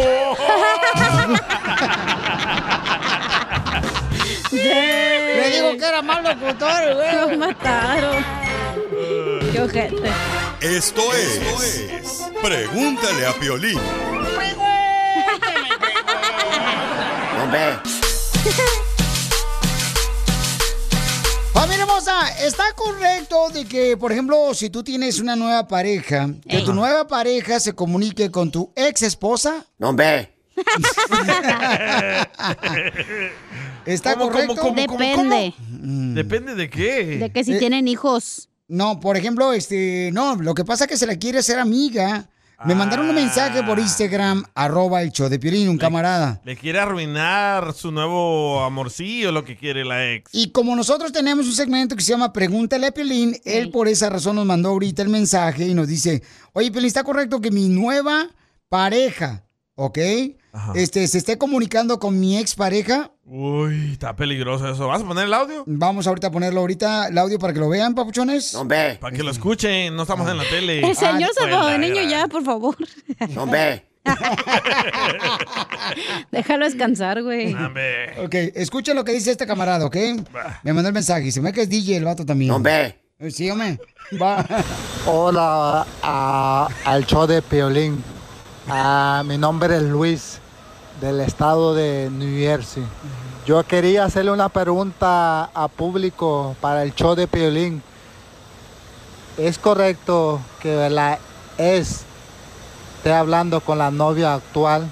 Speaker 2: Le digo que era mal locutor, güey.
Speaker 3: Lo mataron. Qué ojete.
Speaker 6: Esto es Pregúntale a Piolín.
Speaker 19: No ve.
Speaker 2: Familia hermosa, ¿está correcto de que, por ejemplo, si tú tienes una nueva pareja, que tu nueva pareja se comunique con tu ex esposa?
Speaker 19: No ve.
Speaker 2: [LAUGHS] ¿Está
Speaker 1: ¿Cómo, cómo,
Speaker 2: correcto? Mm.
Speaker 1: cómo, cómo, Depende. Depende de qué.
Speaker 2: Eh, hijos. No, por ejemplo, este, no, lo que pasa es que se la quiere hacer amiga. Me mandaron un mensaje por Instagram, arroba el show de Piolín, un camarada.
Speaker 1: Le quiere arruinar su nuevo amorcillo, lo que quiere la ex.
Speaker 2: Y como nosotros tenemos un segmento que se llama Pregúntale a Piolín, él por esa razón nos mandó ahorita el mensaje y nos dice, oye Piolín, ¿está correcto que mi nueva pareja, ok, este, se esté comunicando con mi expareja?
Speaker 1: Uy, está peligroso eso. ¿Vas a poner el audio?
Speaker 2: Vamos ahorita a ponerlo ahorita, el audio, para que lo vean, papuchones.
Speaker 1: Para que lo escuchen, no estamos en la tele.
Speaker 3: El señor
Speaker 1: Pues, la
Speaker 3: salvadoreño
Speaker 1: gran-
Speaker 3: ya, por favor.
Speaker 19: No
Speaker 2: [LAUGHS]
Speaker 19: ve.
Speaker 3: Déjalo descansar, güey.
Speaker 2: Ok, escucha lo que dice este camarada, ¿ok? Me mandó el mensaje. Se me que es DJ el vato también.
Speaker 19: Hombre.
Speaker 2: Eh, Sí, hombre. Va.
Speaker 38: Hola a- al show de Piolín. Ah, mi nombre es Luis, del estado de New Jersey. Yo quería hacerle una pregunta a público para el show de Piolín. ¿Es correcto que la ex esté hablando con la novia actual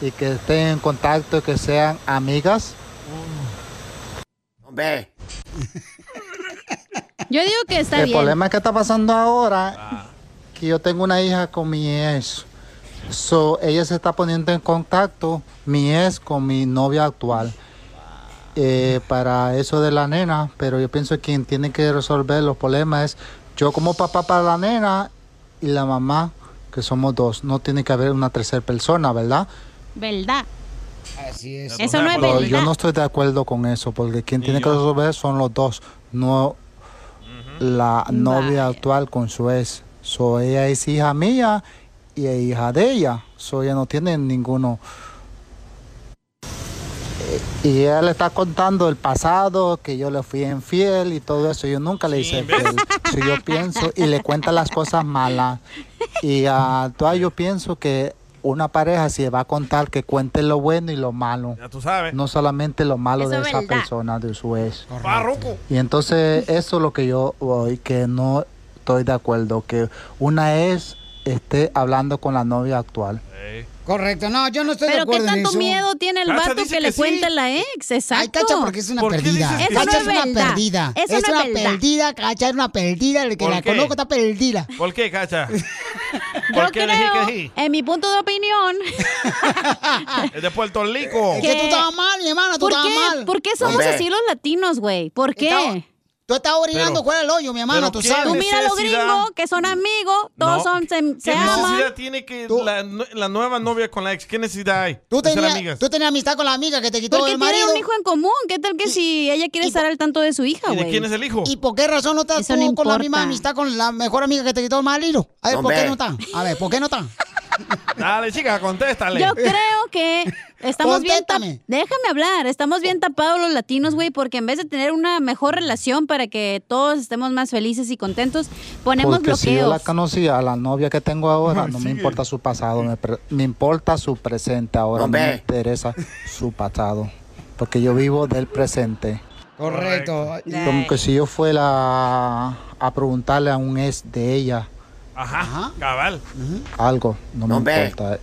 Speaker 38: y que estén en contacto y que sean amigas?
Speaker 19: No ve.
Speaker 3: Yo digo que está
Speaker 38: el
Speaker 3: bien.
Speaker 38: problema que está pasando ahora que yo tengo una hija con mi ex. So, ella se está poniendo en contacto, mi ex, con mi novia actual. Eh, para eso de la nena, pero yo pienso que quien tiene que resolver los problemas es yo como papá para la nena y la mamá, que somos dos. No tiene que haber una tercera persona, ¿verdad?
Speaker 3: ¿Verdad?
Speaker 2: Así es.
Speaker 3: Eso no es
Speaker 38: Pero yo
Speaker 3: verdad.
Speaker 38: no estoy de acuerdo con eso, porque quien tiene que resolver son los dos, no la novia actual con su ex. So, ella es hija mía y es hija de ella. So, ella no tiene ninguno. Eh, Y y ella le está contando el pasado, que yo le fui infiel y todo eso. Yo nunca le hice infiel. So, yo pienso y le cuenta las cosas malas. Y ah, todavía yo pienso que una pareja si va a contar que cuente lo bueno y lo malo.
Speaker 1: Ya tú sabes.
Speaker 38: No solamente lo malo
Speaker 1: Eso
Speaker 38: de
Speaker 1: es
Speaker 38: esa
Speaker 1: verdad.
Speaker 38: persona, de su ex.
Speaker 1: Párroco.
Speaker 38: Y entonces eso es lo que yo voy, que no estoy de acuerdo, que una ex esté hablando con la novia actual.
Speaker 2: Correcto, no, yo no estoy de
Speaker 3: Pero qué
Speaker 2: acuerdo en
Speaker 3: tanto
Speaker 2: eso.
Speaker 3: miedo tiene
Speaker 1: Ah,
Speaker 3: el
Speaker 2: Cacha
Speaker 3: vato que,
Speaker 2: dice
Speaker 3: le
Speaker 2: que sí.
Speaker 3: cuenta la e- ex, exacto.
Speaker 2: Cacha, porque es una perdida.
Speaker 3: Eso
Speaker 2: Cacha
Speaker 3: no es
Speaker 2: es una
Speaker 3: verdad.
Speaker 2: perdida.
Speaker 3: Eso
Speaker 2: es
Speaker 3: no
Speaker 2: una
Speaker 3: es verdad.
Speaker 2: perdida, Cacha, es una perdida. El que
Speaker 1: ¿Por
Speaker 2: la
Speaker 1: qué?
Speaker 2: conozco está perdida.
Speaker 1: ¿Por qué, Cacha?
Speaker 3: Yo
Speaker 1: ¿Por qué elegí que
Speaker 3: creo,
Speaker 1: sí?
Speaker 3: en mi punto de
Speaker 2: [LAUGHS]
Speaker 3: opinión,
Speaker 1: Es de Puerto Rico.
Speaker 3: que...
Speaker 2: mal, mi hermana, tú
Speaker 3: ¿Por
Speaker 2: estabas
Speaker 3: qué?
Speaker 2: mal.
Speaker 3: ¿Por qué somos
Speaker 1: Hombre.
Speaker 3: así los latinos, güey? ¿Por qué?
Speaker 2: Tú estás orinando
Speaker 1: Pero-
Speaker 2: fuera del hoyo, mi hermano,
Speaker 1: pero
Speaker 2: tú
Speaker 1: qué
Speaker 2: sabes.
Speaker 3: Tú mira a los
Speaker 1: necesidad?
Speaker 3: gringos que son amigos, todos
Speaker 1: No.
Speaker 3: son, se, se
Speaker 1: ¿Qué
Speaker 3: aman.
Speaker 1: necesidad tiene que la, la nueva novia con la ex? ¿Qué necesidad hay?
Speaker 2: Tú
Speaker 1: de ser
Speaker 2: tenías,
Speaker 1: amigas?
Speaker 2: tú tenías amistad con la amiga que te quitó
Speaker 3: Porque
Speaker 2: el
Speaker 3: tienen
Speaker 2: marido.
Speaker 3: un hijo en común. ¿Qué tal que si ella quiere estar al tanto de su hija,
Speaker 1: ¿Y
Speaker 3: güey?
Speaker 1: de quién es el hijo?
Speaker 2: ¿Y por qué razón no estás
Speaker 3: Eso
Speaker 2: tú
Speaker 3: no
Speaker 2: con la
Speaker 3: importa.
Speaker 2: misma amistad con la mejor amiga que te quitó el marido? A ver, ¿por qué no
Speaker 1: Hombre.
Speaker 2: está? Ah, A ver, ¿por qué no está?
Speaker 1: Dale, chica, contéstale.
Speaker 3: Yo creo que estamos bien tap- Déjame hablar. Estamos bien tapados los latinos, güey, porque en vez de tener una mejor relación para que todos estemos más felices y contentos, ponemos
Speaker 38: Porque si yo la
Speaker 3: bloqueos.
Speaker 38: conocía, la novia que tengo ahora,
Speaker 1: [LAUGHS]
Speaker 38: no me importa su pasado, me, pre- me importa su presente ahora, no me
Speaker 2: Hombre.
Speaker 38: interesa su pasado, porque yo vivo del presente.
Speaker 2: Correcto.
Speaker 38: Como que si yo fuera a preguntarle a un ex de ella
Speaker 1: Ajá, cabal.
Speaker 38: algo, no me
Speaker 1: Hombre.
Speaker 38: importa,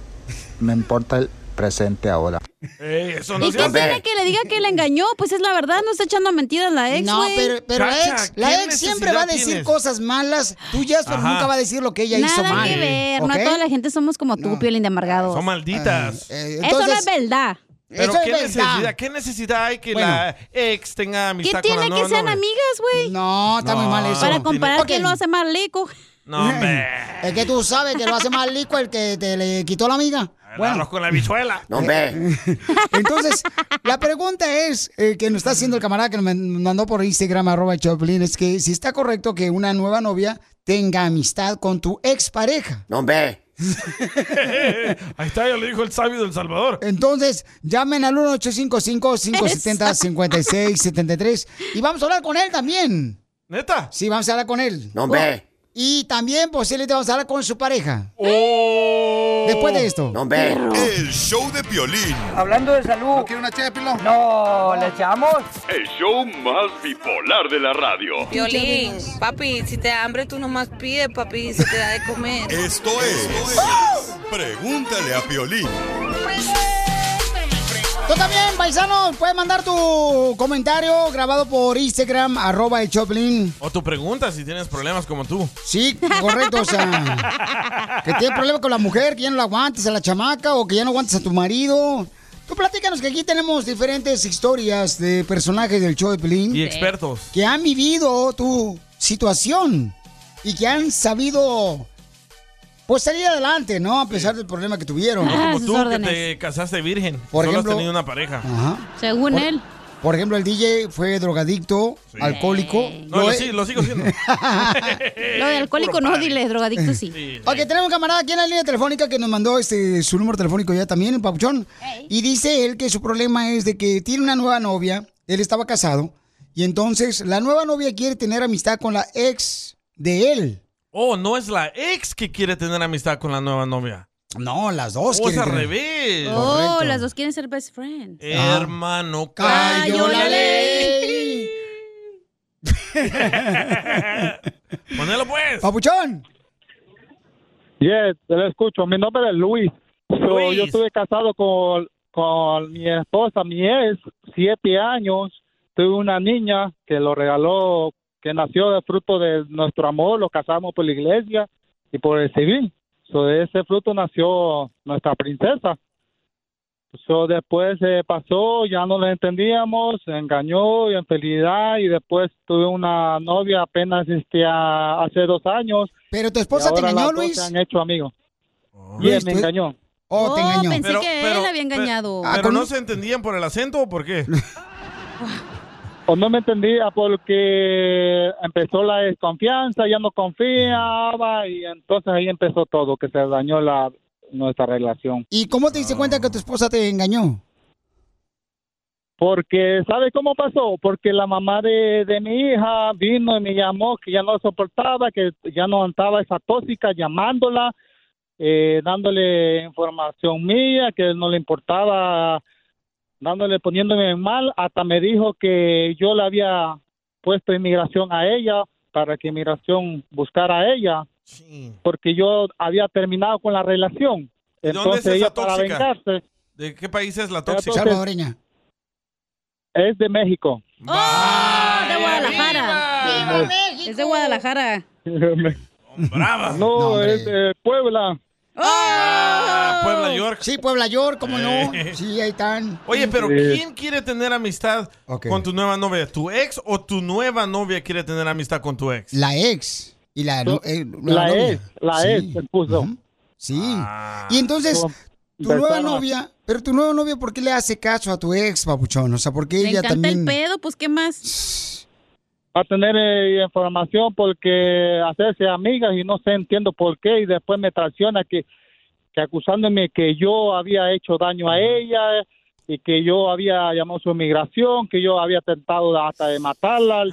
Speaker 38: me importa el presente ahora.
Speaker 1: Ey, Eh, eso no
Speaker 3: ¿Y
Speaker 1: se
Speaker 3: qué
Speaker 1: hace.
Speaker 3: tiene que le diga que la engañó? Pues es la verdad, no está echando mentiras la ex,
Speaker 2: No,
Speaker 3: güey.
Speaker 2: pero, pero la ex, la ex siempre va a decir cosas malas tuyas, pero
Speaker 1: Ajá.
Speaker 2: nunca va a decir lo que ella
Speaker 3: Nada
Speaker 2: hizo mal.
Speaker 3: que ver, no
Speaker 2: ¿ok?
Speaker 3: toda la gente somos como tú, Piolín de amargados.
Speaker 1: Son malditas.
Speaker 2: Eh,
Speaker 3: Eso no es eh, verdad.
Speaker 1: Pero qué necesidad, qué necesidad hay que la ex tenga
Speaker 3: ¿Qué
Speaker 1: amistad con la
Speaker 3: tiene
Speaker 1: nueva
Speaker 3: que sean
Speaker 1: novia?
Speaker 3: amigas, güey?
Speaker 2: No,
Speaker 1: está muy No, mal eso.
Speaker 3: Para
Speaker 1: tiene-
Speaker 3: comparar
Speaker 1: Ok.
Speaker 3: quién lo hace más rico.
Speaker 1: No, hombre.
Speaker 2: Es que tú sabes que lo hace más lico el que te le quitó la amiga.
Speaker 1: El arroz con la bichuela.
Speaker 19: [LAUGHS] No, hombre.
Speaker 2: [LAUGHS] Entonces, la pregunta es, eh, que nos está haciendo el camarada que me mandó por Instagram, arroba el Choplin, es que si está correcto que una nueva novia tenga amistad con tu expareja.
Speaker 19: No, hombre.
Speaker 1: [LAUGHS] Ahí está, ya lo dijo el sabio del Salvador.
Speaker 2: Eh. Entonces, llamen al 1-855-570-5673 y vamos a hablar con él también.
Speaker 1: ¿Neta?
Speaker 2: Sí, vamos a hablar con él. Oh.
Speaker 19: No, hombre.
Speaker 2: Y también posiblemente vamos a hablar con su pareja.
Speaker 8: Oh.
Speaker 2: Después de esto.
Speaker 19: No, hombre.
Speaker 6: El show de Piolín.
Speaker 7: Hablando de salud. ¿No quiere una ché No, ¿le echamos?
Speaker 8: El show más bipolar de la radio.
Speaker 28: Violín, papi, si te da hambre tú nomás pide, papi, y se te da de comer.
Speaker 6: Esto es. Pregúntale a Piolín.
Speaker 2: Tú también, paisano, puedes mandar tu comentario grabado por Instagram, arroba el Choplin.
Speaker 1: O tu pregunta si tienes problemas como tú.
Speaker 2: Sí, correcto, o sea, que tiene problemas con la mujer, que ya no la aguantes a la chamaca o que ya no aguantes a tu marido. Tú platícanos que aquí tenemos diferentes historias de personajes del show de Pelín.
Speaker 1: Y expertos.
Speaker 2: Que han vivido tu situación y que han sabido, pues, salir adelante, ¿no? A pesar del problema que tuvieron.
Speaker 1: No
Speaker 3: Ah,
Speaker 1: como tú que te casaste virgen.
Speaker 2: Por
Speaker 1: Solo
Speaker 2: ejemplo-
Speaker 1: has tenido una pareja.
Speaker 3: Según
Speaker 2: Por-
Speaker 3: él.
Speaker 2: Por ejemplo, el DJ fue drogadicto, alcohólico.
Speaker 1: No, lo, sí, lo
Speaker 2: [LAUGHS]
Speaker 1: sigo siendo.
Speaker 3: Lo de alcohólico no, dile, drogadicto [LAUGHS] sí.
Speaker 2: Ok, tenemos un camarada aquí en la línea telefónica que nos mandó este su número telefónico ya también, el papuchón. Y dice él que su problema es de que tiene una nueva novia, él estaba casado, y entonces la nueva novia quiere tener amistad con la ex de él.
Speaker 1: Oh, no es la ex que quiere tener amistad con la nueva novia.
Speaker 2: No, las dos
Speaker 1: O es
Speaker 2: quieren
Speaker 1: al
Speaker 2: tener-
Speaker 1: revés.
Speaker 3: Oh, las dos quieren ser best friend.
Speaker 1: Hermano,
Speaker 3: Cayó
Speaker 1: cayó
Speaker 3: la
Speaker 1: la
Speaker 3: ley.
Speaker 1: ley. Ponelo pues.
Speaker 2: Papuchón.
Speaker 37: Yes, te lo escucho. Mi nombre es Luis. So,
Speaker 1: Luis.
Speaker 37: yo estuve casado con, con mi esposa, mi ex, siete años. Tuve una niña que lo regaló, que nació de fruto de nuestro amor. Lo casamos por la iglesia y por el civil. So, de ese fruto nació nuestra princesa. So, después eh, pasó, ya no la entendíamos, se engañó y infidelidad y después tuve una novia apenas este, a- hace dos años.
Speaker 2: ¿Pero tu esposa te engañó, Luis?
Speaker 37: Se han hecho amigos. Y
Speaker 2: Luis,
Speaker 37: me
Speaker 2: tú-
Speaker 37: engañó.
Speaker 2: Oh, te engañó.
Speaker 3: pensé que él había engañado.
Speaker 37: Ah,
Speaker 1: Pero
Speaker 37: ¿cómo?
Speaker 1: no se entendían por el acento o por qué.
Speaker 37: O no me entendía porque empezó la desconfianza, ya no confiaba y entonces ahí empezó todo, que se dañó la nuestra relación.
Speaker 2: ¿Y cómo te diste cuenta que tu esposa te engañó?
Speaker 37: Porque, ¿sabe cómo pasó? Porque la mamá de, de mi hija vino y me llamó, que ya no soportaba, que ya no aguantaba esa tóxica, llamándola, eh, dándole información mía, que no le importaba, dándole, poniéndome mal, hasta me dijo que yo le había puesto inmigración a ella para que inmigración buscara a ella, porque yo había terminado con la relación.
Speaker 1: ¿De dónde es
Speaker 37: Entonces ella
Speaker 1: esa
Speaker 37: para
Speaker 1: tóxica?
Speaker 37: vengarse
Speaker 1: ¿De qué país es la tóxica?
Speaker 37: Salvadoreña. es de
Speaker 1: [LAUGHS]
Speaker 37: México.
Speaker 3: Ah, de Guadalajara.
Speaker 37: ¡Viva
Speaker 3: Es de Guadalajara.
Speaker 37: No, es de Puebla.
Speaker 1: Puebla, York.
Speaker 2: Sí, Puebla York, cómo no.
Speaker 1: Eh.
Speaker 2: Sí, ahí están.
Speaker 1: Oye, pero
Speaker 2: Sí.
Speaker 1: ¿quién quiere tener amistad
Speaker 2: Ok.
Speaker 1: con tu nueva novia? ¿Tu ex o tu nueva novia quiere tener amistad con tu ex?
Speaker 2: La ex. Y la, no- eh,
Speaker 1: La
Speaker 2: novia.
Speaker 1: ex, la ex,
Speaker 37: se puso.
Speaker 2: Ujú. Sí.
Speaker 3: Ah.
Speaker 2: Y entonces,
Speaker 37: Como
Speaker 2: tu nueva
Speaker 37: besaba.
Speaker 2: novia, pero tu nueva novia, ¿por qué le hace caso a tu ex, papuchón? O sea, ¿por qué
Speaker 3: Le
Speaker 2: ella
Speaker 3: encanta el
Speaker 2: también?
Speaker 3: pedo, pues ¿qué más?
Speaker 37: a tener eh, información porque hacerse amigas y no sé, entiendo por qué y después me traiciona que, que acusándome que yo había hecho daño a ella y que yo había llamado su migración, que yo había tentado hasta de
Speaker 1: [GASPS]
Speaker 37: matarla,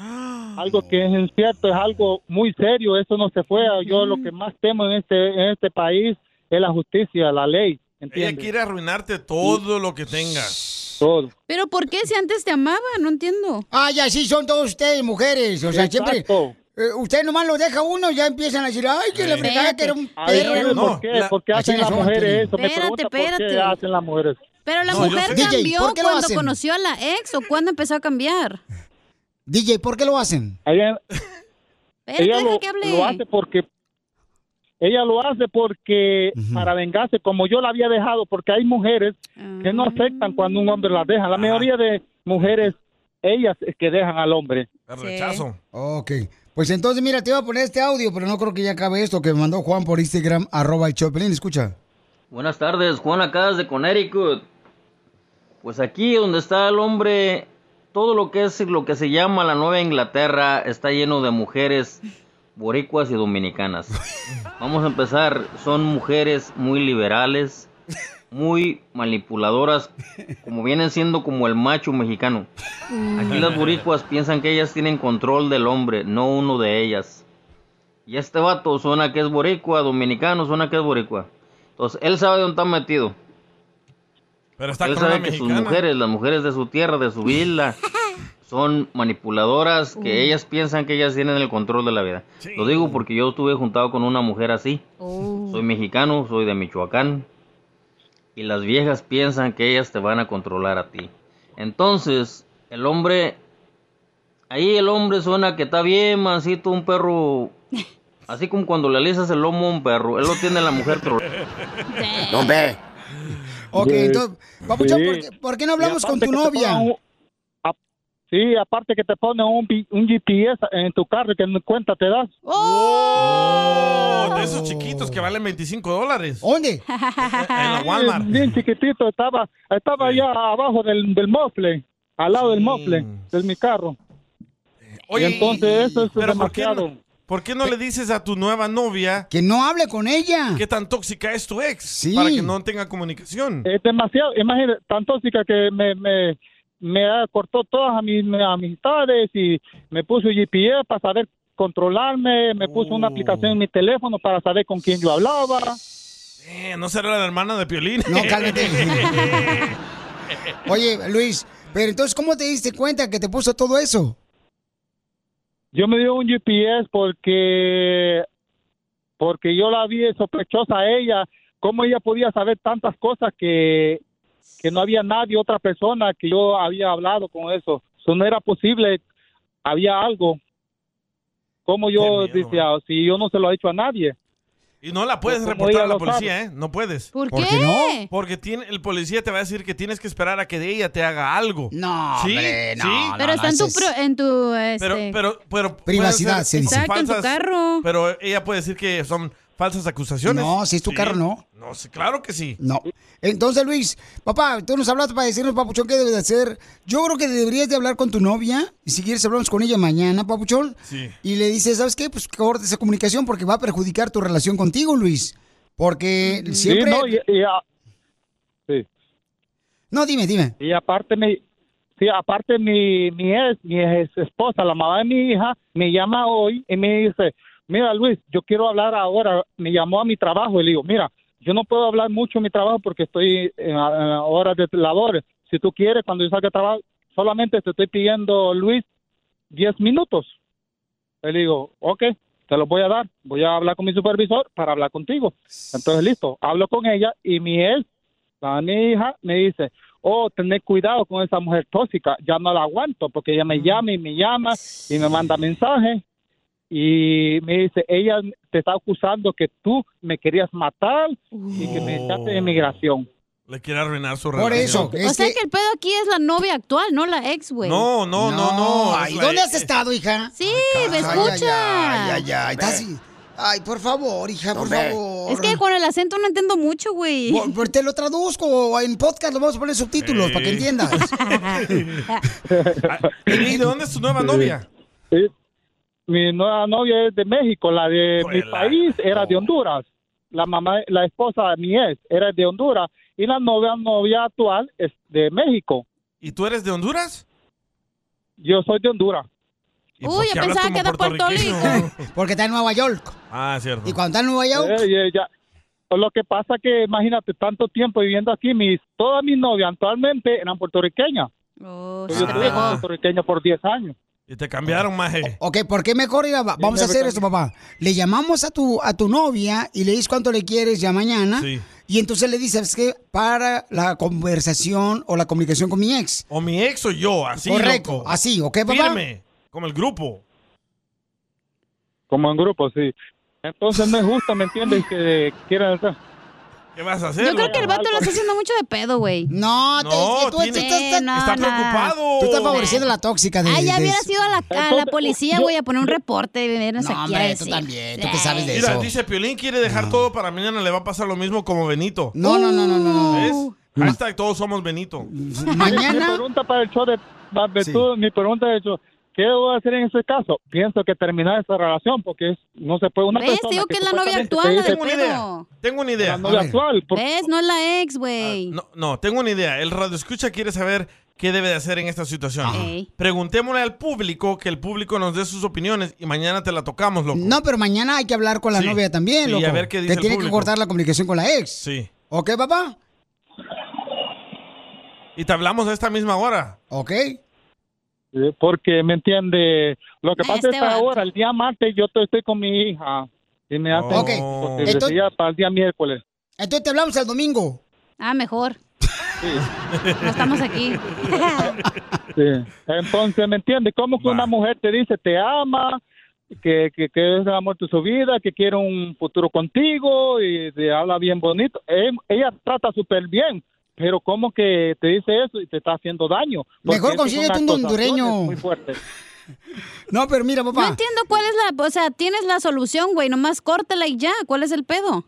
Speaker 37: algo que es incierto, es algo muy serio, eso no se fue, yo lo que más temo en este, en este país es la justicia, la ley,
Speaker 1: Ella
Speaker 37: ¿entiendes?
Speaker 1: quiere arruinarte todo lo que tengas.
Speaker 37: Todo.
Speaker 3: Pero ¿por qué si antes te amaba? No entiendo.
Speaker 2: Ah, ya sí, son todos ustedes mujeres. O sea,
Speaker 37: Exacto.
Speaker 2: siempre. eh, usted nomás lo deja uno y ya empiezan a decir, ay, que la
Speaker 37: Sí.
Speaker 2: fregada que era un
Speaker 37: A ver,
Speaker 2: perro.
Speaker 37: no, ¿por qué? ¿Por qué
Speaker 2: Así
Speaker 37: hacen las
Speaker 2: son,
Speaker 37: mujeres
Speaker 2: Piolín.
Speaker 37: eso? Me pregunto por qué
Speaker 3: espérate.
Speaker 37: hacen las mujeres.
Speaker 3: Pero la
Speaker 37: No, yo
Speaker 3: mujer
Speaker 37: sé-
Speaker 2: DJ,
Speaker 3: cambió
Speaker 2: ¿por qué lo
Speaker 3: cuando
Speaker 2: hacen?
Speaker 3: conoció a la ex o cuando empezó a cambiar.
Speaker 2: DJ, ¿por qué lo hacen?
Speaker 37: Ella,
Speaker 3: Espérate,
Speaker 37: ella
Speaker 3: deja
Speaker 37: lo,
Speaker 3: que hable.
Speaker 37: lo hace porque ella lo hace porque para vengarse, como yo la había dejado, porque hay mujeres que
Speaker 3: Ah.
Speaker 37: no aceptan cuando un hombre las deja. La mayoría de mujeres, ellas es que dejan al hombre.
Speaker 1: rechazo.
Speaker 2: Ok. Pues entonces, mira, te iba a poner este audio, pero no creo que ya acabe esto que me mandó Juan por Instagram, arroba el Choplin. Escucha.
Speaker 39: [LAUGHS] Buenas tardes, Juan acá de Connecticut. Pues aquí donde está el hombre, todo lo que es lo que se llama la Nueva Inglaterra está lleno de mujeres boricuas y dominicanas. Vamos a empezar, son mujeres muy liberales, muy manipuladoras, como vienen siendo como el macho mexicano.
Speaker 1: [LAUGHS]
Speaker 39: Aquí las boricuas piensan que ellas tienen control del hombre, no uno de ellas. Y este vato suena que es boricua, dominicano suena que es boricua. Entonces, él sabe dónde está metido.
Speaker 1: Pero está
Speaker 39: él
Speaker 1: con una
Speaker 39: sabe que sus
Speaker 1: mexicana.
Speaker 39: mujeres, las mujeres de su tierra, de su
Speaker 1: [LAUGHS]
Speaker 39: villa, son manipuladoras, que
Speaker 1: Uy.
Speaker 39: ellas piensan que ellas tienen el control de la vida. Lo digo porque yo estuve juntado con una mujer así. Soy mexicano, soy de Michoacán. Y las viejas piensan que ellas te van a controlar a ti. Entonces, el hombre. Ahí el hombre suena que está bien, mancito, un perro. Así como cuando le alisas el lomo a un perro. Él lo tiene la mujer tro-
Speaker 40: No ve.
Speaker 2: Ok,
Speaker 39: Sí.
Speaker 2: entonces, papuchón,
Speaker 39: Sí.
Speaker 2: ¿por, qué, por qué no hablamos
Speaker 37: Y
Speaker 2: con
Speaker 37: aparte
Speaker 2: tu
Speaker 37: que te
Speaker 2: novia?
Speaker 37: pongan un- a- sí, aparte que te ponen un, pi- un GPS en tu carro y que ni cuenta te das.
Speaker 1: Oh, de esos chiquitos que valen 25 dólares.
Speaker 2: ¿Dónde?
Speaker 1: En [LAUGHS] la
Speaker 37: [LAUGHS]
Speaker 1: Walmart.
Speaker 37: Bien, bien chiquitito, estaba, estaba allá abajo del, del mofle, al lado del mofle, de mi carro.
Speaker 1: Oye,
Speaker 37: y entonces eso es
Speaker 1: pero ¿por qué,
Speaker 37: demasiado.
Speaker 1: no, por qué no le dices a tu nueva novia
Speaker 2: que no hable con ella?
Speaker 1: ¿Qué tan tóxica es tu ex? Para que no tenga comunicación.
Speaker 37: Es demasiado, imagínate, tan tóxica que me, me, me cortó todas mis, mis amistades y me puso GPS para saber controlarme, me puso
Speaker 1: Oh.
Speaker 37: una aplicación en mi teléfono para saber con quién yo hablaba.
Speaker 1: Eh, no será la hermana de Piolín.
Speaker 2: No, cálmate. Oye, Luis, pero entonces, ¿cómo te diste cuenta que te puso todo eso?
Speaker 37: Yo me dio un GPS porque porque yo la vi sospechosa a ella, cómo ella podía saber tantas cosas que, que no había nadie, otra persona que yo había hablado con eso. Eso no era posible, había algo. Como yo decía, si yo no se lo he hecho a nadie.
Speaker 1: [LAUGHS] Y no la puedes
Speaker 37: Como
Speaker 1: reportar
Speaker 37: ella
Speaker 1: a la
Speaker 37: lo
Speaker 1: policía,
Speaker 37: sabe.
Speaker 1: ¿eh? No puedes.
Speaker 37: ¿Por ¿Por qué qué? no?
Speaker 1: Porque tiene, el policía te va a decir que tienes que esperar a que de ella te haga algo.
Speaker 2: No, hombre, no, no,
Speaker 3: Pero está en tu, pro- en tu
Speaker 1: Pero,
Speaker 3: este,
Speaker 1: pero, pero...
Speaker 2: Privacidad,
Speaker 1: pueden
Speaker 2: se dice. Exacto, en tu
Speaker 3: carro.
Speaker 1: Pero ella puede decir que son falsas acusaciones.
Speaker 2: No, si es tu carro, no.
Speaker 1: No, sí, claro que sí.
Speaker 2: No. Entonces, Luis, papá, tú nos hablaste para decirnos, papuchón, qué debes de hacer. Yo creo que deberías de hablar con tu novia y si quieres hablamos con ella mañana, papuchón.
Speaker 1: Sí.
Speaker 2: Y le dices, ¿sabes qué? Pues corta esa comunicación porque va a perjudicar tu relación contigo, Luis. Porque siempre...
Speaker 37: Sí, no, y- y ah, a-
Speaker 2: No, dime, dime.
Speaker 37: Y aparte mi, sí, aparte mi, mi ex, mi ex esposa, la mamá de mi hija, me llama hoy y me dice, mira Luis, yo quiero hablar ahora, me llamó a mi trabajo y le digo, mira, yo no puedo hablar mucho en mi trabajo porque estoy en, a- a horas de labores. Si tú quieres, cuando yo salga de trabajo, solamente te estoy pidiendo, Luis, 10 minutos. Le digo, ok, te los voy a dar. Voy a hablar con mi supervisor para hablar contigo. Entonces, listo, hablo con ella y mi ex a mi hija me dice, oh, tener cuidado con esa mujer tóxica, ya no la aguanto porque ella me llama y me llama y me manda mensajes. y me dice, ella te está acusando que tú me querías matar y que me echaste de migración.
Speaker 1: Le quiere arruinar su
Speaker 37: Por
Speaker 1: relación.
Speaker 37: eso,
Speaker 3: o sea que... el pedo aquí es la novia actual, no la ex, güey.
Speaker 1: No, no, no, no.
Speaker 2: Ay,
Speaker 1: es la-
Speaker 2: ¿dónde has estado, hija?
Speaker 3: Sí,
Speaker 2: Ay,
Speaker 3: me
Speaker 2: ay,
Speaker 3: escucha.
Speaker 2: Ay, ay, ay. estás- Ay, por favor, hija, por
Speaker 3: Hombre.
Speaker 2: favor.
Speaker 3: Es que con el acento no entiendo mucho, güey.
Speaker 2: Por- por- pues, te lo traduzco en podcast, lo vamos a poner subtítulos
Speaker 1: Sí.
Speaker 2: para que
Speaker 1: [LAUGHS]
Speaker 2: entiendas.
Speaker 1: Eli, ¿de dónde es tu nueva novia?
Speaker 37: Sí. Mi nueva novia es de México, la de
Speaker 1: Pues
Speaker 37: mi país era de Honduras. La mamá, la esposa de mi ex era de Honduras y la novia, novia actual es de México.
Speaker 1: ¿Y tú eres de Honduras?
Speaker 37: Yo soy de Honduras.
Speaker 3: Uy, yo pensaba que era Puerto Rico.
Speaker 2: [LAUGHS] Porque está en Nueva York.
Speaker 1: Ah, cierto.
Speaker 2: Y cuando está en Nueva York.
Speaker 37: Eh, eh, ya. Pues Lo que pasa que, imagínate, tanto tiempo viviendo aquí, mis, todas mis novias actualmente eran puertorriqueñas. Pues yo
Speaker 1: sí.
Speaker 37: estuve
Speaker 1: Ah.
Speaker 37: puertorriqueña por 10 años.
Speaker 1: Y te
Speaker 2: Ah.
Speaker 1: cambiaron, maje.
Speaker 2: Ok, ¿por qué mejor ir a- Vamos a hacer esto, papá. Le llamamos a tu, a tu novia y le dices cuánto le quieres ya mañana.
Speaker 1: Sí.
Speaker 2: Y entonces le dices, que Para la conversación o la comunicación con mi ex.
Speaker 1: O mi ex o yo, así.
Speaker 2: Correcto,
Speaker 1: Oh, loco.
Speaker 2: así, ¿ok, papá?
Speaker 1: Firme, como el grupo.
Speaker 37: Como en grupo, sí. Entonces no es justo, ¿me entiendes? Que
Speaker 3: [LAUGHS]
Speaker 37: quieran hacer.
Speaker 1: ¿Qué vas a hacer?
Speaker 3: Yo creo que el
Speaker 1: loco?
Speaker 3: vato lo está haciendo mucho de pedo, güey.
Speaker 2: No,
Speaker 1: te- No, tú- tú tiene- estás-
Speaker 3: Sí, no,
Speaker 1: está
Speaker 3: no.
Speaker 1: preocupado.
Speaker 2: Tú estás favoreciendo a la tóxica de
Speaker 3: Ah, ya
Speaker 2: de-
Speaker 3: hubiera sido a la, a la
Speaker 2: Entonces,
Speaker 3: policía,
Speaker 2: yo-
Speaker 3: güey, a poner un reporte. y Vienes
Speaker 2: No,
Speaker 3: aquí
Speaker 2: hombre,
Speaker 3: a
Speaker 2: tú
Speaker 3: decir.
Speaker 2: también, tú qué sabes de
Speaker 1: Mira,
Speaker 2: eso.
Speaker 1: dice Piolín quiere dejar todo para mañana, le va a pasar lo mismo como Benito.
Speaker 2: No, no, no, no, no.
Speaker 1: ¿Ves? Hashtag todos somos Benito.
Speaker 37: Mi pregunta para el show de Barbetudo, mi pregunta es, ¿qué debo hacer en ese caso? Pienso que terminar esa relación porque es- no se puede una
Speaker 3: ¿Ves?
Speaker 37: persona
Speaker 3: Digo que es la novia
Speaker 37: supuestamente te
Speaker 3: actual, la
Speaker 37: dice-
Speaker 3: del pedo.
Speaker 1: Tengo una idea.
Speaker 37: La novia actual. por-
Speaker 3: ¿Ves? No es la ex, güey.
Speaker 1: Ah, No, no, tengo una idea. El radio escucha quiere saber qué debe de hacer en esta situación.
Speaker 3: Ajá. Ey.
Speaker 1: Preguntémosle al público, que el público nos dé sus opiniones y mañana te la tocamos, loco.
Speaker 2: No, pero mañana hay que hablar con la
Speaker 1: Sí.
Speaker 2: novia también,
Speaker 1: Sí,
Speaker 2: loco.
Speaker 1: a ver qué dice
Speaker 2: que
Speaker 1: el
Speaker 2: tiene que
Speaker 1: público.
Speaker 2: cortar la comunicación con la ex.
Speaker 1: Sí.
Speaker 2: ¿Ok, papá?
Speaker 1: Y te hablamos a esta misma hora.
Speaker 2: Ok.
Speaker 37: eh, Porque, ¿me entiende? eh, Lo que
Speaker 2: Nah, este
Speaker 37: pasa es que
Speaker 2: vato.
Speaker 37: ahora, el día martes, yo to- estoy con mi hija. Y me hacen
Speaker 2: Ok,
Speaker 37: posible
Speaker 2: entonces-
Speaker 37: ya para el día miércoles.
Speaker 2: Entonces te hablamos el domingo.
Speaker 3: Ah, mejor.
Speaker 37: Sí.
Speaker 3: [LAUGHS] No estamos
Speaker 2: [LAUGHS]
Speaker 3: aquí.
Speaker 37: Sí. Entonces, ¿me entiendes? ¿Cómo que una mujer te dice te ama, que, que, que es el amor de su vida, que quiere un futuro contigo y te habla bien bonito? Em- Ella, trata súper bien, pero ¿cómo que te dice eso y te está haciendo daño? Porque
Speaker 2: Mejor
Speaker 37: eso es una
Speaker 2: consíguete un hondureño.
Speaker 37: acusación Muy fuerte.
Speaker 2: [LAUGHS] No, pero mira, papá.
Speaker 3: No entiendo cuál es la. O sea, tienes la solución, güey. Nomás córtala y ya. ¿Cuál es el pedo?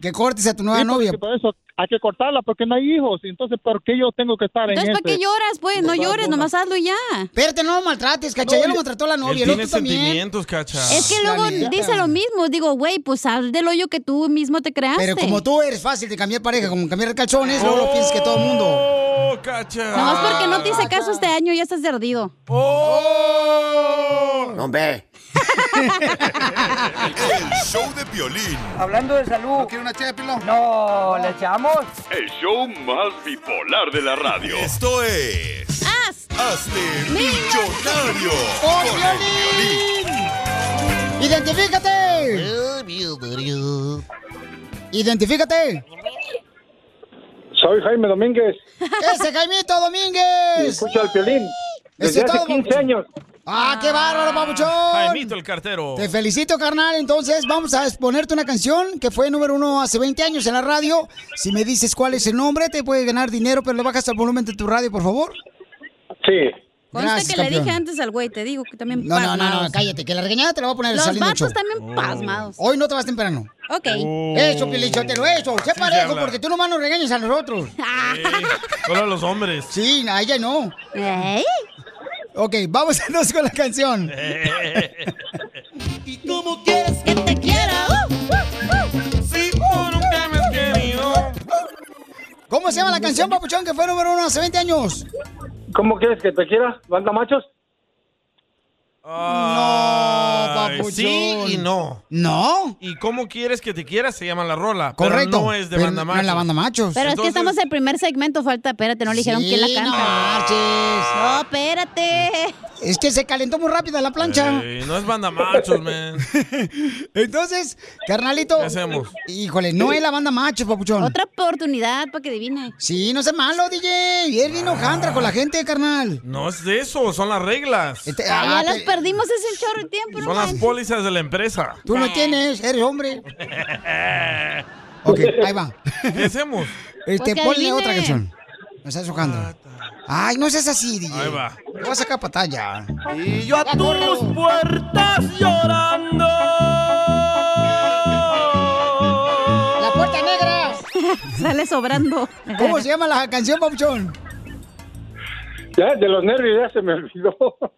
Speaker 2: Que cortes a tu
Speaker 37: Sí, porque Por eso hay que cortarla porque no hay hijos. Entonces, ¿por qué yo tengo que estar en
Speaker 3: Entonces, ¿para
Speaker 37: ese?
Speaker 3: qué
Speaker 2: este,
Speaker 3: lloras, pues? No
Speaker 37: de todas
Speaker 3: llores, nomás hazlo y ya.
Speaker 2: Espérate, no maltrates, cacha. Ya lo maltrató la novia,
Speaker 1: Él
Speaker 2: el
Speaker 1: tiene
Speaker 2: otro también.
Speaker 1: sentimientos, cacha.
Speaker 3: Es que luego
Speaker 2: La neta.
Speaker 3: dice lo mismo. Digo, güey, pues sal del hoyo que tú mismo te creaste.
Speaker 2: Pero como tú eres fácil de cambiar pareja, como cambiar calzones, luego lo piensas que todo el mundo.
Speaker 1: ¡Oh, cacha!
Speaker 3: Nomás porque no te hice caso este año, ya estás perdido.
Speaker 1: ¡Oh!
Speaker 19: No, hombre.
Speaker 6: El show de Piolín.
Speaker 7: Hablando de salud. ¿No quiere una No, ¿le echamos?
Speaker 8: El show más bipolar de la radio.
Speaker 6: Esto es... Hazte millonario
Speaker 2: ¡Con
Speaker 6: con el Piolín.
Speaker 2: ¡Identifícate!
Speaker 3: [LAUGHS]
Speaker 2: ¡Identifícate!
Speaker 41: Soy Jaime Domínguez.
Speaker 2: ¡Ese Jaimito
Speaker 41: y
Speaker 2: Domínguez!
Speaker 41: Escucho al violín. Desde
Speaker 2: Eso ¡Pues! es
Speaker 41: hace
Speaker 2: todo,
Speaker 41: 15
Speaker 2: papuchón.
Speaker 41: años.
Speaker 2: ¡Ah, qué bárbaro,
Speaker 1: Jaimito
Speaker 2: papuchón!
Speaker 1: el cartero.
Speaker 2: Te felicito, carnal. Entonces, vamos a exponerte una canción que fue número uno hace 20 años en la radio. Si me dices cuál es el nombre, te puede ganar dinero, pero le bajas al volumen de tu radio, por favor.
Speaker 41: Sí.
Speaker 3: Conste
Speaker 2: Gracias,
Speaker 3: que le
Speaker 2: campeón.
Speaker 3: dije antes al güey, te digo que también
Speaker 2: No, no,
Speaker 3: pasmados.
Speaker 2: no, no, cállate, que la regañada te la voy a poner
Speaker 3: Los
Speaker 2: saliendo del
Speaker 3: vatos
Speaker 2: show.
Speaker 1: Oh.
Speaker 3: también pasmados.
Speaker 2: Hoy no te vas temprano.
Speaker 3: Ok.
Speaker 2: Eso, Pilichotero, eso. Sé
Speaker 3: se
Speaker 2: parejo,
Speaker 3: habla.
Speaker 2: porque tú nomás nos regañas a nosotros.
Speaker 1: Solo a los hombres.
Speaker 2: Sí, a ella no.
Speaker 3: ¿Eh?
Speaker 2: Ok, vamos [LAUGHS] entonces con la canción.
Speaker 13: ¿Y cómo quieres que te quiera? Si tú nunca me has querido.
Speaker 2: ¿Cómo se llama la canción, papuchón, que fue número uno hace 20 años?
Speaker 41: ¿Cómo quieres que te quiera? ¿Banda machos?
Speaker 1: Ay,
Speaker 41: papuchón.
Speaker 1: Sí y no.
Speaker 2: ¿No?
Speaker 1: ¿Y cómo quieres que te quiera? Se llama la rola.
Speaker 2: Correcto.
Speaker 1: Pero no es de
Speaker 2: Pero
Speaker 1: banda
Speaker 2: no
Speaker 1: machos.
Speaker 2: es la banda machos.
Speaker 3: Pero es que
Speaker 2: Entonces-
Speaker 3: estamos en el primer segmento, falta, espérate, no le dijeron
Speaker 2: Sí,
Speaker 3: quién la
Speaker 2: no
Speaker 3: canta. No, espérate.
Speaker 2: Es que se calentó muy rápida la
Speaker 13: Eh.
Speaker 2: plancha.
Speaker 1: Ey, no es banda machos, man.
Speaker 2: Entonces, carnalito.
Speaker 1: ¿Qué hacemos?
Speaker 2: Híjole, no es la banda machos, papuchón.
Speaker 3: Otra, po- oportunidad para que adivine.
Speaker 2: Sí, no sea malo, DJ. Eres bien hojandra con la gente, carnal.
Speaker 1: No es de eso, son las reglas.
Speaker 2: Este,
Speaker 3: Ah, ya las perdimos ese chorro de tiempo, no
Speaker 1: Son las
Speaker 3: manches.
Speaker 1: pólizas de la empresa.
Speaker 2: Tú no tienes, eres hombre.
Speaker 1: ok,
Speaker 2: ahí va.
Speaker 1: ¿Qué hacemos?
Speaker 2: Este,
Speaker 1: Pues que
Speaker 2: ponle
Speaker 1: adivine.
Speaker 2: otra canción. No estás hojandra. Ay, no seas así, DJ.
Speaker 13: Ahí va.
Speaker 2: Te vas a sacar patalla.
Speaker 13: Y yo a tus puertas llorando.
Speaker 2: ¡La puerta negra!
Speaker 3: [LAUGHS] Sale sobrando.
Speaker 2: ¿Cómo se llama la canción, Papuchón?
Speaker 41: Ya, de los nervios ya se me olvidó.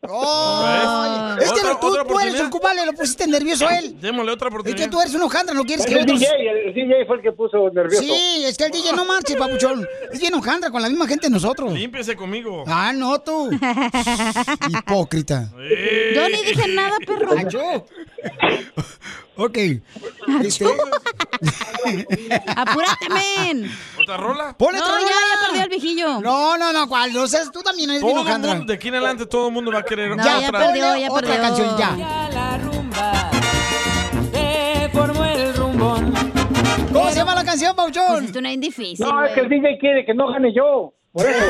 Speaker 2: Ay, es que
Speaker 41: Otra-
Speaker 2: lo, tú, tú
Speaker 41: otra
Speaker 2: eres
Speaker 41: oportunidad.
Speaker 2: un cubano, lo pusiste nervioso a él.
Speaker 1: Démosle otra
Speaker 2: Es
Speaker 1: oportunidad.
Speaker 2: que tú eres un hojandra, no quieres
Speaker 41: Es
Speaker 2: que
Speaker 41: el
Speaker 2: otros...
Speaker 41: DJ, el DJ fue el que puso nervioso.
Speaker 2: Sí, es que el DJ no marche, papuchón. Es bien hojandra con la misma gente de nosotros.
Speaker 1: Límpiese conmigo.
Speaker 2: Ah,
Speaker 3: [LAUGHS]
Speaker 2: no, tú. Hipócrita.
Speaker 3: Yo ni dije
Speaker 1: [LAUGHS]
Speaker 3: nada, perro.
Speaker 41: Ah,
Speaker 2: [LAUGHS] Ok. Este,
Speaker 41: Ah,
Speaker 3: Apúrate, men.
Speaker 1: [LAUGHS] ¿Otra rola?
Speaker 2: Ponle
Speaker 3: no,
Speaker 2: otra
Speaker 3: ya,
Speaker 2: rola.
Speaker 3: ya perdió el viejillo.
Speaker 2: No, no, no, cuál. No seas tú también eres bien
Speaker 1: Todo el
Speaker 2: hojandra.
Speaker 1: mundo, de aquí en adelante todo el mundo va a querer
Speaker 2: No,
Speaker 1: otra.
Speaker 2: ya perdió, ya Otra perdió. canción, ya.
Speaker 13: Te formó el rumbón.
Speaker 2: ¿Cómo se llama la canción, Pauchón?
Speaker 3: Pues Es una bien difícil.
Speaker 41: No, es que
Speaker 2: [LAUGHS]
Speaker 41: el
Speaker 3: güey.
Speaker 41: DJ quiere que no gane yo. Por eso.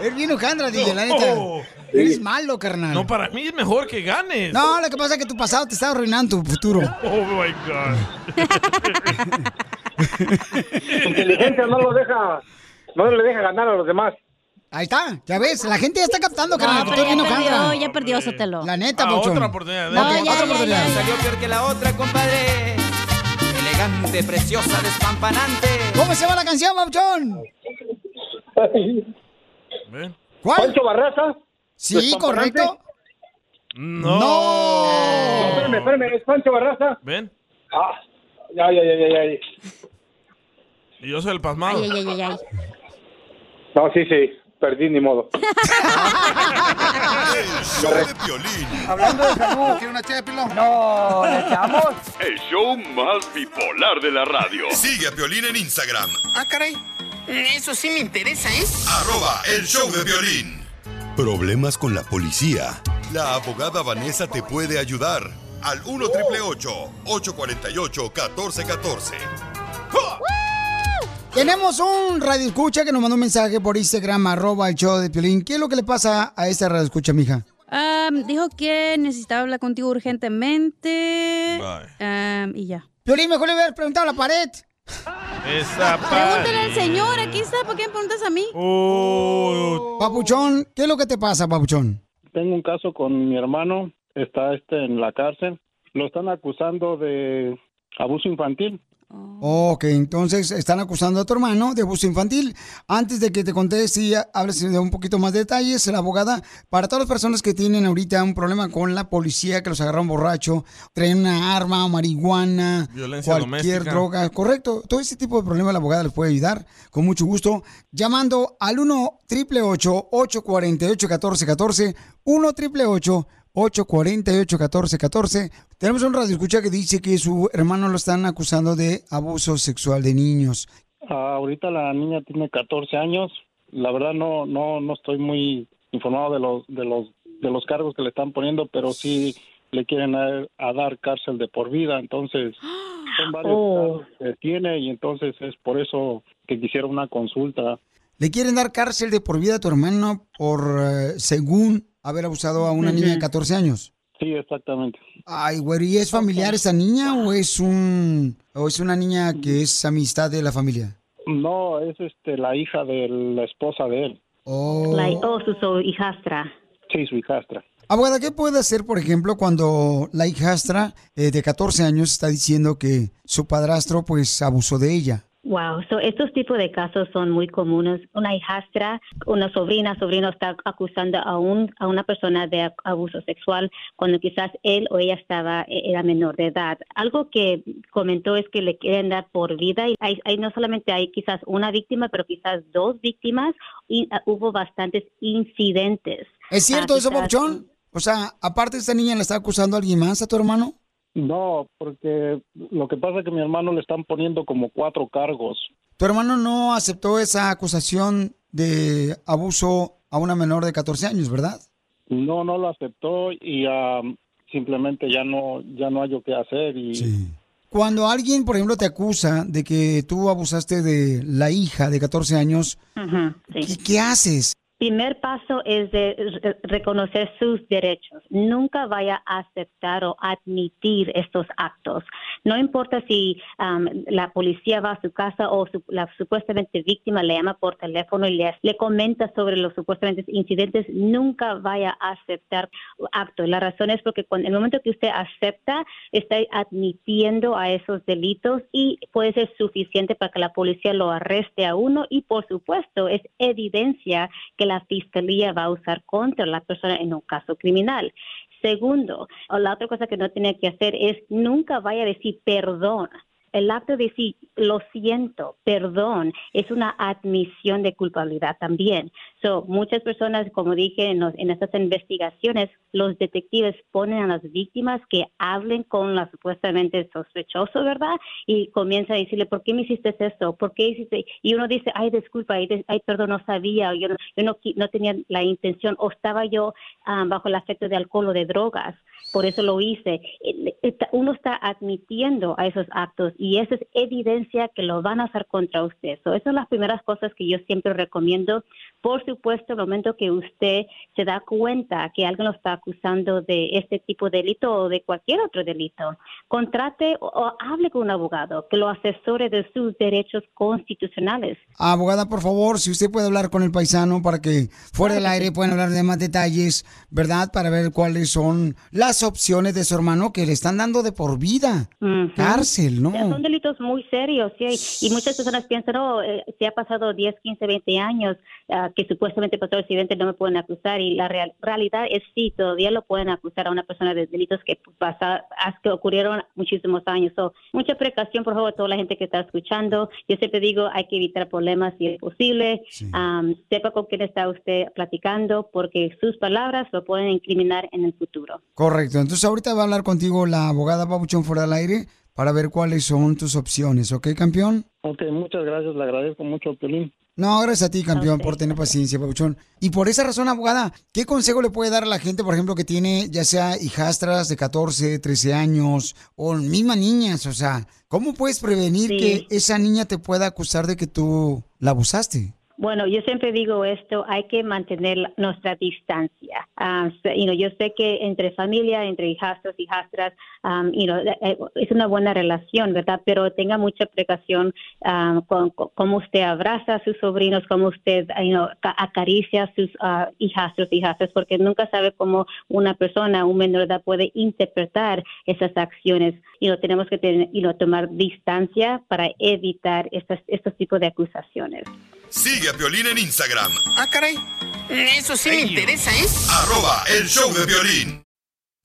Speaker 2: Es bien hojandra, DJ, la neta.
Speaker 1: No.
Speaker 2: Eres malo, carnal.
Speaker 1: No, para mí es mejor que ganes.
Speaker 2: No, lo que pasa es que tu pasado te está arruinando tu
Speaker 41: [LAUGHS]
Speaker 2: futuro.
Speaker 1: Oh my God.
Speaker 41: Su inteligencia no lo deja, no le deja ganar a los demás.
Speaker 2: Ahí está, ya ves, la gente ya está captando,
Speaker 3: No,
Speaker 2: carnal, que tú
Speaker 3: Ah, pero
Speaker 2: eres
Speaker 3: ya
Speaker 2: bien hojandra.
Speaker 3: perdió, ya perdió, Sotelo.
Speaker 2: La neta,
Speaker 3: Ah,
Speaker 2: Pauchón.
Speaker 3: otra oportunidad,
Speaker 2: No,
Speaker 3: dale.
Speaker 2: ya,
Speaker 3: Otra
Speaker 2: ya,
Speaker 3: oportunidad.
Speaker 2: ya, ya.
Speaker 12: Salió peor que la otra, compadre. Elegante, preciosa, despampanante.
Speaker 2: ¿Cómo se llama la canción, Pauchón? ¿Cuál?
Speaker 41: ¿Pancho Barraza? Pues,
Speaker 2: Sí, correcto.
Speaker 1: No.
Speaker 41: No, espérame, espérame, es Pancho Barraza.
Speaker 1: Ven,
Speaker 41: Ah, ya, ya, ya, ya, ya.
Speaker 1: y yo soy el pasmado.
Speaker 3: Ay, ay, ay, ay.
Speaker 41: No, sí, sí, perdí ni [LAUGHS] modo.
Speaker 7: Hablando de salud. ¿Quiere una ché de pilón? No, ¿le echamos?
Speaker 8: El show más bipolar de la radio.
Speaker 6: Sigue a Piolín en Instagram,
Speaker 7: Ah, caray. Eso sí me interesa, ¿eh?
Speaker 6: arroba el show de violín. Problemas con la policía. La abogada Vanessa te puede ayudar al 1 848 1414.
Speaker 2: Tenemos un radio escucha que nos mandó un mensaje por Instagram, arroba el show de Piolín. ¿Qué es lo que le pasa a esta radio escucha, mija?
Speaker 3: Am, dijo que necesitaba hablar contigo urgentemente. Am, y ya.
Speaker 2: Piolín, mejor le hubieras preguntado a la pared.
Speaker 1: Esa
Speaker 3: Pregúntale al señor, aquí está, ¿por qué me preguntas a mí?
Speaker 2: Papuchón, ¿qué es lo que te pasa, Papuchón?
Speaker 41: Tengo un caso con mi hermano, está este en la cárcel. Lo están acusando de abuso infantil.
Speaker 2: Ok, entonces están acusando a tu hermano de abuso infantil. Antes de que te conteste y hables de un poquito más de detalles, la abogada, para todas las personas que tienen ahorita un problema con la policía, que los agarraron borracho, traen una arma o marihuana,
Speaker 1: Violencia
Speaker 2: cualquier
Speaker 1: doméstica.
Speaker 2: droga, Ah, correcto, todo ese tipo de problemas la abogada les puede ayudar con mucho gusto, llamando al 1 888 848 1414 1 888 848-1414. Tenemos un radio escucha que dice que su hermano lo están acusando de abuso sexual de niños.
Speaker 41: Ah, ahorita la niña tiene 14 años. La verdad no no no estoy muy informado de los de los de los cargos que le están poniendo, pero sí le quieren a, a dar cárcel de por vida. Entonces son varios cargos que tiene y entonces es por eso que quisiera una consulta.
Speaker 2: Le quieren dar cárcel de por vida a tu hermano por, eh, según, haber abusado a una niña de
Speaker 41: Ujú.
Speaker 2: 14 años.
Speaker 41: Sí, exactamente.
Speaker 2: Ay, güey, ¿y es familiar esa niña o es un o es una niña que es amistad de la familia?
Speaker 41: No, es este la hija de la esposa de él.
Speaker 14: La, oh, su, su hijastra.
Speaker 41: Sí, su hijastra.
Speaker 2: Abogada, ¿qué puede hacer, por ejemplo, cuando la hijastra eh, de 14 años está diciendo que su padrastro pues abusó de ella?
Speaker 14: Wow, so, estos tipos de casos son muy comunes. Una hijastra, una sobrina, sobrino está acusando a, un, a una persona de ac- abuso sexual cuando quizás él o ella estaba e- era menor de edad. Algo que comentó es que le quieren dar por vida y hay, hay- no solamente hay quizás una víctima, pero quizás dos víctimas y ah, hubo bastantes incidentes.
Speaker 2: ¿Es cierto
Speaker 14: Ah,
Speaker 2: eso,
Speaker 14: quizás-
Speaker 2: Popchón? O sea, aparte esta niña le está acusando a alguien más a tu hermano.
Speaker 41: No, porque lo que pasa es que a mi hermano le están poniendo como cuatro cargos.
Speaker 2: Tu hermano no aceptó esa acusación de abuso a una menor de 14 años, ¿verdad?
Speaker 41: No, um, no lo aceptó y am, simplemente ya no ya no hay lo que hacer y
Speaker 2: cuando alguien, por ejemplo, te acusa de que tú abusaste de la hija de 14 años,
Speaker 14: Ujú, sí.
Speaker 2: ¿qué, qué haces?
Speaker 14: Primer paso es de re- reconocer sus derechos. Nunca vaya a aceptar o admitir estos actos. No importa si am, la policía va a su casa o su- la supuestamente víctima le llama por teléfono y le, le comenta sobre los supuestamente incidentes, nunca vaya a aceptar actos. La razón es porque cuando, en el momento que usted acepta, está admitiendo a esos delitos y puede ser suficiente para que la policía lo arreste a uno y por supuesto es evidencia que la fiscalía va a usar contra la persona en un caso criminal. Segundo, o la otra cosa que no tiene que hacer es nunca vaya a decir perdón. El acto de decir lo siento, perdón, es una admisión de culpabilidad también. So, muchas personas, como dije en, los- en estas investigaciones, los detectives ponen a las víctimas que hablen con la supuestamente sospechoso, ¿verdad? Y comienza a decirle, ¿por qué me hiciste esto? ¿Por qué hiciste? Y uno dice, ay, disculpa, ay, dis- ay, perdón, no sabía, o yo, no, yo no, qui- no tenía la intención, o estaba yo ah, bajo el afecto de alcohol o de drogas, por eso lo hice. El- está- Uno está admitiendo a esos actos y eso es evidencia que lo van a hacer contra usted. So, esas son las primeras cosas que yo siempre recomiendo. Por supuesto, el momento que usted se da cuenta que alguien lo está acusando de este tipo de delito o de cualquier otro delito, contrate o, o hable con un abogado que lo asesore de sus derechos constitucionales.
Speaker 2: Abogada, por favor, si usted puede hablar con el paisano para que fuera del aire puedan hablar de más detalles, ¿verdad? Para ver cuáles son las opciones de su hermano que le están dando de por vida. Cárcel, ¿no?
Speaker 14: Son delitos muy serios, ¿sí? Y muchas personas piensan, oh, eh, si ha pasado 10, 15, 20 años ah, que supuestamente pasó el accidente, no me pueden acusar. Y la real- realidad es sí, todavía lo pueden acusar a una persona de delitos que, pasa- as- que ocurrieron muchísimos años. So, mucha precaución, por favor, a toda la gente que está escuchando. Yo siempre digo, hay que evitar problemas si es posible. Am, sepa con quién está usted platicando, porque sus palabras lo pueden incriminar en el futuro.
Speaker 2: Correcto. Entonces ahorita va a hablar contigo la abogada Babuchón fuera del aire para ver cuáles son tus opciones, ¿ok, campeón?
Speaker 41: Ok, muchas gracias, le agradezco mucho, Piolín.
Speaker 2: No, gracias a ti, campeón, por tener paciencia, Babuchón. Y por esa razón, abogada, ¿qué consejo le puede dar a la gente, por ejemplo, que tiene ya sea hijastras de 14, 13 años o mismas niñas? O sea, ¿cómo puedes prevenir
Speaker 14: Sí.
Speaker 2: que esa niña te pueda acusar de que tú la abusaste?
Speaker 14: Bueno, yo siempre digo esto, hay que mantener la- nuestra distancia. Ah, se- you know, yo sé que entre familia, entre hijastros, hijastras, um, you know, eh, eh, es una buena relación, ¿verdad? Pero tenga mucha precaución ah, con, con- cómo usted abraza a sus sobrinos, cómo usted you know, ca- acaricia a sus ah, hijastros, hijastras, porque nunca sabe cómo una persona, un menor de edad, puede interpretar esas acciones. Y no tenemos que tener, you know, tomar distancia para evitar estas, estos tipos de acusaciones.
Speaker 6: Sigue a Piolín en Instagram,
Speaker 13: Ah, caray. Eso sí me interesa, ¿eh?
Speaker 6: arroba el show de Piolín.